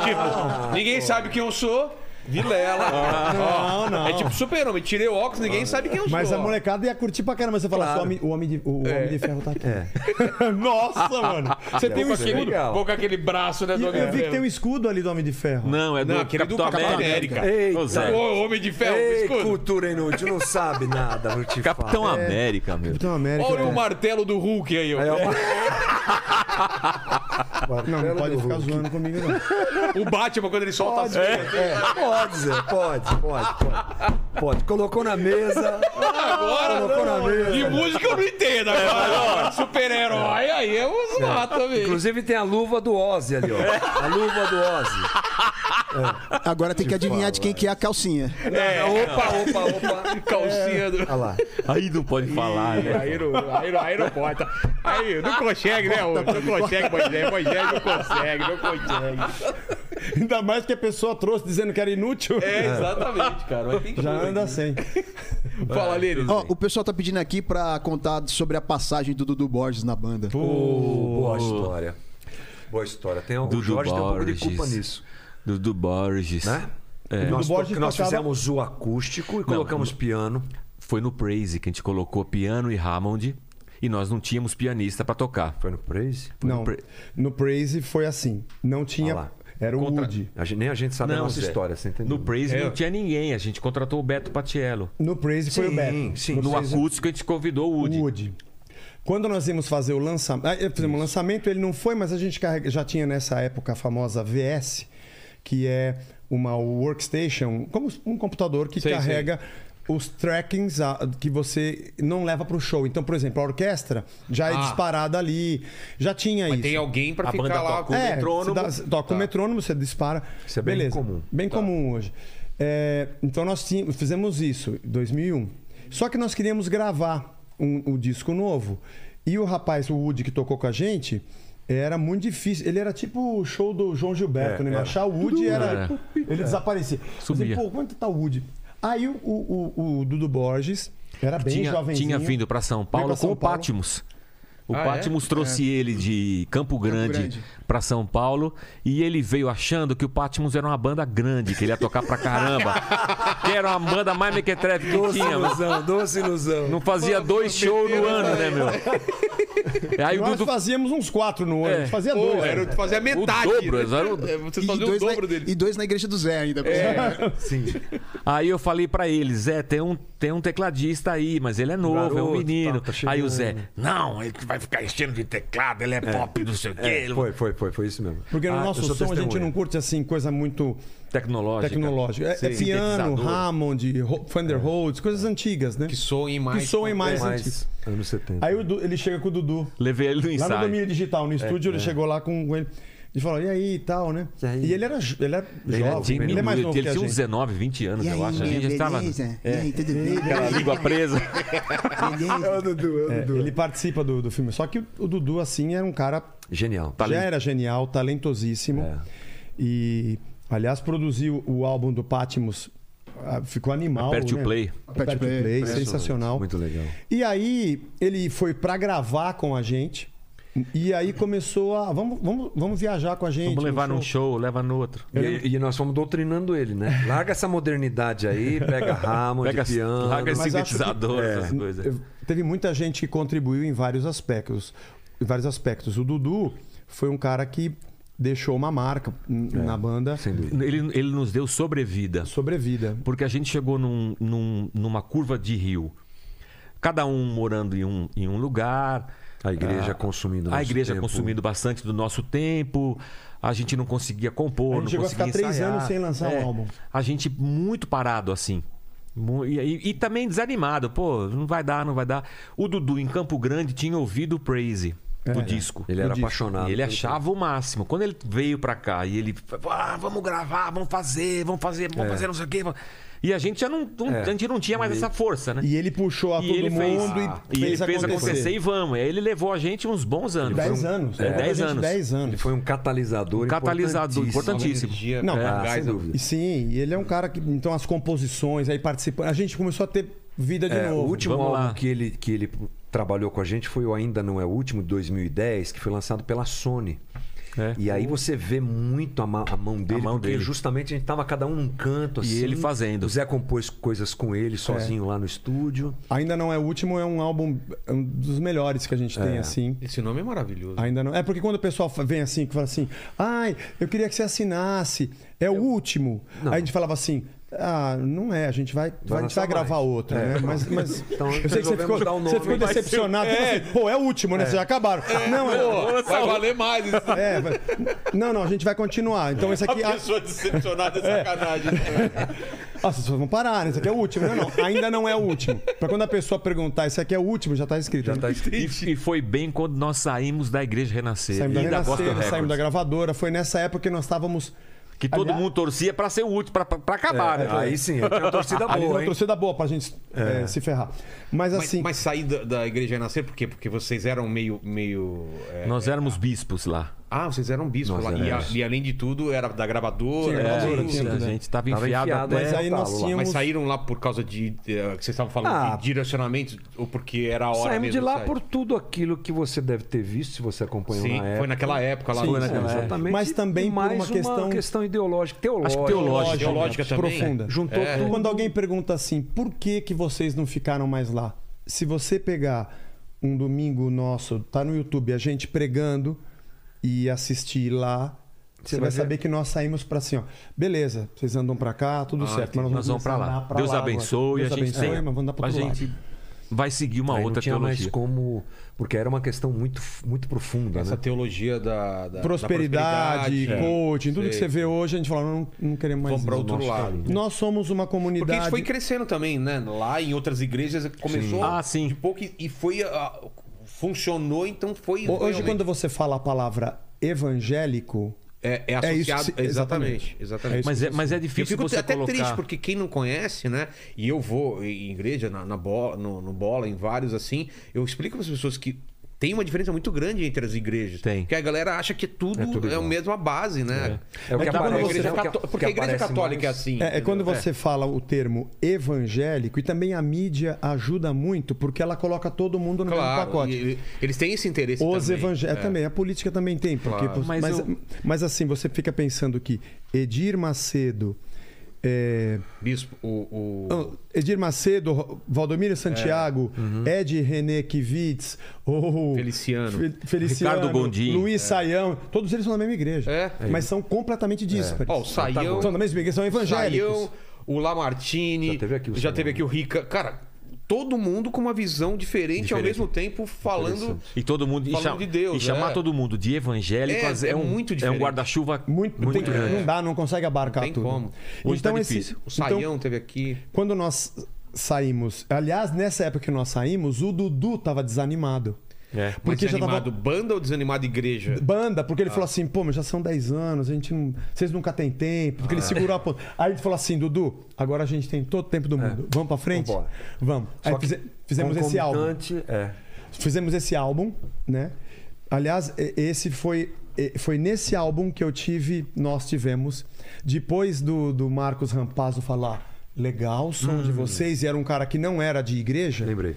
tipo, ninguém sabe quem eu sou. Vilela. Ó,
Ah! Não, não.
É tipo super-homem. Tirei o óculos, ninguém sabe quem eu
Mas
sou.
a
ó.
molecada ia curtir pra caramba. Você fala, só o homem, o homem de, o, o
É.
Homem de Ferro tá aqui.
É.
Nossa, mano. Você tem um
Isso é
escudo.
legal.
Vou com aquele braço, né,
E
do
Eu vi que tem um
Ferro.
escudo ali do Homem de Ferro.
Não, é do
Não, aquele é do
Capitão,
Capitão
América.
América.
Ô,
Eita.
Zé.
Ô, homem de ferro,
Ei,
escudo.
cultura inútil, não sabe nada. vou te
Capitão
falar.
América, meu.
Capitão América.
Olha
né?
o martelo do Hulk aí, ó.
É uma-
Não, não
Martelo
pode
do
ficar
Hulk.
zoando comigo, não.
O Batman, quando ele solta as feiras.
É, pode, Zé, pode, pode, pode. Pode. Colocou na mesa.
Agora,
Colocou na
de
mesa.
música eu não entendo. Agora, super-herói, aí é eu os mato, velho.
Inclusive tem a luva do Ozzy ali, ó. A luva do Ozzy.
Agora tem que adivinhar de quem que é a calcinha.
É,
Opa, opa, opa.
calcinha do...
Olha lá.
Aí não pode falar, né?
Aí não, aí não, aí não pode. Aí não consegue, né? ô? Não consegue, Moisés. Moisés é, não consegue, não consegue.
Ainda mais que a pessoa trouxe dizendo que era inútil.
É, exatamente, cara. Mas tem que
Já anda sem.
Fala, Lênis.
Ó, o pessoal tá pedindo aqui pra contar sobre a passagem do Dudu Borges na banda.
Boa história. Boa história. Tem o
Dudu
Jorge tem um pouco de
Borges.
culpa nisso.
Dudu Borges.
Né?
É.
Nós,
Borges
to- nós
tocava-
fizemos o acústico e colocamos piano.
Foi no Praise que a gente colocou piano e Hammond e nós não tínhamos pianista pra tocar.
Foi no Praise?
Não,
Pra-
no Praise foi assim. Não
Ah
tinha.
lá.
Era o
Contra-
Woody.
A gente- nem a gente sabe a nossa
Zé.
história, você entendeu?
No Praise
É.
não tinha ninguém, a gente contratou o Beto Patiello.
No Praise foi o
Sim,
Beto.
sim.
No
Praise-
acústico a gente convidou o Woody.
O Woody. Quando nós íamos fazer o lançamento. ah, Fizemos o lançamento, ele não foi, mas a gente carrega- já tinha nessa época a famosa VS, que é uma workstation, como um computador que
Sei,
carrega. Os trackings ah, que você não leva pro show. Então, por exemplo, a orquestra já é
Ah.
disparada ali. Já tinha
Mas
isso.
tem alguém pra
A
ficar
banda
lá.
toca o- metrônomo. Tá.
É, você dá- você toca o metrônomo, você dispara.
Isso é bem
Beleza.
comum.
Bem comum hoje. É, então nós tínhamos- fizemos isso em 2001. Só que nós queríamos gravar um, um disco novo. E o rapaz, o Woody, que tocou com a gente, era muito difícil. Ele era tipo o show do João Gilberto,
É,
né?
era.
Achar o Woody era.
Era.
Ele desaparecia.
Sumia.
Assim, Pô, quanto tá o Woody? Aí o, o- o- o Dudu Borges era bem
tinha,
jovenzinho.
tinha vindo pra São Paulo
pra São
com o
Paulo.
Patmos. O
Ah, é?
Patmos trouxe ele de Campo Grande
Grande.
pra São Paulo e ele veio achando que o Patmos era uma banda grande, que ele ia tocar pra caramba. que era uma banda mais mequetrefe que
Doce
tinha. mas
ilusão, doce ilusão.
Não fazia dois shows no ano, né, meu? E aí o
Nós
Dudu
fazíamos uns quatro no ano.
É.
Fazia
Pô,
dois. né?
era fazer a metade.
dobro,
né?
eles eram-
É, Vocês
E
faziam o
dois,
dobro
na,
dele.
e dois na igreja do Zé ainda.
Sim.
Aí eu falei pra ele, Zé, tem um, tem um tecladista aí, mas ele é novo, é um
Garoto,
menino.
tá- tá
aí o Zé,
chegando.
não, ele vai ficar enchendo de teclado, ele é, pop, não sei o quê. ele-
É, Foi, foi, foi, foi isso mesmo.
Porque no
Ah,
nosso
eu sou
som a gente
testemunha.
não curte assim coisa muito
Tecnológica.
tecnológica. É- É,
Sim.
piano,
Sintetizador.
Hammond, Ro- Fender Rhodes, coisas antigas, né?
Que soem mais.
Que soem mais.
Mas anos 70.
Aí o Du- ele chega com o Dudu.
Levei ele no
Lá no
ensaio.
domínio digital, no estúdio, ele chegou lá com com ele. Ele falou, e aí e tal, né?
E aí?
E ele era, jo- ele era
Ele, era
jovem, ele é
diminuído,
mais novo que
ele
a
tinha uns
gente.
19, 20 anos,
E aí,
eu acho. A gente já
minha
estava
um
beleza? E aí, tudo bem?
aquela língua presa.
Beleza?
É, ele participa do, do filme. Só que o, o Dudu, assim, era um cara...
Genial.
Já era genial, talentosíssimo.
É.
E, aliás, produziu o álbum do Patmos. ah, Ficou animal,
Aperte o
né?
play.
Pet
Pet
Play,
Play,
sensacional.
Muito legal.
E aí ele foi pra gravar com a gente. E aí começou a. Vamos, vamos, vamos viajar com a gente.
Vamos levar
no
num show, leva no outro.
E, e nós fomos doutrinando ele, né? Larga essa modernidade aí, pega Hammond,
Pega
piano.
larga esse
Mas acho que-
sintetizador,
é.
essas coisas.
Teve muita gente que contribuiu em vários aspectos. Em vários aspectos. O Dudu foi um cara que deixou uma marca n- na banda
Sem dúvida.
Ele, ele nos deu sobrevida.
sobrevida.
Porque a gente chegou num- num- numa curva de rio. Cada um morando em um, em um lugar.
A igreja consumindo
Ah, A
nosso
igreja
tempo.
consumindo bastante do nosso tempo. A gente não conseguia compor,
A gente
não
chegou a
conseguia
ficar três
ensaiar. É,
anos sem lançar um álbum.
A gente muito parado assim. Mu- E, e- e também desanimado. Pô, não vai dar, não vai dar. O Dudu, em Campo Grande, tinha ouvido o Praise.
É.
do disco.
Ele era
Do disco.
apaixonado
E ele
pelo
achava o máximo. Quando ele veio pra cá e ele. Ah, vamos gravar, vamos fazer, vamos fazer, vamos fazer não sei o quê. vamos-" E a gente já não, não-
É.
a gente não tinha mais essa força, né?
E ele puxou a
E
todo
ele fez. Ah.
mundo e,
E ele
fez acontecer.
e vamos. E aí ele levou a gente uns bons anos.
Dez
Foram-
anos.
É,
Levou a
dez
gente
anos.
Dez
Ele
anos.
foi um catalisador
Um catalisador importantíssimo.
Energia,
Não,
é,
Ah,
gás,
sem
né?
dúvida.
E sim, e ele é um cara que. Então as composições, aí participando. A gente começou a ter vida de
É, o
novo.
último
Vamos
álbum
lá.
que ele, que ele trabalhou com a gente foi o Ainda Não É o Último, de 2010, que foi lançado pela Sony.
É.
E aí você vê muito a, ma- a mão dele,
mão
porque
dele.
justamente a gente tava cada um num canto,
E
assim.
ele fazendo.
O Zé compôs coisas com ele, sozinho lá no estúdio.
Ainda não é o último, é um álbum é um dos melhores que a gente tem, assim.
Esse nome é maravilhoso.
Ainda não. É porque quando o pessoal fa- vem assim, que fala assim, ai, eu queria que você assinasse, é o último. Aí a gente falava assim. Ah, não é, a gente vai, vai, a gente
lançar
vai gravar
mais."
outro,
É.
né? Mas, mas
Então,
eu sei que você
resolvemos
ficou,
dar o
você
nome,
ficou
vai ser-
decepcionado. Tipo assim, Pô, é o último, né? Vocês já acabaram. Não, é,
Pô, vai valer mais. Esse...
é, vai- não, não, a gente vai continuar. Então esse aqui.
A
ah,
pessoa decepcionada é sacanagem.
Ah, vocês vão parar, né? Esse aqui é o último. Não, não. Ainda não é o último. Pra quando a pessoa perguntar, esse aqui é o último, já tá escrito. Já
Tá escrito.
E, e foi bem quando nós saímos da Igreja Renascer.
Saímos da,
e da Gospel
Renascer, saímos da
Records.
gravadora. Foi nessa época que nós estávamos.
Que todo
Aliás- É,
mundo torcia pra ser o último, pra, pra- pra acabar, né?
É, Aí sim, aí tinha uma torcida
Ali
boa,
uma
hein? É.
torcida boa pra gente eh, se ferrar. Mas
Mas,
assim.
mas sair da, da igreja e nascer por quê? Porque vocês eram meio. meio é,
Nós éramos bispos lá.
Ah, vocês eram bispo
Nós
lá. E, a-
éramos.
e além de tudo, era da gravadora.
Sim,
era
gravadora,
tudo.
sim.
a
né?
gente tava
Tava
enfiado,
enfiado,
até...
Mas aí nós
Paulo, lá.
tínhamos.
Mas saíram lá por causa de. eh, que vocês estavam falando
Ah.
de direcionamento, ou porque era a hora
Saímos
mesmo
de lá
sair?
por tudo aquilo que você deve ter visto, se você acompanhou
Sim,
na época.
foi naquela época lá.
Sim,
no-
foi naquela época.
Exatamente.
Mas também
E
por
mais
uma questão-
ideológica, teológica.
Acho que teológica. É.
Teológica também,
profunda.
Juntou tudo.
Quando alguém pergunta assim, por que que vocês não ficaram mais lá? Se você pegar um domingo nosso, tá no YouTube, a gente pregando e assistir lá, você, vai
vai ver.
saber que nós saímos pra assim, ó. Beleza, vocês andam pra cá, tudo certo, mas nós vamos
Nós vamos pra
começar a
lá.
andar pra
Deus
agora.
abençoe,
Deus
a gente
abençoe,
tem.
mas vamos andar pra
a
outro lado.
gente vai seguir uma
Aí não
outra
tinha mais
teologia.
como... Porque era uma questão muito, muito profunda,
Essa
né?
teologia da, da- da
prosperidade,
prosperidade,
coaching, tudo que
Sei.
você vê hoje, a gente fala, não, não queremos mais
Vamos pra
isso.
outro
Nós-
lado.
Nós somos uma
Porque
comunidade.
isso foi crescendo também, né? Lá em outras igrejas começou
Ah, sim.
de pouco e- e foi. ah, funcionou, então foi.
Ho- Hoje,
realmente-
quando você fala a palavra evangélico,
É, é
É isso que
associado.
se-
exatamente,
exatamente.
exatamente.
Mas é, mas é
eu
difícil
fico
você
até
colocar...
triste, porque quem não conhece, né? E eu vou em igreja, na, na bola, no, no bola, em vários assim, eu explico para as pessoas que tem uma diferença muito grande entre as igrejas.
Tem.
Porque a galera acha que tudo é,
tudo
a
igual.
mesma base, né?
É o que
Então,
aparece,
a igreja
né? O que-
cató-
o que
Porque a igreja
aparece
católica é
mais-
assim.
é, é quando
entendeu?
você fala o termo evangélico, e também a mídia ajuda muito, porque ela coloca todo mundo no mesmo
Claro,
pacote.
e- e- eles têm esse interesse
Os
também. é.
evangélicos. Também, a política também tem. Porque,
Claro.
Mas,
Mas
mas,
eu-
assim, você fica pensando que Edir Macedo. é,
Bispo, o, o-
Edir Macedo, Valdomiro Santiago,
É.
Ed René Kivitz, ou
Uhum. Feliciano.
Feliciano,
Ricardo Gondim.
Luiz Saião, todos eles são da mesma igreja.
É.
Mas são completamente díspares.
Ó, o Saião-
São da mesma igreja, são evangélicos.
Saião, o Lamartine.
Já teve aqui o
já
Saião.
teve aqui o Rica. Cara, todo mundo com uma visão diferente, ao
Diferente.
mesmo tempo falando.
E todo mundo e,
Falando
chama-
de Deus,
e chamar
é.
todo mundo de evangélico
É,
às-
é
é, um,
muito
é um
diferente.
guarda-chuva
Muito,
muito
tem-
grande.
Não dá, não consegue abarcar
Tem
tudo.
como.
Hoje
então,
tá
esse,
difícil.
O
então,
Saião teve aqui.
quando nós saímos, aliás, nessa época que nós saímos, o Dudu estava desanimado.
É.
Mas
Porque já tava-
desanimado banda ou desanimado igreja?
Banda, porque
Ah.
ele falou assim, pô, mas já são 10 anos, a gente não. Vocês nunca têm tempo,
Ah.
porque ele segurou a ponta. Aí ele falou assim, Dudu, agora a gente tem todo o tempo do mundo. Vamos pra frente?
É. Vambora.
Vamos. Aí
Só que
fize- fizemos esse álbum.
Concomitante, É.
Fizemos esse álbum, né? Aliás, e- esse foi. e- Foi nesse álbum que eu tive, nós tivemos, depois do, do Marcos Rampazzo falar legal o som
Hum.
de vocês, e era um cara que não era de igreja
Lembrei.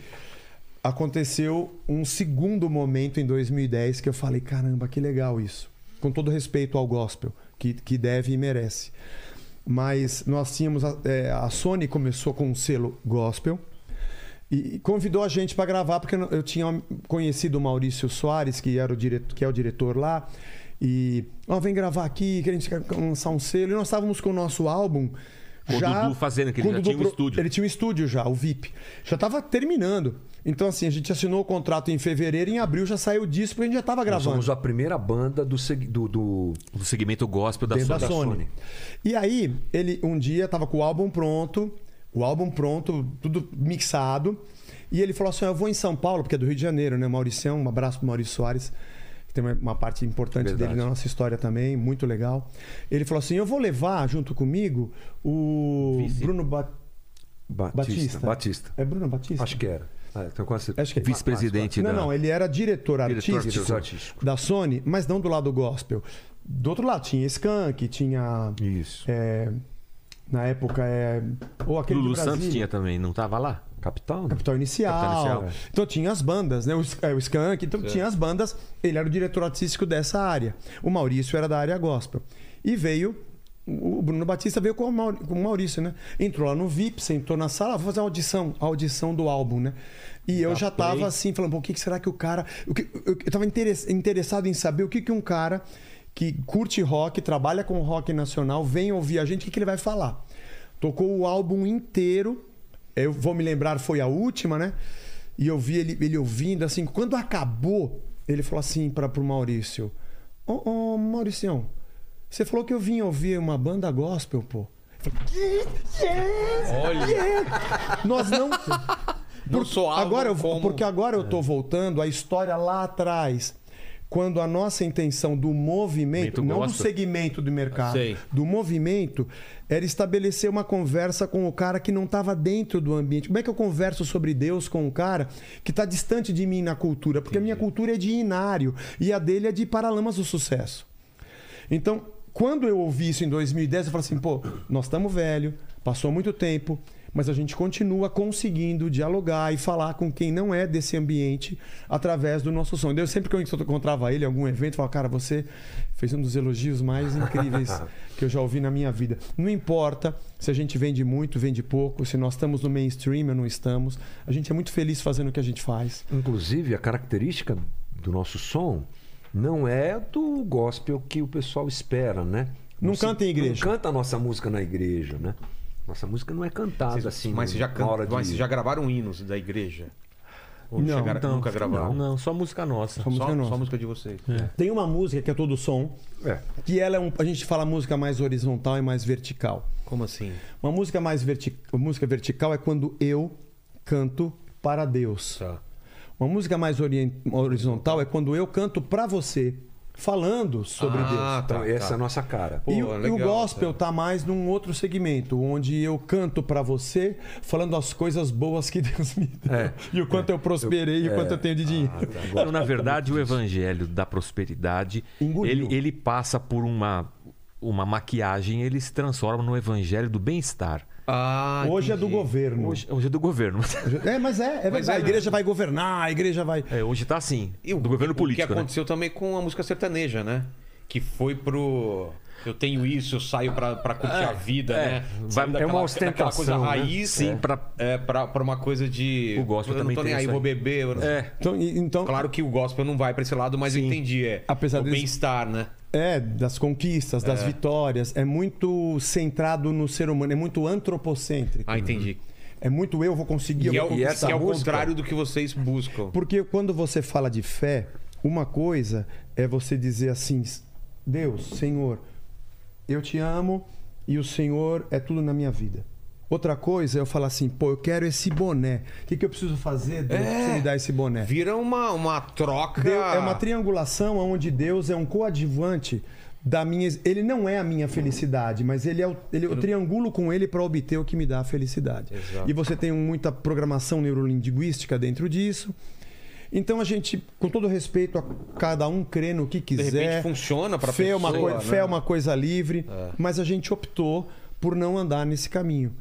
aconteceu um segundo momento em 2010 que eu falei: caramba, que legal isso. Com todo respeito ao gospel, que, que deve e merece. Mas nós tínhamos. A, é, a Sony começou com um selo gospel e e convidou a gente para gravar, porque eu tinha conhecido o Maurício Soares, que, era o diretor, que é o diretor lá. E, ó, vem gravar aqui, que a gente quer lançar um selo. E nós estávamos com o nosso álbum.
Com o Dudu fazendo, que ele
com o
já
Dudu
tinha um estúdio.
Ele ele tinha um estúdio já, o VIP. Já estava terminando. Então, assim, a gente assinou o contrato em fevereiro e em abril já saiu o disco porque a gente já estava
Nós somos
gravando.
a primeira banda do... seg- do, do-
O segmento gospel da
Dentro
Sony.
da Sony.
Sony.
E aí, ele um dia estava com o álbum pronto, o álbum pronto, tudo mixado. E ele falou assim: "Ah, Eu vou em São Paulo, porque é do Rio de Janeiro, né? Mauricião, um abraço pro Maurício Soares, que tem uma, uma parte importante
Verdade.
dele na nossa história também, muito legal. Ele falou assim: Eu vou levar junto comigo o
Vice.
Bruno Ba-
Batista.
Batista.
Batista.
É Bruno Batista?
Acho que era. Ah, então, quase...
Acho que é.
Vice-presidente
Não,
da...
não, ele era diretor
Diretor
artístico,
artístico.
da Sony, mas não do lado gospel. Do outro lado tinha Skank, tinha.
Isso.
é, na época é. Ou aquele.
Lulu
do Brasil,
Santos tinha também, não tava lá?
Capital, né?
Capital Inicial.
Capital
é.
Então tinha as bandas, né? O, Sk- é, o Skank, então tinha as bandas. Ele era o diretor artístico dessa área. O Maurício era da área gospel. E veio. O Bruno Batista veio com o Mauri- com o Maurício, né? Entrou lá no VIP, sentou na sala, "Ah, vou fazer uma audição, a audição do álbum, né? E eu já tava assim, falando, pô, o que que será que o cara. o que- eu, eu tava interes- interessado em saber o que, que um cara que curte rock, trabalha com rock nacional, vem ouvir a gente, o que, que ele vai falar. Tocou o álbum inteiro, eu vou me lembrar, foi a última, né? E eu vi ele, ele ouvindo, assim, quando acabou, ele falou assim para pro Maurício: Ô, ô, Mauricião, você falou que eu vim ouvir uma banda gospel, pô. Eu falei, "Yes, yes, yes." Nós não.
Não soava
agora eu, vou-
como-
Porque agora eu tô voltando à história lá atrás. quando a nossa intenção do movimento,
Movimento
não do
gosta.
segmento do mercado,
Sei.
do movimento, era estabelecer uma conversa com o cara que não estava dentro do ambiente. Como é que eu converso sobre Deus com um cara que está distante de mim na cultura? Porque a minha cultura é de inário e a dele é de paralamas do sucesso. Então, quando eu ouvi isso em 2010, eu falei assim, pô, nós estamos velho, passou muito tempo, mas a gente continua conseguindo dialogar e falar com quem não é desse ambiente através do nosso som. Então, Eu sempre que eu encontrava ele em algum evento, eu falava, cara, você fez um dos elogios mais incríveis que eu já ouvi na minha vida. Não importa se a gente vende muito, vende pouco, se nós estamos no mainstream ou não estamos, a gente é muito feliz fazendo o que a gente faz.
Inclusive, a característica do nosso som não é do gospel que o pessoal espera, né?
Não
se-
canta em igreja.
Não canta a nossa música na igreja, né? Nossa música não é cantada assim.
mas
na
vocês já, can-
hora de-
mas vocês já gravaram hinos da igreja? Ou
Não,
chegaram-
Então,
nunca gravaram?
Não, só música nossa.
Só música
Só,
nossa.
só música de vocês.
Tem uma música que é todo som,
É.
que ela é um, a gente fala música mais horizontal e mais vertical.
Como assim?
Uma música mais verti música vertical é quando eu canto para Deus.
Tá.
Uma música mais orien- horizontal é quando eu canto para você, falando sobre Deus.
ah,
Então,
tá,
essa é
tá.
a nossa cara.
Pô,
e, o- e
legal,
o gospel
tá.
tá mais num outro segmento, onde eu canto para você, falando as coisas boas que Deus me deu.
É,
E o quanto eu prosperei e o quanto eu
Ah,
tenho de dinheiro.
tá.
Então, na verdade, o evangelho da prosperidade,
Engoliu.
ele, ele passa por uma, uma maquiagem, ele se transforma no evangelho do bem-estar.
Ah,
Hoje é do
entendi.
governo.
Hoje, hoje é do governo.
É, mas é, é verdade.
é,
a igreja vai governar, a igreja vai.
É, hoje tá assim.
E o,
do governo
o
político.
que
né?
aconteceu também com a música sertaneja, né? Que foi pro. Eu tenho isso, eu saio pra, pra curtir a vida, né?
Vai-
Saiu
é
daquela- daquela coisa
uma ostentação, né?
raiz.
Sim,
é.
pra-
É, pra, pra uma coisa de.
O gospel
eu
também
não tô nem
tem
aí,
isso
vou
aí.
beber. eu não-
É.
Então, e- então
Claro que o gospel não vai pra esse lado, mas eu entendi. É.
Apesar
o
deles-
bem-estar, né?
É, das conquistas, das vitórias. É muito centrado no ser humano, é muito antropocêntrico.
Ah,
Uhum.
entendi.
É muito eu vou conseguir.
Que é,
eu
o,
vou
que
essa
é o
música-
contrário do que vocês buscam.
Porque quando você fala de fé, uma coisa é você dizer assim: Deus, Senhor, eu te amo e o Senhor é tudo na minha vida. Outra coisa é eu falar assim, pô, eu quero esse boné. O que, que eu preciso fazer, Deus, pra você me dar esse boné?
É, Vira uma, uma troca.
Deu- é uma triangulação onde Deus é um coadjuvante da minha. ex- Ele não é a minha felicidade, mas ele é o, ele, eu triangulo com ele para obter o que me dá a felicidade. E você tem muita programação neurolinguística dentro disso. Então a gente, com todo respeito a cada um crê no que quiser.
repente funciona pra
fé é uma
pessoa,
coi-
né? É.
Fé é uma coisa livre, mas a gente optou por não andar nesse caminho.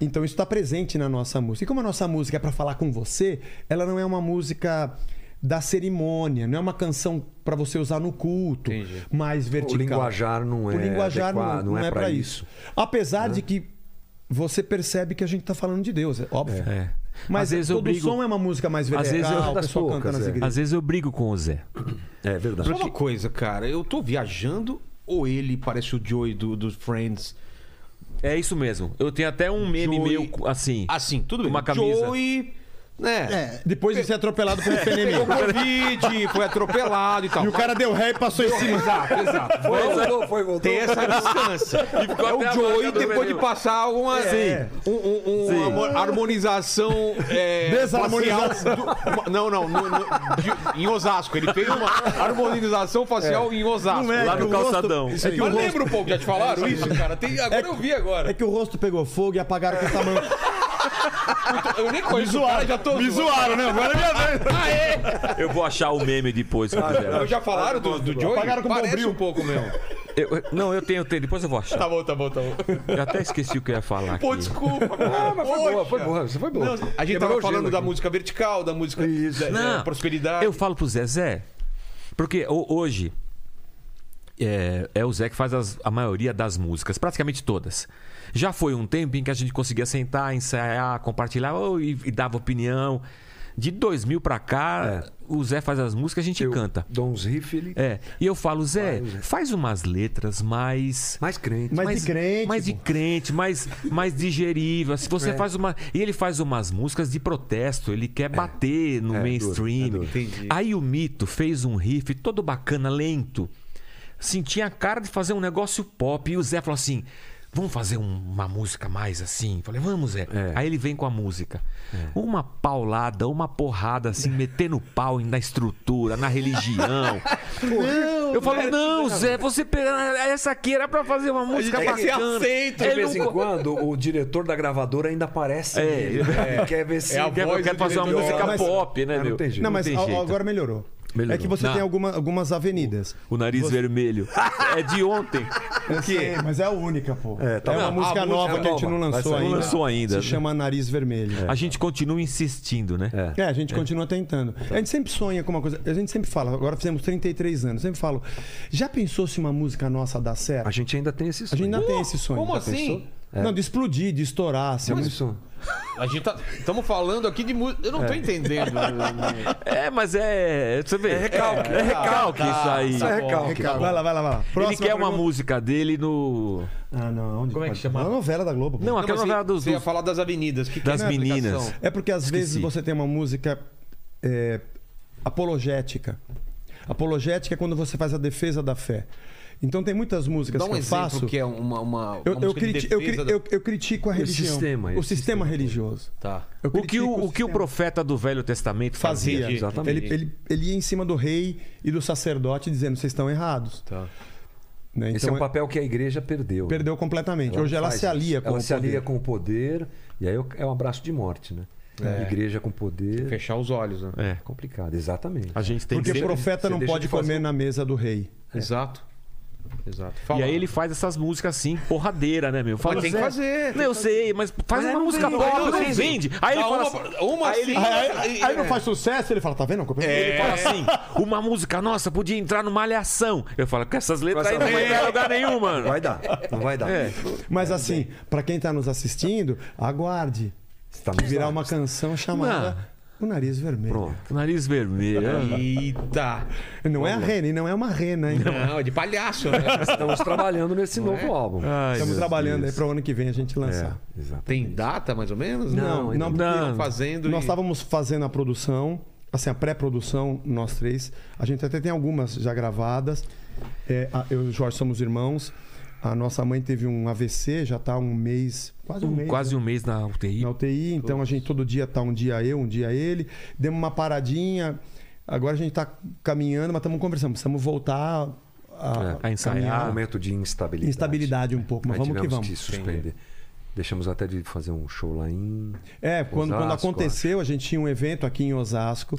Então isso está presente na nossa música. E como a nossa música é para falar com você, ela não é uma música da cerimônia, não é uma canção para você usar no culto,
Entendi.
mais vertical.
linguajar não é
O linguajar
adequado,
não, não é, para isso. Apesar de que você percebe que a gente está falando de Deus, é óbvio.
É.
Mas
Às vezes eu
todo
brigo-
som é uma música mais vertical,
Às vezes eu-
Ah, o
das
pessoal
poucas,
canta nas
é.
igrejas.
Às vezes eu brigo com o Zé.
É verdade.
Só uma coisa, cara. Eu tô viajando ou ele parece o Joey do, do Friends?
É isso mesmo. Eu tenho até um meme
Joey-
meu assim.
Assim, tudo bem.
Uma camisa.
Joey, né?
É.
Depois de ser atropelado por um
Pegou
FNM.
é Covid, foi atropelado e tal.
E o cara deu ré e passou em cima.
Exato, exato.
Foi, voltou, foi, voltou.
Tem essa distância.
ficou
É
até
o
a
Joey
marca do
depois de
menino.
passar alguma
É.
um- um- um-
Sim.
uma harmonização. É, facial
Desarmonização.
do- uma- não, não. no- no- de- em Osasco. Ele fez uma harmonização facial em Osasco.
Não é
Lá
que
no
o rosto-
calçadão.
Isso aí.
Mas lembra um pouco, já te falaram isso, cara? Tem- agora eu vi agora.
É que o rosto pegou fogo e apagaram com o tamanho.
Eu nem conheço o cara, já tô. Me zoaram, né? Agora é minha vez.
Eu vou achar o meme depois se eu quiser.
Já falaram do, do Joey?
Pagaram com
Parece
bombril.
um pouco mesmo.
Eu- eu- não, eu tenho, tenho, depois eu vou achar.
Tá bom, tá bom, tá bom.
Eu até esqueci o que eu ia falar.
Pô,
aqui.
desculpa, cara.
Ah, Mas foi boa, foi boa. Você foi boa.
Não, a gente
Quebrou
tava
o gelo
falando da
aqui.
música vertical, da música da-
Não,
da prosperidade. É
Eu falo pro Zé, Zé, porque ho- hoje é, é o Zé que faz as- a maioria das músicas, praticamente todas. Já foi um tempo em que a gente conseguia sentar, ensaiar, compartilhar ô, e, e dava opinião. De 2000 pra cá, o Zé faz as músicas, a gente
Eu
canta.
Dou uns riffs, ele...
É, e eu falo, Zé,
Vai, Zé.
faz umas letras mais
Mais crente.
Mas É de crente.
mais de crente, mais, mais digerível. Se você faz uma. E ele faz umas músicas de protesto, ele quer bater no
É,
mainstream.
duro, é duro.
Entendi.
Aí o Mito fez um riff todo bacana, lento. Sentia a cara de fazer um negócio pop. E o Zé falou assim. Vamos fazer um- uma música mais assim? Falei, vamos, Zé. Aí ele vem com a música. Uma paulada, uma porrada assim, metendo pau na estrutura, na religião. eu falo, não, Zé, você. pe- Essa aqui era pra fazer uma música
tem que ser
bacana.
aceito,
Ele
De vez
não
em quando, o diretor da gravadora ainda aparece.
É.
mesmo. Quer ver se.
É a
quer,
voz
quer
do
fazer uma
diretor.
música
Mas-
pop, né,
Ah, não
meu?
tem jeito.
Não, mas
tem
a-
jeito.
agora melhorou.
Melhorou.
É que você
Não.
tem alguma- algumas avenidas.
O nariz vermelho. É de ontem.
Eu sei, mas é a única, pô. É,
tá
uma
bom.
música
A
nova
música
que a gente
nova.
não
Vai
lançou
sair.
ainda.
Não lançou ainda.
Se chama Nariz Vermelho.
A gente continua insistindo, né?
É.
É, a gente continua tentando. A gente sempre sonha com uma coisa. A gente sempre fala, agora fizemos 33 anos, sempre falo. Já pensou se uma música nossa dá certo?
A gente ainda tem esse
A gente
sonho.
ainda tem esse sonho.
Como
Já
assim?
pensou? Não, de explodir, de estourar. Assim,
Tem
mas...
esse sonho.
A gente tá. Estamos falando aqui de música. Eu não tô entendendo. Então, assim,
É, mas é. Você vê. É recalque. É, recalque isso aí.
Isso é recalque.
Vai lá, vai lá, vai lá.
Ele quer uma
pergunta.
música dele no.
Ah, não. Onde
Como é que
pode-
chama?
Uma novela da Globo. pô.
Não, aquela
mas
novela dos.
Você ia
dos...
falar das avenidas. Que que
das
é a
meninas.
explicação?
É porque às vezes
Esqueci.
você tem uma música é, apologética. Apologética é quando você faz a defesa da fé. Então tem muitas músicas
Dá um
que eu
exemplo
faço.
que é uma. uma, uma
Eu, eu,
música de
criti- eu
defesa
cri-
da-
eu- eu critico a religião.
sistema,
o
esse
sistema religioso.
Tá.
Eu
O que
critico
o, o que o
sistema.
profeta do Velho Testamento fazia?
fazia.
Exatamente.
Ele, ele, ele ia em cima do rei e do sacerdote dizendo: vocês estão errados.
Tá.
Né?
Esse é
Então,
um papel que a igreja perdeu.
Perdeu completamente. Hoje ela
faz
se alia
isso.
com
Ela
o
se alia
poder.
com o poder. E aí é um abraço de morte, né?
É.
Igreja com poder.
Fechar os olhos, né?
É.
Complicado, exatamente.
A gente tem
Porque
que
o
ser...
profeta
você
não
deixa
pode
de fazer
comer
um-
na mesa do rei.
É. Exato. Exato.
E
Fala.
aí ele faz essas músicas assim, porradeira, né, meu? Fala,
Mas tem que
Zé,
fazer, tem
Não, eu sei, mas faz uma música
vende.
pop,
Não,
não
sim, sim.
vende. Aí ele
Dá
fala
uma-
assim,
uma É.
aí ele-
sim. É.
Aí, aí- aí não faz sucesso, ele fala, tá vendo?
Ele fala assim, uma música nossa podia entrar numa alhação. Eu falo, com essas letras aí não vai entrar em lugar nenhum, mano.
Vai dar, não vai dar.
É.
Mas assim, pra quem tá nos assistindo, aguarde
Você tá
virar
uma...
uma canção chamada O Nariz Vermelho.
Pronto, nariz vermelho. é.
Eita.
Não é a rena, e não é uma rena, hein?
Não, é de palhaço, né?
Estamos trabalhando nesse
é?
novo álbum.
Ai,
Estamos
meu
trabalhando aí
Deus.
para o ano que vem a gente lançar.
Exato.
Tem data, mais ou menos?
Não, não,
porque
não.
iam tá fazendo.
Nós
e-
estávamos fazendo a produção, assim, a pré-produção, nós três. A gente até tem algumas já gravadas. É, a- eu e o Jorge somos irmãos. A nossa mãe teve um AVC, já está um mês, quase um mês.
Quase
né?
um mês na UTI.
Na UTI, então a gente todo dia tá um dia eu, um dia ele. Demos uma paradinha. Agora a gente está caminhando, mas estamos conversando. Precisamos voltar a,
É, a ensaiar.
Um
caminhar.
momento de instabilidade.
Instabilidade um pouco, mas
Aí
vamos que
tivemos
vamos.
suspender. Deixamos até de fazer um show lá em.
É, quando, quando
Osasco,
aconteceu, a gente tinha um evento aqui em Osasco,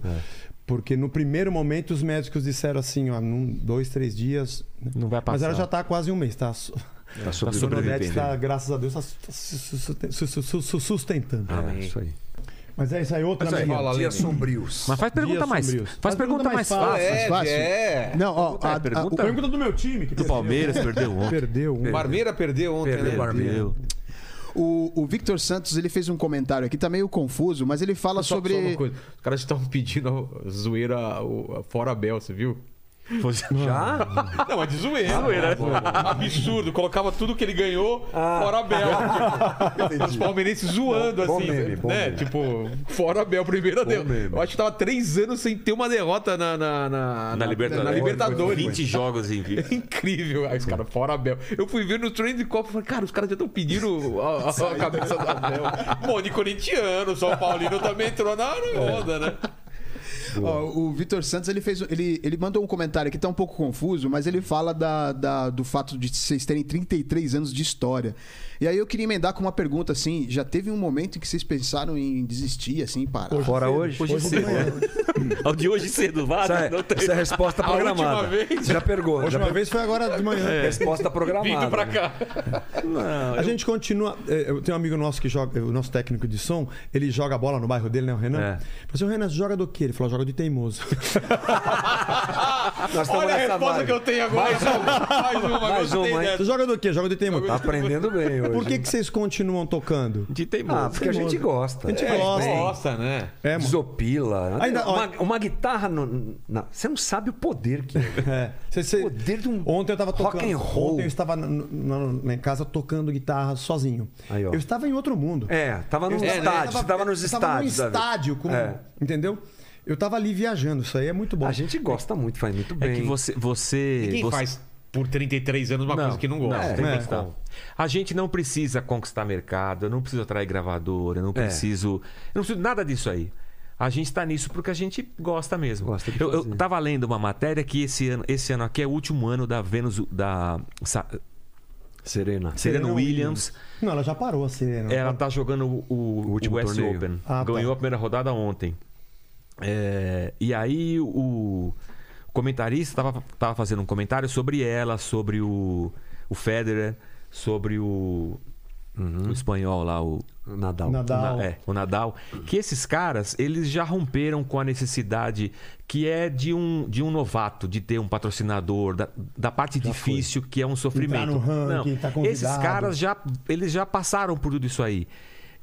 porque no primeiro momento os médicos disseram assim, ó, num, dois, três dias. né?
Não vai
Mas
passar.
ela já está quase um mês, tá?
Tá sobre...
O Donete
sobrevivendo.
está, tá, graças a Deus, está sustentando.
É, isso aí.
Mas é isso aí, outra
Mas aí,
menina.
fala, Lene.
Dias sombrios.
Mas faz pergunta
Dias
mais.
sombrios.
Faz, pergunta, mais fácil.
É,
fácil.
é.
Não, ó, a, a-
pergunta-
o-
Pergunta do meu time, que
Do Palmeiras perdeu ontem.
perdeu um.
Marmeira perdeu ontem.
Perdeu,
né?
Marmeira.
Perdeu.
O, o Victor Santos ele fez um comentário aqui, tá meio confuso, mas ele fala
É Só,
sobre.
só uma coisa. Os caras estavam pedindo a zoeira o- a fora Bel, você viu? Ah,
Já?
Não, mas de zoeira. Absurdo. Colocava tudo que ele ganhou fora Bel. Tipo, os palmeirenses zoando,
Bom- bom
assim.
meme, bom
né?
meme.
Tipo, fora Bel, primeira derrota.
meme.
Eu acho que tava três anos sem ter uma derrota na, na, na,
Na Libertadores.
Na Libertadores.
20 jogos em vida.
É incrível. Aí os caras, fora Abel. Eu fui ver no Trend Copa e falei, cara, os caras já estão pedindo a, a- a cabeça do Abel. Um monte de corintiano, São Paulino também entrou na onda, né?
Ó, o Vitor Santos ele fez ele, ele mandou um comentário que tá um pouco confuso, mas ele fala da, da- do fato de vocês terem 33 anos de história. E aí eu queria emendar com uma pergunta assim, já teve um momento em que vocês pensaram em desistir assim, parar?
Fora hoje?
Hoje, cedo. Ao de hoje cedo, vá. né?
Essa é,
não tem-
essa é a resposta
A última
programada.
vez.
Já pergunta.
Última vez foi agora de manhã.
É, Resposta programada.
Vindo pra
né?
cá.
A gente continua. é, Eu tenho um amigo nosso que joga, o nosso técnico de som, ele joga bola no bairro dele, né, o Renan?
É.
Falei assim, o Renan, você joga do quê? Ele falou, joga de teimoso.
Nós estamos
Olha a
nessa
resposta
vibe.
que eu tenho agora. Mais uma, mais uma,
Mais
gostei
uma, hein?
dessa.
Você joga do quê? Joga de teimoso.
Tá aprendendo bem hoje.
Por que,
hein?
que vocês continuam tocando?
De teimoso.
Ah, porque a gente gosta.
A gente gosta.
Nossa, né?
É, mano.
Desopila.
Ainda-
uma, uma guitarra. no- na- você não sabe o poder que é.
É. Você- você-
Poder de um
Ontem eu tava
rock
tocando.
and roll.
Ontem eu estava na, na- na- em casa tocando guitarra sozinho.
Aí, ó.
eu estava em outro mundo.
É, tava nos
Eu estava-
estádios.
eu
Tava, nos
eu né? tava num
estádios. Davi.
estádio, com-
É.
entendeu? Eu tava ali viajando, isso aí é muito bom.
A gente gosta muito, faz muito
É
bem.
que você. você
Quem
você-
faz por 33 anos uma coisa que não gosta.
É.
Não,
Tem
tem
que
que estar. A gente não precisa conquistar mercado, eu não preciso atrair gravadora,
É.
eu não preciso. Eu não preciso de nada disso aí. A gente está nisso porque a gente gosta mesmo.
Gosta de
eu, eu
fazer.
tava lendo uma matéria que esse ano, esse ano aqui é o último ano da Vênus da Sa-
Serena.
Serena Williams.
Não, ela já parou a Serena.
Ela tá jogando o, o,
último
o US
torneio.
Open.
né? Ah, tá.
Ganhou a primeira rodada ontem. É, e aí o comentarista tava, tava fazendo um comentário sobre ela, sobre o, o Federer, sobre o,
Uhum.
o espanhol lá, o,
Nadal.
Nadal.
o Na- é, o Nadal. Que esses caras, eles já romperam com a necessidade que é de um, de um novato, de ter um patrocinador, da, da parte difícil que é um sofrimento.
no ranking,
Não,
tá convidado.
Esses caras já, eles já passaram por tudo isso aí.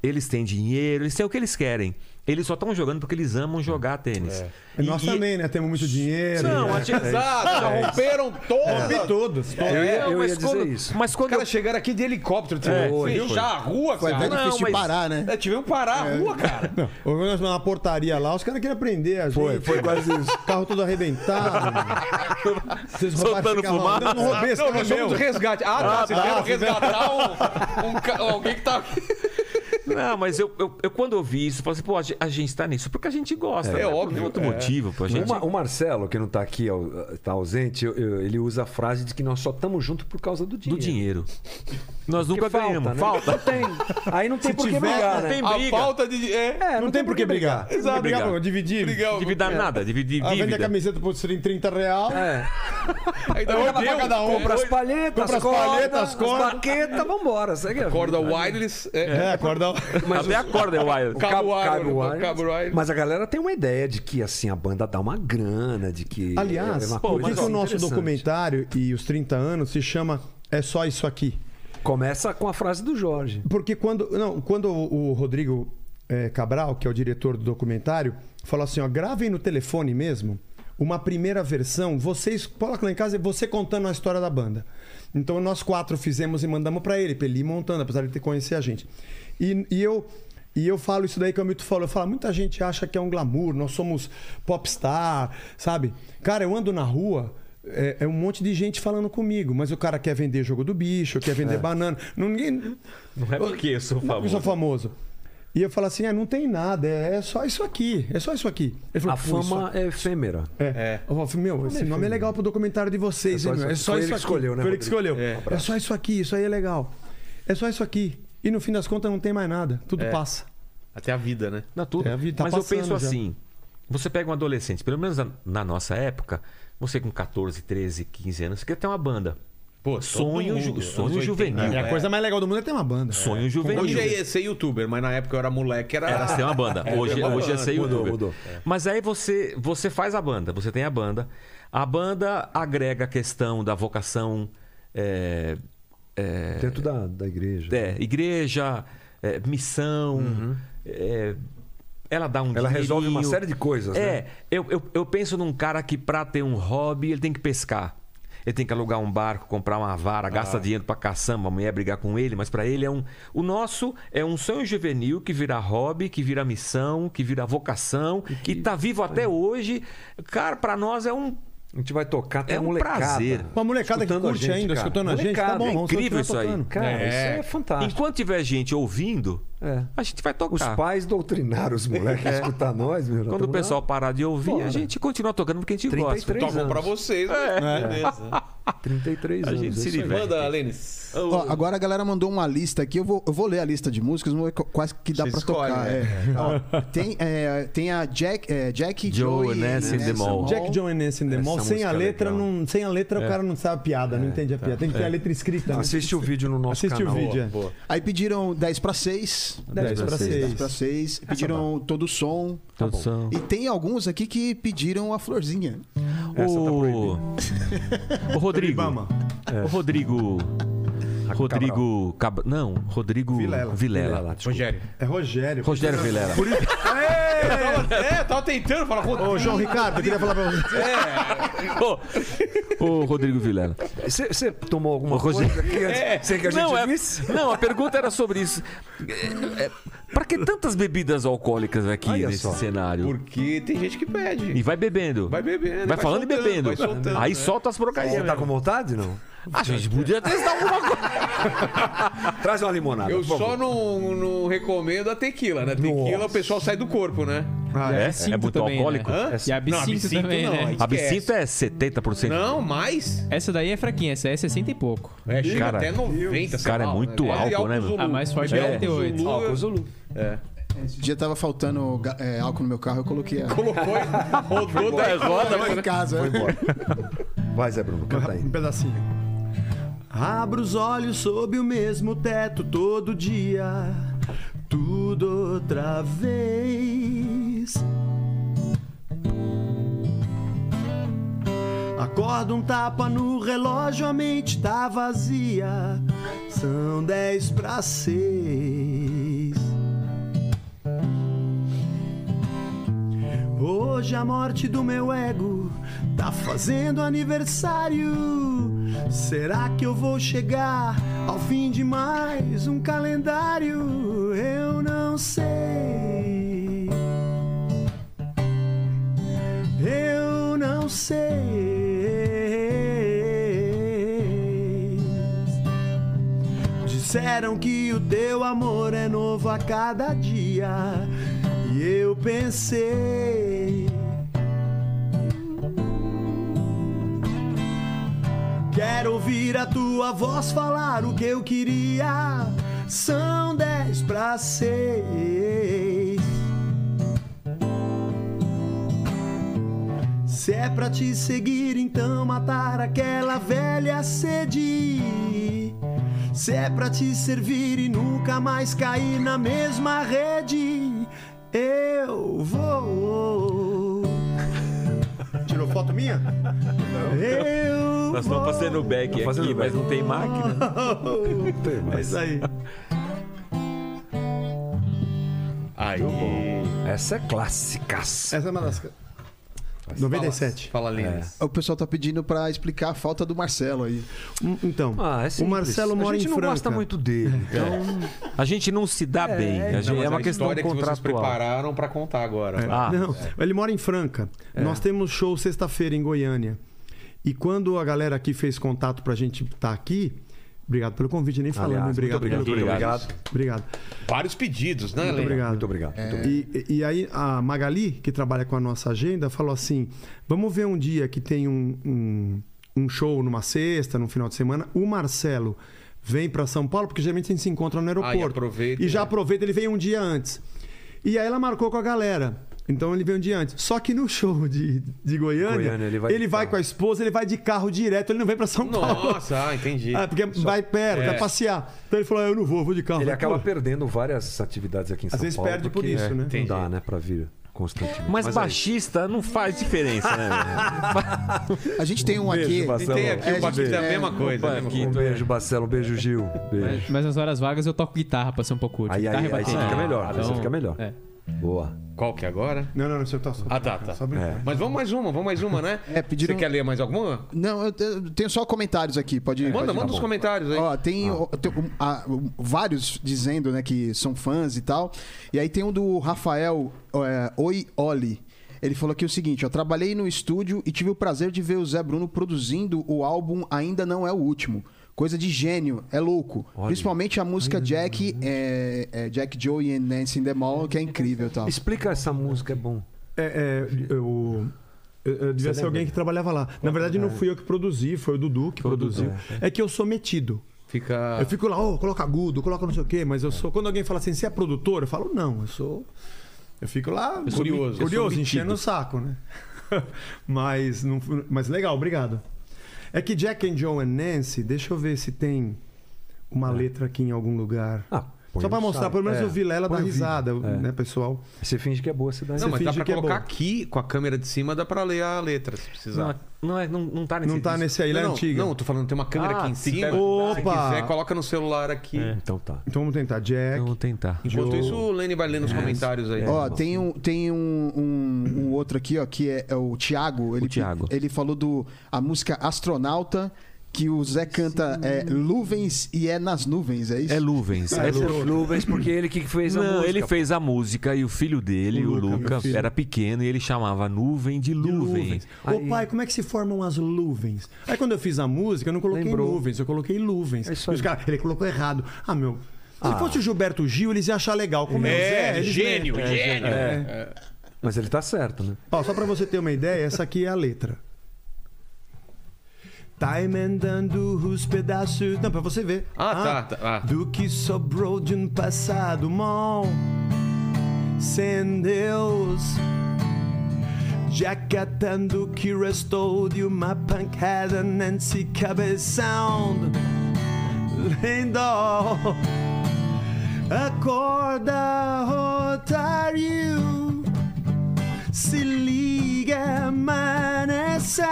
Eles têm dinheiro, eles têm o que eles querem. Eles só estão jogando porque eles amam jogar tênis.
E Nós também, né? Temos muito dinheiro. É.
Não,
né?
a gente...
É
Exato, já romperam todas.
Rompe todas. todas.
Eu ia,
É,
eu
mas
ia dizer
quando-
isso.
Mas
Os
quando
caras chegaram aqui de helicóptero, tipo,
É,
foi,
foi.
já a rua,
Foi até
cara.
Não,
difícil de
mas-
parar, né?
É, tivemos que parar a rua, cara.
Não, eu vi na portaria lá, os caras queriam prender a gente. Foi, foi quase isso. Carro todo arrebentado. Vocês roubaram
Soltando
esse carro?
fumaça.
Não, não roubei esse
Não,
carro
nós
é
fomos
meu.
resgate. Ah, tá, vocês vieram resgatar um, um ca- alguém que tá...
Não, mas eu, eu, eu quando eu vi isso, eu falei assim, pô, a ge- a gente tá nisso porque a gente gosta.
É
né? Não
óbvio,
Tem outro
é.
motivo, pô. A gente...
O Ma- o Marcelo, que não tá aqui, ó, tá ausente, eu- eu- ele usa a frase de que nós só estamos juntos por causa do
Do
um
dinheiro.
dinheiro.
Nós
Porque
nunca
falta,
ganhamos.
né?
Falta.
Não tem. Aí não tem por que
tiver,
brigar,
não
né?
tem
A
briga.
falta de... É,
É,
Não, tem por que brigar.
Exato.
Brigar,
Brigar.
pô, dividir.
Legal.
Dividar nada, dividir
Ah, vende a
dívida.
camiseta por 30 real.
É.
Ainda
Oito
acaba
pra
cada-
cada um.
Compra as palhetas,
Compra as
corda,
palhetas, corda.
as baquetas, vambora. Segue a vida.
Corda wireless. É.
É, acorda.
Até a corda é wild.
Cabo wire,
Cabo
o
wire.
cabo wire.
Mas a galera tem uma ideia de que assim a banda dá uma grana, de que é
Aliás,
uma
por que
coisa
que o nosso
interessante.
documentário e os 30 anos se chama É Só Isso Aqui?
começa com a frase do Jorge.
Porque quando, não, quando o o Rodrigo eh, Cabral, que é o diretor do documentário, falou assim: ó, gravem no telefone mesmo uma primeira versão, vocês, coloca lá em casa, e você contando a história da banda. Então nós quatro fizemos e mandamos pra ele, pra ele ir montando, apesar de ele ter conhecido a gente. E, e eu. E eu falo isso daí que o Milton falou. Eu falo, "Ah, muita gente acha que é um glamour, nós somos popstar, sabe? Cara, eu ando na rua, é, é um monte de gente falando comigo, mas o cara quer vender jogo do bicho, quer vender banana. Não, ninguém,
Não é porque eu sou
não é porque
famoso.
eu sou famoso. E eu falo assim, ah, não tem nada, é, é só isso aqui, é só isso aqui. Ele falou,
A
"Pô,
fama é efêmera.
isso- É. Eu falo, meu, esse nome é legal pro documentário de vocês,
né?" É
hein,
só
meu? É
isso-
só
foi
isso
ele que
aqui.
escolheu, né,
Foi ele que
Rodrigo?
escolheu. É. só isso aqui, isso aí é legal. É só isso aqui. E no fim das contas não tem mais nada, tudo
É.
passa.
Até a vida, né?
Na tudo.
É, a vida tá
Mas eu
passando
penso
já.
assim: você pega um adolescente, pelo menos na, na nossa época, você com 14, 13, 15 anos, você quer ter uma banda.
Pô, todo
Sonho,
mundo,
ju-
anos
sonho
80,
juvenil.
né?
E a coisa mais legal do mundo é ter uma banda.
Sonho juvenil.
Hoje é ser youtuber, mas na época eu era moleque, era...
Era ser uma banda. Hoje,
era uma
hoje é
banda.
ser
Mudou,
youtuber.
mudou. é.
Mas aí você, você faz a banda, você tem a banda. A banda agrega a questão da vocação. é, é,
Dentro da, da igreja.
é, igreja, é, missão. é, ela dá um
Uhum. Ela resolve uma
dinheirinho.
série de coisas,
É,
né?
eu, eu, eu penso num cara que pra ter um hobby, ele tem que pescar. Ele tem que alugar um barco, comprar uma vara,
Ah.
gasta dinheiro pra caçamba, a mulher brigar com ele, mas pra ele é um. O nosso é um sonho juvenil que vira hobby, que vira missão, que vira vocação, e, tá vivo até hoje. Cara, pra nós é um.
A gente vai tocar até
É um
molecada.
prazer.
Uma molecada que
Escutando a
curte
gente,
ainda,
cara.
escutando a gente, tá
Molecada,
bom.
é
vamos
incrível
continuar
isso aí.
tocando.
Cara, isso é fantástico.
Enquanto tiver gente ouvindo,
É.
a gente vai tocar.
Os pais doutrinaram os moleques a escutar nós, meu.
Tá. Quando o pessoal parar de ouvir,
Bora.
a gente continua tocando porque a gente gosta.
33
Tocam
anos.
pra vocês.
É.
né? Beleza.
33
A
anos.
gente
é
se
isso aí.
diverte.
Manda, Lênis.
Ó, agora a galera mandou uma lista aqui. Eu vou, eu vou ler a lista de músicas, vamos ver qu- quais que dá
Você
pra
escolhe,
tocar.
né?
é. Ó, tem, é, tem a Jack, é, Jack
Joe,
Joe,
Nancy and the Mall.
Jack John and Nancy in the
Essa
Mall, sem a
música é
letra,
legal. É. tá.
não, sem a letra o cara não sabe a piada, não entende a piada. Tem que ter a letra escrita. né?
Assiste o vídeo no nosso
Assiste
canal.
o vídeo.
ó.
é.
Aí pediram 10 pra 6.
10 pra 6.
10 pra 6. Pediram todo o som.
Todo som.
E tem alguns aqui que pediram a florzinha.
O... o tá Rodrigo. O Rodrigo. Rodrigo. Cab- Não, Rodrigo
Vilela.
Vilela.
Vilela, desculpa.
Rogério.
É Rogério.
Rogério Vilela.
É, tava tentando falar. Rodrigo.
Ô, João Ricardo, eu queria falar pra você.
Ô, ô, Rodrigo Vilela.
Você, você É, tomou alguma coisa aqui antes? Sem que a gente
não, é-
visse?
não, a pergunta era sobre isso. É, é, Pra que tantas bebidas alcoólicas aqui
Olha
nesse
só.
cenário?
Porque tem gente que pede.
E vai bebendo.
Vai
né?
bebendo,
Vai
vai
falando
soltando,
e bebendo.
vai soltando,
Aí
né?
solta as
Você
porcarias.
tá com
mesmo.
vontade, não?
A gente podia testar alguma coisa.
Traz uma limonada,
Eu
por favor.
só não, não recomendo a tequila, né? Tequila o pessoal sai do corpo, né?
é?
absinto
É muito
também,
alcoólico?
Né?
Hã?
E absinto,
Não, absinto
também,
não,
né?
é-
Absinto é 70%.
Não, mais?
Essa daí é fraquinha, essa é 60 e pouco.
É, chega
Cara,
até 90, sei
cara, é
lá,
muito
né?
álcool, né,
Álcool
meu?
Zulu.
A mais forte é
Álcool
48.
Zulu,
Álcool
eu-
Zulu.
Esse dia tava faltando ga- é, álcool no meu carro, eu coloquei a...
Colocou e rodou da
é
Tava em casa.
Foi embora. Vai, Zé Bruno, canta aí.
Um pedacinho. Abro os olhos sob o mesmo teto todo dia, tudo outra vez. Acordo um tapa no relógio, a mente tá vazia. São dez pra seis. Hoje a morte do meu ego tá fazendo aniversário. Será que eu vou chegar ao fim de mais um calendário? Eu não sei. Eu não sei. Disseram que o teu amor é novo a cada dia. E eu pensei. Quero ouvir a tua voz falar o que eu queria. São dez pra seis. Se é pra te seguir, então matar aquela velha sede. Se é pra te servir e nunca mais cair na mesma rede, eu vou. Tirou foto minha? Eu
Nós
vou.
estamos Uhum. fazendo back aqui,
fazendo
mas não tem máquina.
É isso aí.
Aí.
Essa é clássicaça.
Essa é uma das. 97.
Fala,
É.
Lênis.
O pessoal tá pedindo pra explicar a falta do Marcelo aí.
Então,
Ah, é
o
simples.
Marcelo mora
A gente
em
não
Franca.
gosta muito dele. Então,
A gente não se dá bem. A gente-
Não, mas
é uma
a
questão
história que vocês
contratual.
prepararam pra contar agora.
Ah,
Não, ele mora em Franca.
É.
Nós temos show sexta-feira em Goiânia. E quando a galera aqui fez contato pra gente estar aqui, obrigado pelo convite, nem falando,
aliás, muito
obrigado,
obrigado.
pelo
Muito obrigado.
convite. Obrigado.
Vários pedidos, né,
Muito
Lênis?
obrigado.
Muito obrigado. muito obrigado.
É, E, e aí a Magali, que trabalha com a nossa agenda, falou assim: vamos ver um dia que tem um, um, um show numa sexta, num final de semana. O Marcelo vem para São Paulo, porque geralmente a gente se encontra no aeroporto.
Ah, e aproveita,
é.
E já
né?
aproveita, ele vem um dia antes. E aí ela marcou com a galera. Então ele veio um dia antes. Só que no show de, de Goiânia,
Goiânia,
ele
ele
vai,
vai de carro.
com a esposa, ele vai de carro direto, ele não vem para São Paulo.
Nossa, ah, entendi.
Ah, porque vai perto, vai passear. Então ele falou: ah, eu não vou, eu vou de carro.
É. Ele
Falei,
acaba
"Pô,
perdendo várias atividades aqui em São
vezes
Paulo.
perde por
porque
isso, né?
Não dá, né, pra vir constantemente.
mas, é
aí,
baixista não faz diferença, né?
A gente tem um aqui...
E tem aqui
É,
o Batista, é a
gente, é,
mesma coisa. né?
aqui.
Um beijo, Marcelo. Um beijo, Gil. Beijo.
Mas nas horas vagas eu toco guitarra pra ser um pouco útil.
Aí, aí,
Guitarra e
aí você
bateria.
fica melhor. aí você
Então,
fica melhor.
é.
Boa.
Qual que é agora?
Não, não, não, você tá só.
Ah, tá, tá.
Só brincando.
Mas vamos mais uma, vamos mais uma, né?
É, pediram-
Você quer ler mais alguma?
Não, eu te- eu tenho só comentários aqui, pode pode
Manda,
tá
ir.
manda os comentários aí.
Ó, tem, ó, tem, um, ah, um, vários dizendo, né, que são fãs e tal. E aí tem um do Rafael é, Oi Oli. Ele falou aqui o seguinte, ó, trabalhei no estúdio e tive o prazer de ver o Zé Bruno produzindo o álbum Ainda Não É o Último. Coisa de gênio, é louco. Principalmente a música Jack, é, é, Jack Joe e Nancy in the Mall, que é incrível e tal.
Explica essa música, é bom.
É, é, eu, eu- eu devia ser alguém que trabalhava lá. Na verdade,
é.
não fui eu que produzi, foi o Dudu que produziu. É que eu sou metido.
Fica.
Ah.
Eu fico lá, oh, coloca agudo, coloca não sei o quê, mas eu sou. Quando alguém fala assim, você é produtor? Eu falo, não, eu sou. Eu fico lá
sou curioso, eu sou
curioso
metido.
enchendo o saco, né? mas, não, fui- mas legal, obrigado. É que Jack and John and Nancy, deixa eu ver se tem uma letra aqui em algum lugar.
É. Ah, põe
Só pra
no
mostrar,
site.
pelo menos
É,
o Vilela
põe
dá
o vídeo.
risada,
É.
né, pessoal?
Você finge que é boa, você dá
Não, mas dá
finge
pra
que é
colocar
bom.
aqui com a câmera de cima, dá pra ler a letra se precisar.
Não, não, é, não, não tá nesse
Não tá
disco.
nesse aí, ele é
não, não,
antiga.
não, tô falando, tem uma câmera
Ah,
aqui em
sim,
cima.
pega-
Se
Opa!
quiser, coloca no celular aqui.
Então tá.
Então vamos tentar. Jack.
Então, vou tentar.
Enquanto
Joe.
isso, o Lenny vai ler nos comentários
É,
aí.
Ó, tem um, tem um, um- um outro aqui, ó, que é, é o Thiago. Ele,
Thiago.
Ele falou do a música Astronauta, que o Zé canta é, Luvens e é nas nuvens, é isso?
É Luvens. É Lu-
Nuvens, porque ele que fez a
Não,
música.
ele fez a música e o filho dele, o, Luca, era pequeno e ele chamava nuvem de
Luvens.
nuvens.
Ô pai, como é que se formam as luvens? Aí quando eu fiz a música, eu não coloquei
Lembrou.
nuvens, eu coloquei luvens.
É
e
isso aí.
os caras, ele colocou errado. Ah, meu. Se fosse o Gilberto Gil, eles iam achar legal. Como é, o Zé, eles
gênio,
metem.
gênio.
É. Mas ele tá certo, né?
Ó, só pra você ter uma ideia, essa aqui é a letra. Tá emendando os pedaços. Não, pra você ver.
Ah, tá, tá, ah.
Do que sobrou de um passado mal. Sem Deus. Já catando o que restou de uma pancada Nancy Cabeção. Lindor. Acorda, otário. Se liga, er amaneceu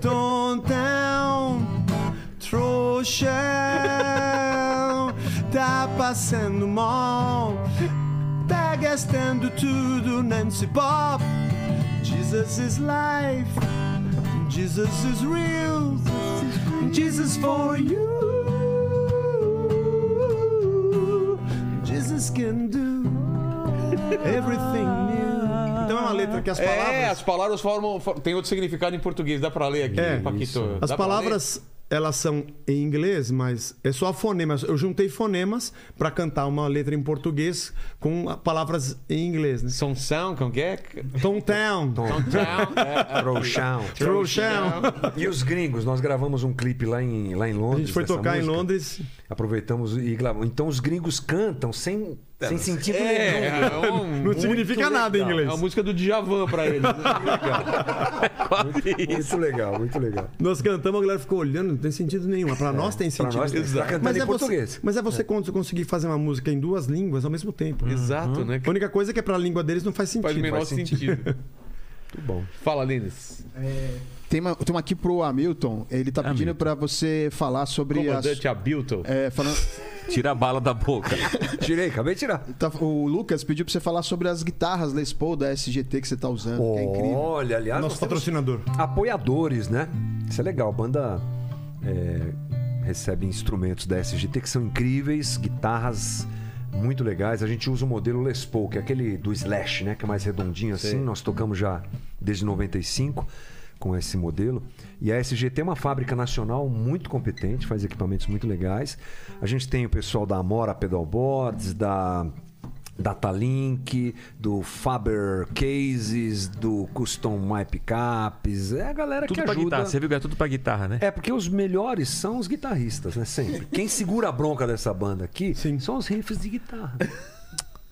Tontão Trouxa Tá passando mal Tá gastando tudo Nancy Pop Jesus is life Jesus is real Jesus for you Jesus can do Everything new. Então é uma letra que as palavras.
É, as palavras formam. for- Tem outro significado em português. Dá pra ler aqui,
É,
Paquito? Dá
As
pra
palavras, elas são em inglês, mas é só fonemas. Eu juntei fonemas pra cantar uma letra em português com a- palavras em inglês, né?
ler? São são, como que é?
Town.
Então
São
tá.
são, é, é.
Trouxão.
Trouxão.
E os gringos, nós gravamos um clipe lá em, lá em
A
Londres.
gente foi
dessa
tocar em
é música.
Londres.
Aproveitamos e gravamos. Então os gringos cantam sem, sem sentido
É,
nenhum.
é um-
Não significa nada em
é
inglês.
uma música do Djavan pra eles. né?
Muito legal, muito legal.
Nós cantamos, a galera ficou olhando, não tem sentido nenhum. Pra nós tem
Pra
sentido.
nós, tá cantando
mas
em
é
português.
Você, mas é você quando conseguir fazer uma música em duas línguas ao mesmo tempo.
Exato, né?
A única coisa é que pra língua deles não Uhum. faz sentido.
Faz o menor
faz sentido.
sentido.
Muito bom.
Fala, Lênis.
Tem, uma, tem uma aqui pro Hamilton, ele
É,
tá pedindo pra você falar sobre as.
Comandante Abilton.
É, falando,
Tira a bala da boca.
Tirei, acabei de tirar.
tá- o Lucas pediu pra você falar sobre as guitarras Les Paul da SGT que você tá usando, que é incrível.
Olha, aliás,
Nosso
nós temos
patrocinador.
apoiadores, né? Isso é legal. A banda é, recebe instrumentos da SGT que são incríveis, guitarras muito legais. A gente usa o modelo Les Paul, que é aquele do Slash, né? Que é mais redondinho assim. Nós tocamos já desde 95 com esse modelo. E a SGT é uma fábrica nacional muito competente, faz equipamentos muito legais. A gente tem o pessoal da Amora Pedalboards, da Datalink, do Faber Cases, do Custom My Picapes. É a galera
Tudo
que
pra
ajuda.
guitarra. Você viu que é tudo pra guitarra, né?
É porque os melhores são os guitarristas, né? Sempre. Quem segura a bronca dessa banda aqui são os riffs de guitarra.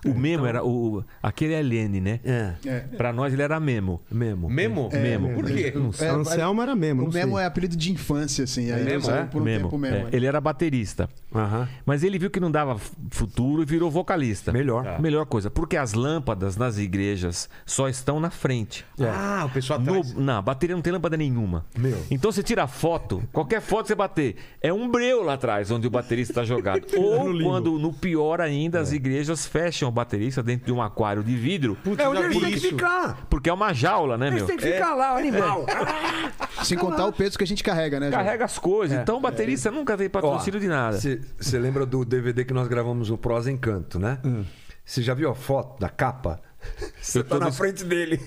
O Memo era o. Aquele é Lene, né?
É.
Pra nós ele era Memo.
Mesmo.
Memo?
É,
Memo.
Por quê?
é Eu não sei.
É,
Anselmo era mesmo,
O
não sei.
Memo é apelido de infância, assim. Aí
Memo,
usaram
é?
por um
Memo.
tempo mesmo.
É, Ele era baterista.
Aham.
Mas ele viu que não dava f- futuro e virou vocalista.
Melhor. É.
Tá. Melhor coisa. Porque as lâmpadas nas igrejas só estão na frente.
Ah, o pessoal
No,
atrás.
na bateria não tem lâmpada nenhuma.
É. Meu.
Então você tira a foto, qualquer foto que você bater, é um breu lá atrás onde o baterista está jogado. Ou quando, no pior ainda,
É.
as igrejas fecham o baterista dentro de um aquário de vidro.
Putz,
É,
já vi isso.
ficar.
Porque é uma jaula, né, meu?
que ficar lá, o animal.
é. Sem contar o peso que a gente carrega, né? Jorge?
Carrega as coisas.
É.
Então o baterista nunca tem patrocínio de nada.
Você lembra do DVD que nós gravamos o Prosa Encanto, né?
Hum.
Você já viu a foto da capa? Você tá
tô
na
no-
frente dele.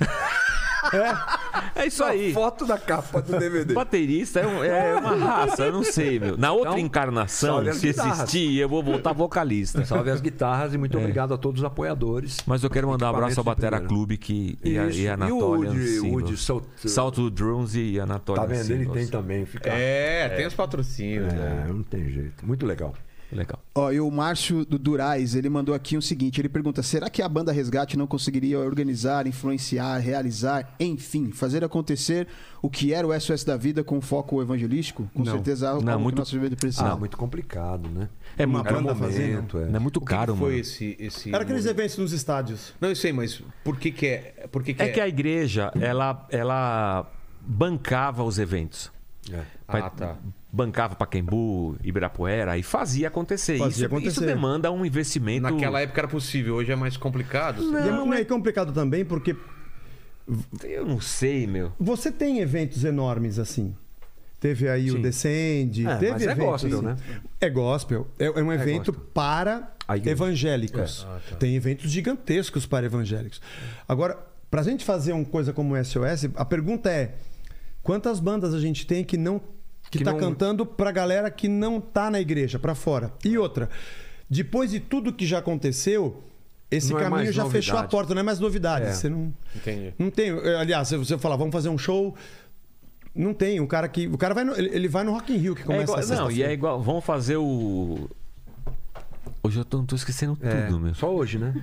É isso aí.
A foto da capa do DVD.
Baterista é, um- é uma raça, eu não sei, meu. Na outra
Então,
encarnação,
salve as
se
guitarras.
existir, eu vou voltar vocalista.
Salve as guitarras e muito obrigado a todos os apoiadores.
É. Mas eu quero mandar um abraço ao
Equipamentos de
Batera
primeira.
Clube que, e, a,
Isso.
e
E
a
o
Anatolian
Woody-
Singles.
Woody Salt-
Salto Drones e Anatolian
Tá vendo? Ele
Singles.
tem também. Fica...
É, tem os patrocínios. né?
É, não tem jeito. Muito legal.
Legal.
Ó, e o Márcio do Durais, ele mandou aqui o seguinte, ele pergunta, será que a banda Resgate não conseguiria organizar, influenciar, realizar, enfim, fazer acontecer o que era o SOS da vida com foco evangelístico? Com
Não.
certeza algo
Não,
que
muito-
nosso evento
Ah,
precisa.
muito complicado, né?
É muito,
Era o
banda fazer,
momento, é.
é muito
O que
caro,
que foi
mano.
esse,
é.
esse.
Era aqueles eventos nos estádios.
Não, eu sei, mas por que que é. Por que que
É que a igreja, ela, ela bancava os eventos.
É.
Ah,
Pa-
tá.
Bancava Pacaembu, Ibirapuera e fazia acontecer.
Fazia
isso,
acontecer.
isso demanda um investimento.
Naquela época era possível, hoje é mais complicado.
E é, é complicado também porque
Eu não sei, meu.
você tem eventos enormes assim. Teve aí o
Sim.
Descende.
É,
teve
mas é
eventos,
gospel,
assim.
né?
É gospel. É, é um evento
gospel.
para
A igreja. É. Ah, tá.
evangélicos. Tem eventos gigantescos para evangélicos. Agora, para a gente fazer uma coisa como o SOS, a pergunta é: quantas bandas a gente tem que não que,
Que
tá
não-
cantando para galera que não tá na igreja, para fora? E outra, depois de tudo que já aconteceu, esse
Não é
caminho
mais
já fechou a
novidade.
porta, não é mais novidade. Você não
Entendi.
não tem. eh, Aliás, se você falar, vamos fazer um show. Não tem. O cara que. O cara vai no, ele, ele vai no Rock in Rio que começa
É igual-
a
não, e é igual. Vamos fazer o. Hoje eu tô, não tô esquecendo
É,
tudo, meu.
Só hoje, né?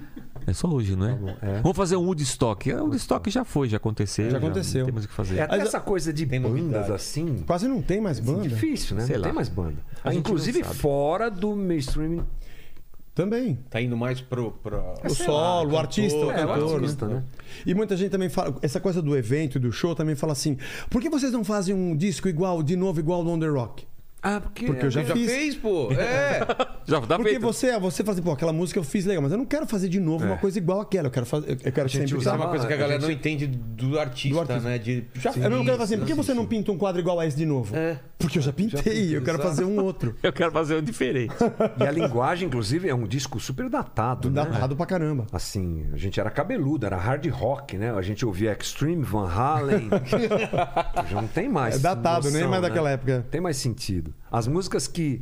É só hoje, não é? Vamos fazer um Woodstock. O Woodstock já foi, já aconteceu.
Já aconteceu.
Não tem mais o que fazer.
É até
Mas-
essa coisa de bandas assim.
Quase não tem mais banda.
Difícil, né?
Sei
não
lá.
tem mais banda.
A gente
Inclusive
não sabe.
fora do mainstream
Também.
Tá indo mais pro. pro...
O solo, o artista, o
é, o
cantor.
artista,
né?
né?
E muita gente também fala. Essa coisa do evento e do show também fala assim: por que vocês não fazem um disco igual, de novo, igual do On The Rock?
Ah, porque.
Porque eu já
Já
fiz.
fez, pô? É.
Já dá
Porque
feito.
você, você fala assim, pô, aquela música eu fiz legal, mas eu não quero fazer de novo uma coisa igual àquela. Eu quero fazer. Eu quero sempre
Isso é
usava-
uma coisa que a
a
galera
gente-
não entende do artista,
Do artista.
né? De...
Já- eu não quero fazer assim, por que
Sim,
você não pinta um quadro igual a esse de novo?
É.
Porque eu já pintei, eu quero fazer um outro.
Eu quero fazer um diferente.
E a linguagem, inclusive, é um disco super datado. né?
Datado pra caramba.
Assim, a gente era cabeludo, era hard rock, né? A gente ouvia Extreme, Van Halen. já não tem mais.
É datado,
noção,
nem mais
né?
daquela época.
Tem mais sentido. As músicas que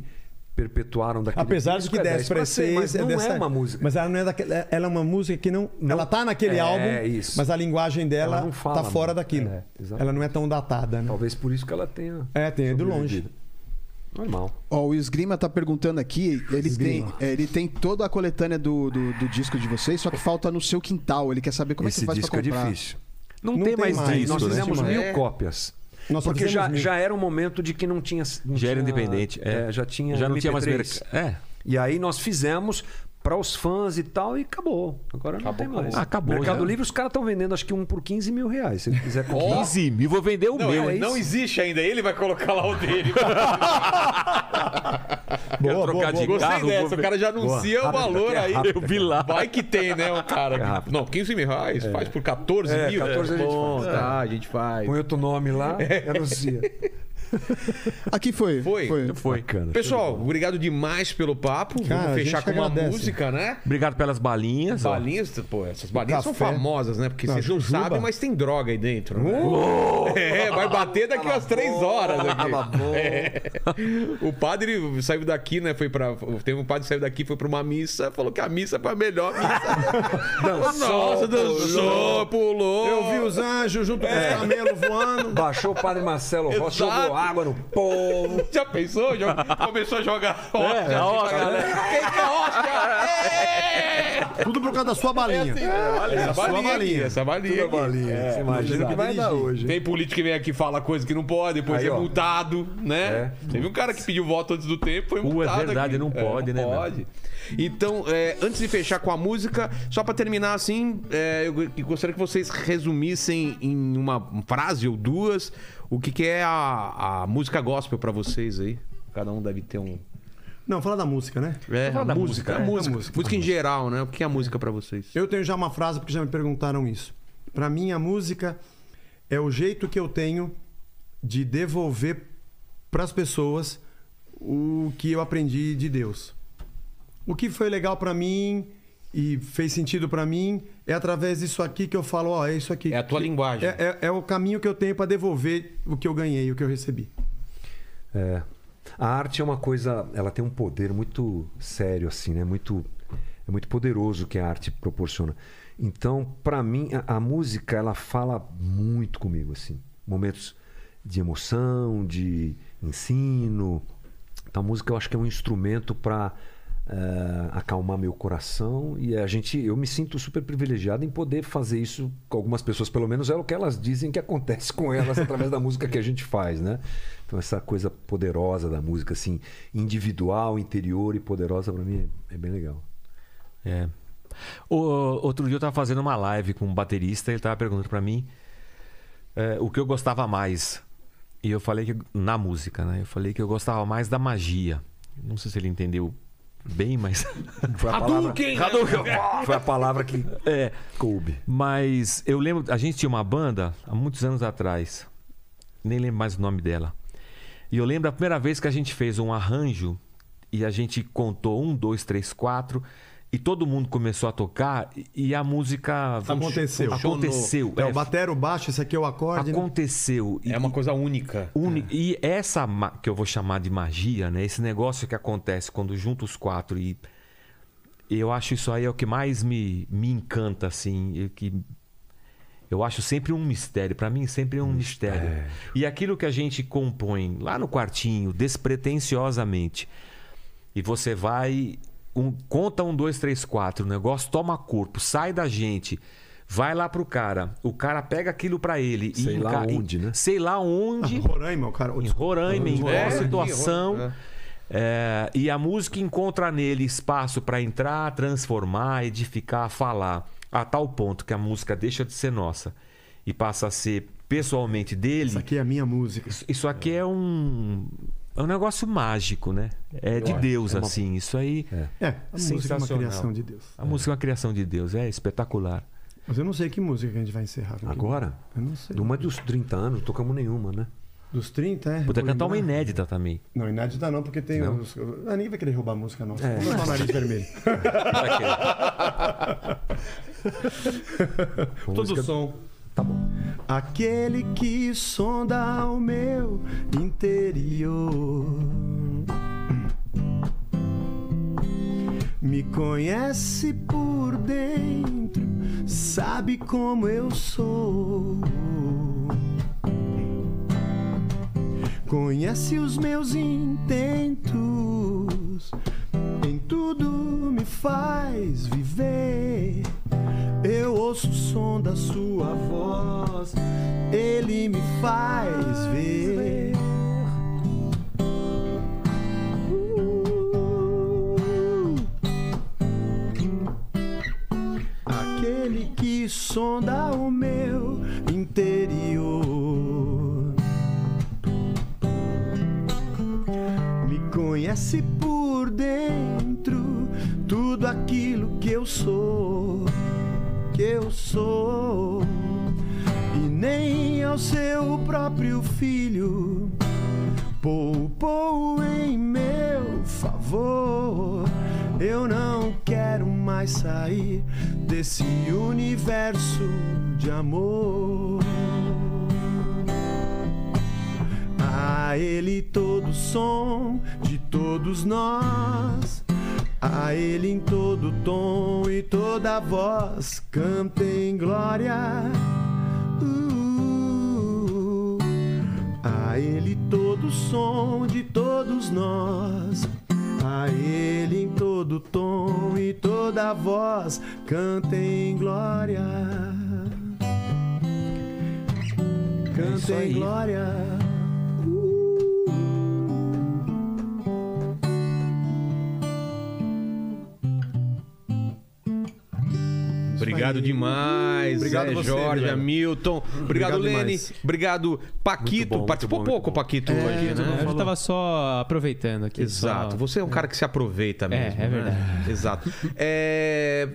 perpetuaram daquele
Apesar de
disco
que 10 para
10%,
6
mas
é
não
dessa-
é uma música.
Mas ela não é daquela. Ela é uma música que não.
Não-
ela tá naquele
É,
álbum,
isso.
mas a linguagem dela
Ela não fala
tá fora
muito.
daquilo.
É, exatamente.
ela não é tão datada, né?
Talvez por isso que ela tenha.
É, tem ido longe.
sobrevivido. Normal.
Ó, o Esgrima tá perguntando aqui, ele tem, é, ele tem toda a coletânea do, do, do disco de vocês, só que falta no seu quintal. Ele quer saber como é
Esse
que faz
disco
pra
é
comprar.
difícil.
Não,
Não
tem,
tem
mais,
mais.
disco,
Nós
né?
fizemos
Mas-
mil
É.
cópias.
Nós só
porque
fizemos
já,
mil.
já era um momento de que não tinha. não
Já era
tinha-
independente. É.
é, já tinha.
Já não tinha mais
MP3.
mercado. É.
E aí nós fizemos para os fãs e tal e acabou. Agora não tem mais.
acabou. Acabou,
Mercado
já.
Livre, os caras estão vendendo acho que um por 15 mil reais. Se ele quiser comprar.
15 mil, vou vender o
Não,
meu.
é,
hein?
não existe ainda. Ele vai colocar lá o dele.
Quero trocar de
Gostei
carro.
dessa.
vou
O cara já anuncia
Boa.
o valor
Rápido,
aí.
é rápido.
Eu vi lá.
Vai que tem, né, o cara? Não, 15 mil reais, faz por 14
É,
mil.
14 a gente faz.
Tá, a gente faz.
Põe outro nome lá
É,
e anuncia.
Aqui foi.
Foi.
Foi.
Bacana.
Pessoal, obrigado demais pelo papo.
Cara, a
Vamos fechar
gente
com uma
agradece.
música, né?
Obrigado pelas balinhas. ó.
Balinhas, pô, essas balinhas são
Café.
famosas, né? Porque
Não,
vocês não
jujuba. Uh!
sabem, mas tem droga aí dentro. né? É, vai bater daqui umas três horas. Aqui. É. O padre saiu daqui, né? Foi pra. Teve um padre que saiu daqui, foi pra uma missa, falou que a missa foi a melhor missa. Nossa, dançou, pulou.
Eu vi os anjos junto com
É.
os camelos voando.
Baixou o padre Marcelo Rossi,
Exato.
jogou água no povo.
Já pensou? Já começou a jogar hóstia. assim pra galera. Quem quer hóstia? É! assim,
Tudo por causa da sua balinha. É,
Essa
sua é
valia aqui,
valinha.
Essa valia aqui.
Você É, imagina o que vai dar hoje.
Tem político que vem aqui e fala coisa que não pode, depois
Aí,
é
ó.
multado, né? Teve um cara que pediu voto antes do tempo, foi um
é
multado.
verdade,
aqui.
não pode, né,
Não
meu?
pode. Então, é, antes de fechar com a música, só pra terminar assim, é, eu g- gostaria que vocês resumissem em uma frase ou duas o que, que é a, a música gospel pra vocês aí. Cada um deve ter um.
Não, fala da música, né?
É, a
da música,
música, a
é, da
música. Música em geral, né? O que é a música pra vocês?
Eu tenho já uma frase porque já me perguntaram isso. Pra mim, a música é o jeito que eu tenho de devolver pras pessoas o que eu aprendi de Deus. O que foi legal pra mim e fez sentido pra mim é através disso aqui que eu falo, ó, é isso aqui.
É a tua linguagem.
É, é- é o caminho que eu tenho pra devolver o que eu ganhei, o que eu recebi.
É. A arte é uma coisa, ela tem um poder muito sério assim, né? Muito é muito poderoso o que a arte proporciona. Então, pra mim, a, a música ela fala muito comigo assim. Momentos de emoção, de ensino. Então, a música eu acho que é um instrumento pra eh, acalmar meu coração e a gente, eu me sinto super privilegiado em poder fazer isso com algumas pessoas, pelo menos é o que elas dizem que acontece com elas através da música que a gente faz, né? Então essa coisa poderosa da música, assim, individual, interior e poderosa, pra mim é, é bem legal.
É. O- outro dia eu tava fazendo uma live com um baterista e ele tava perguntando pra mim é, o que eu gostava mais. E eu falei que na música, né? Eu falei que eu gostava mais da magia. Não sei se ele entendeu bem, mas
Foi a palavra,
Hadouken!
foi a palavra que
é,
coube.
mas eu lembro, a gente tinha uma banda há muitos anos atrás. Nem lembro mais o nome dela. E eu lembro a primeira vez que a gente fez um arranjo e a gente contou um, dois, três, quatro. E todo mundo começou a tocar e- e a música
Aconteceu.
aconteceu.
É,
é,
o batero baixo, esse aqui é o acorde. né?
aconteceu. E-
É uma coisa única.
Uni- E essa ma- que eu vou chamar de magia, né? Esse negócio que acontece quando junta os quatro e eu acho isso aí é o que mais me, me encanta assim, e que eu acho sempre um mistério, Pra mim sempre é um mistério. E aquilo que a gente compõe lá no quartinho, despretensiosamente, e você vai um- conta um, dois, três, quatro, o negócio toma corpo, sai da gente, vai lá pro cara, o cara pega aquilo pra ele e
Sei lá
enca- e-
onde, né?
sei lá onde,
Roraima, o cara.
em Roraima, em
É,
qual situação.
é.
é, e a música encontra nele espaço para entrar, transformar, edificar, falar. A tal ponto que a música deixa de ser nossa e passa a ser pessoalmente dele.
Essa aqui é a minha música.
Isso- Isso aqui é um. É um negócio mágico, né? É de Deus, assim. Isso aí.
É, a música é uma
Sensacional.
criação de Deus.
A música é uma criação de Deus, é espetacular.
Mas eu não sei que música que a gente vai encerrar. com aqui.
Agora?
Eu não sei.
Uma dos 30 anos, não tocamos nenhuma, né?
Dos 30, é?
Poder
Vou
cantar uma
lembrar.
inédita também.
Não, inédita não, porque tem
Não? É.
os. Ah, ninguém vai querer roubar a música nossa. Vamos levar o nariz vermelho. Todo o som. Tá bom. Aquele que sonda o meu interior me conhece por dentro, sabe como eu sou. Conhece os meus intentos, em tudo me faz viver. Eu ouço o som da sua voz, ele me faz ver. Aquele que sonda o meu interior. me conhece por dentro, tudo aquilo que eu sou, que eu sou, e nem ao seu próprio filho poupou em meu favor. Eu não quero mais sair desse universo de amor. A ele todo som de todos nós. A ele em todo tom e toda voz cantem glória. Uh, a ele todo som de todos nós. A ele em todo tom e toda voz cantem glória.
É isso
Cantem
aí.
glória.
Obrigado demais.
Obrigado
Zé
você,
Jorge,
Vilela.
Hamilton. Obrigado,
Obrigado
Lene.
demais.
Obrigado, Paquito.
bom, muito
Participou
bom, muito
pouco,
bom.
Paquito, hoje, né?
Eu tava só aproveitando aqui.
Exato.
só-
Você é um cara que se aproveita mesmo. né?
é verdade.
Exato. É,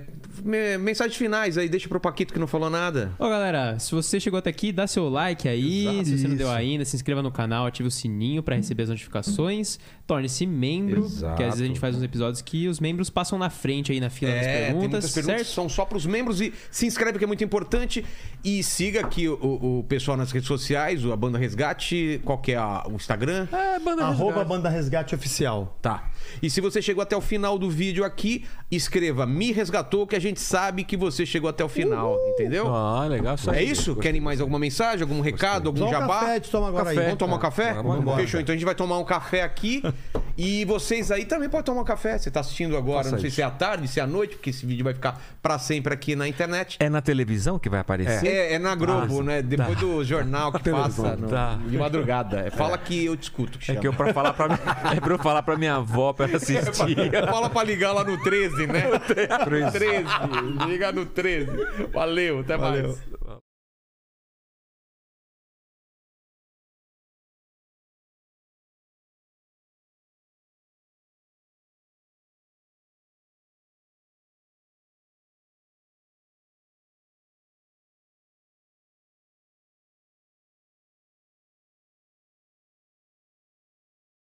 me- Mensagens finais aí, deixa pro Paquito que não falou nada.
Ô galera, se você chegou até aqui, dá seu like aí.
Exato.
Se você não deu ainda, se inscreva no canal, ative o sininho pra receber as notificações. Torne-se membro,
Exato. É,
que às vezes a gente faz uns episódios que os membros passam na frente aí na fila das
tem
perguntas,
muitas perguntas que
É, certo?
são só pros membros e se inscreve que é muito importante e siga aqui o, o pessoal nas redes sociais, o- a banda Resgate, qual que é a- o Instagram?
É, banda
Arroba
Resgate.
Banda Resgate Oficial.
Tá. E se você chegou até o final do vídeo aqui, escreva me resgatou que a gente sabe que você chegou até o final, entendeu?
Ah, legal. Isso
É
aí.
isso? Querem mais alguma mensagem, algum recado, algum
Toma um
jabá?
café, a gente toma agora aí.
Vamos tomar um café?
Vamos embora.
Fechou, então a gente vai tomar um café aqui. e vocês aí também podem tomar um café. Você tá assistindo agora, não sei se é à tarde, se é à noite, porque esse vídeo vai ficar pra sempre aqui na internet.
É na televisão que vai aparecer?
É, é na Globo,
Ah,
né? Depois do jornal que passa no-
Tá.
de madrugada. É, Fala que eu te escuto.
É que eu pra falar pra, mi- é pra eu falar pra minha avó pra ela assistir.
É, Fala pra ligar lá no 13, né? 13. Liga no 13. Valeu, até mais.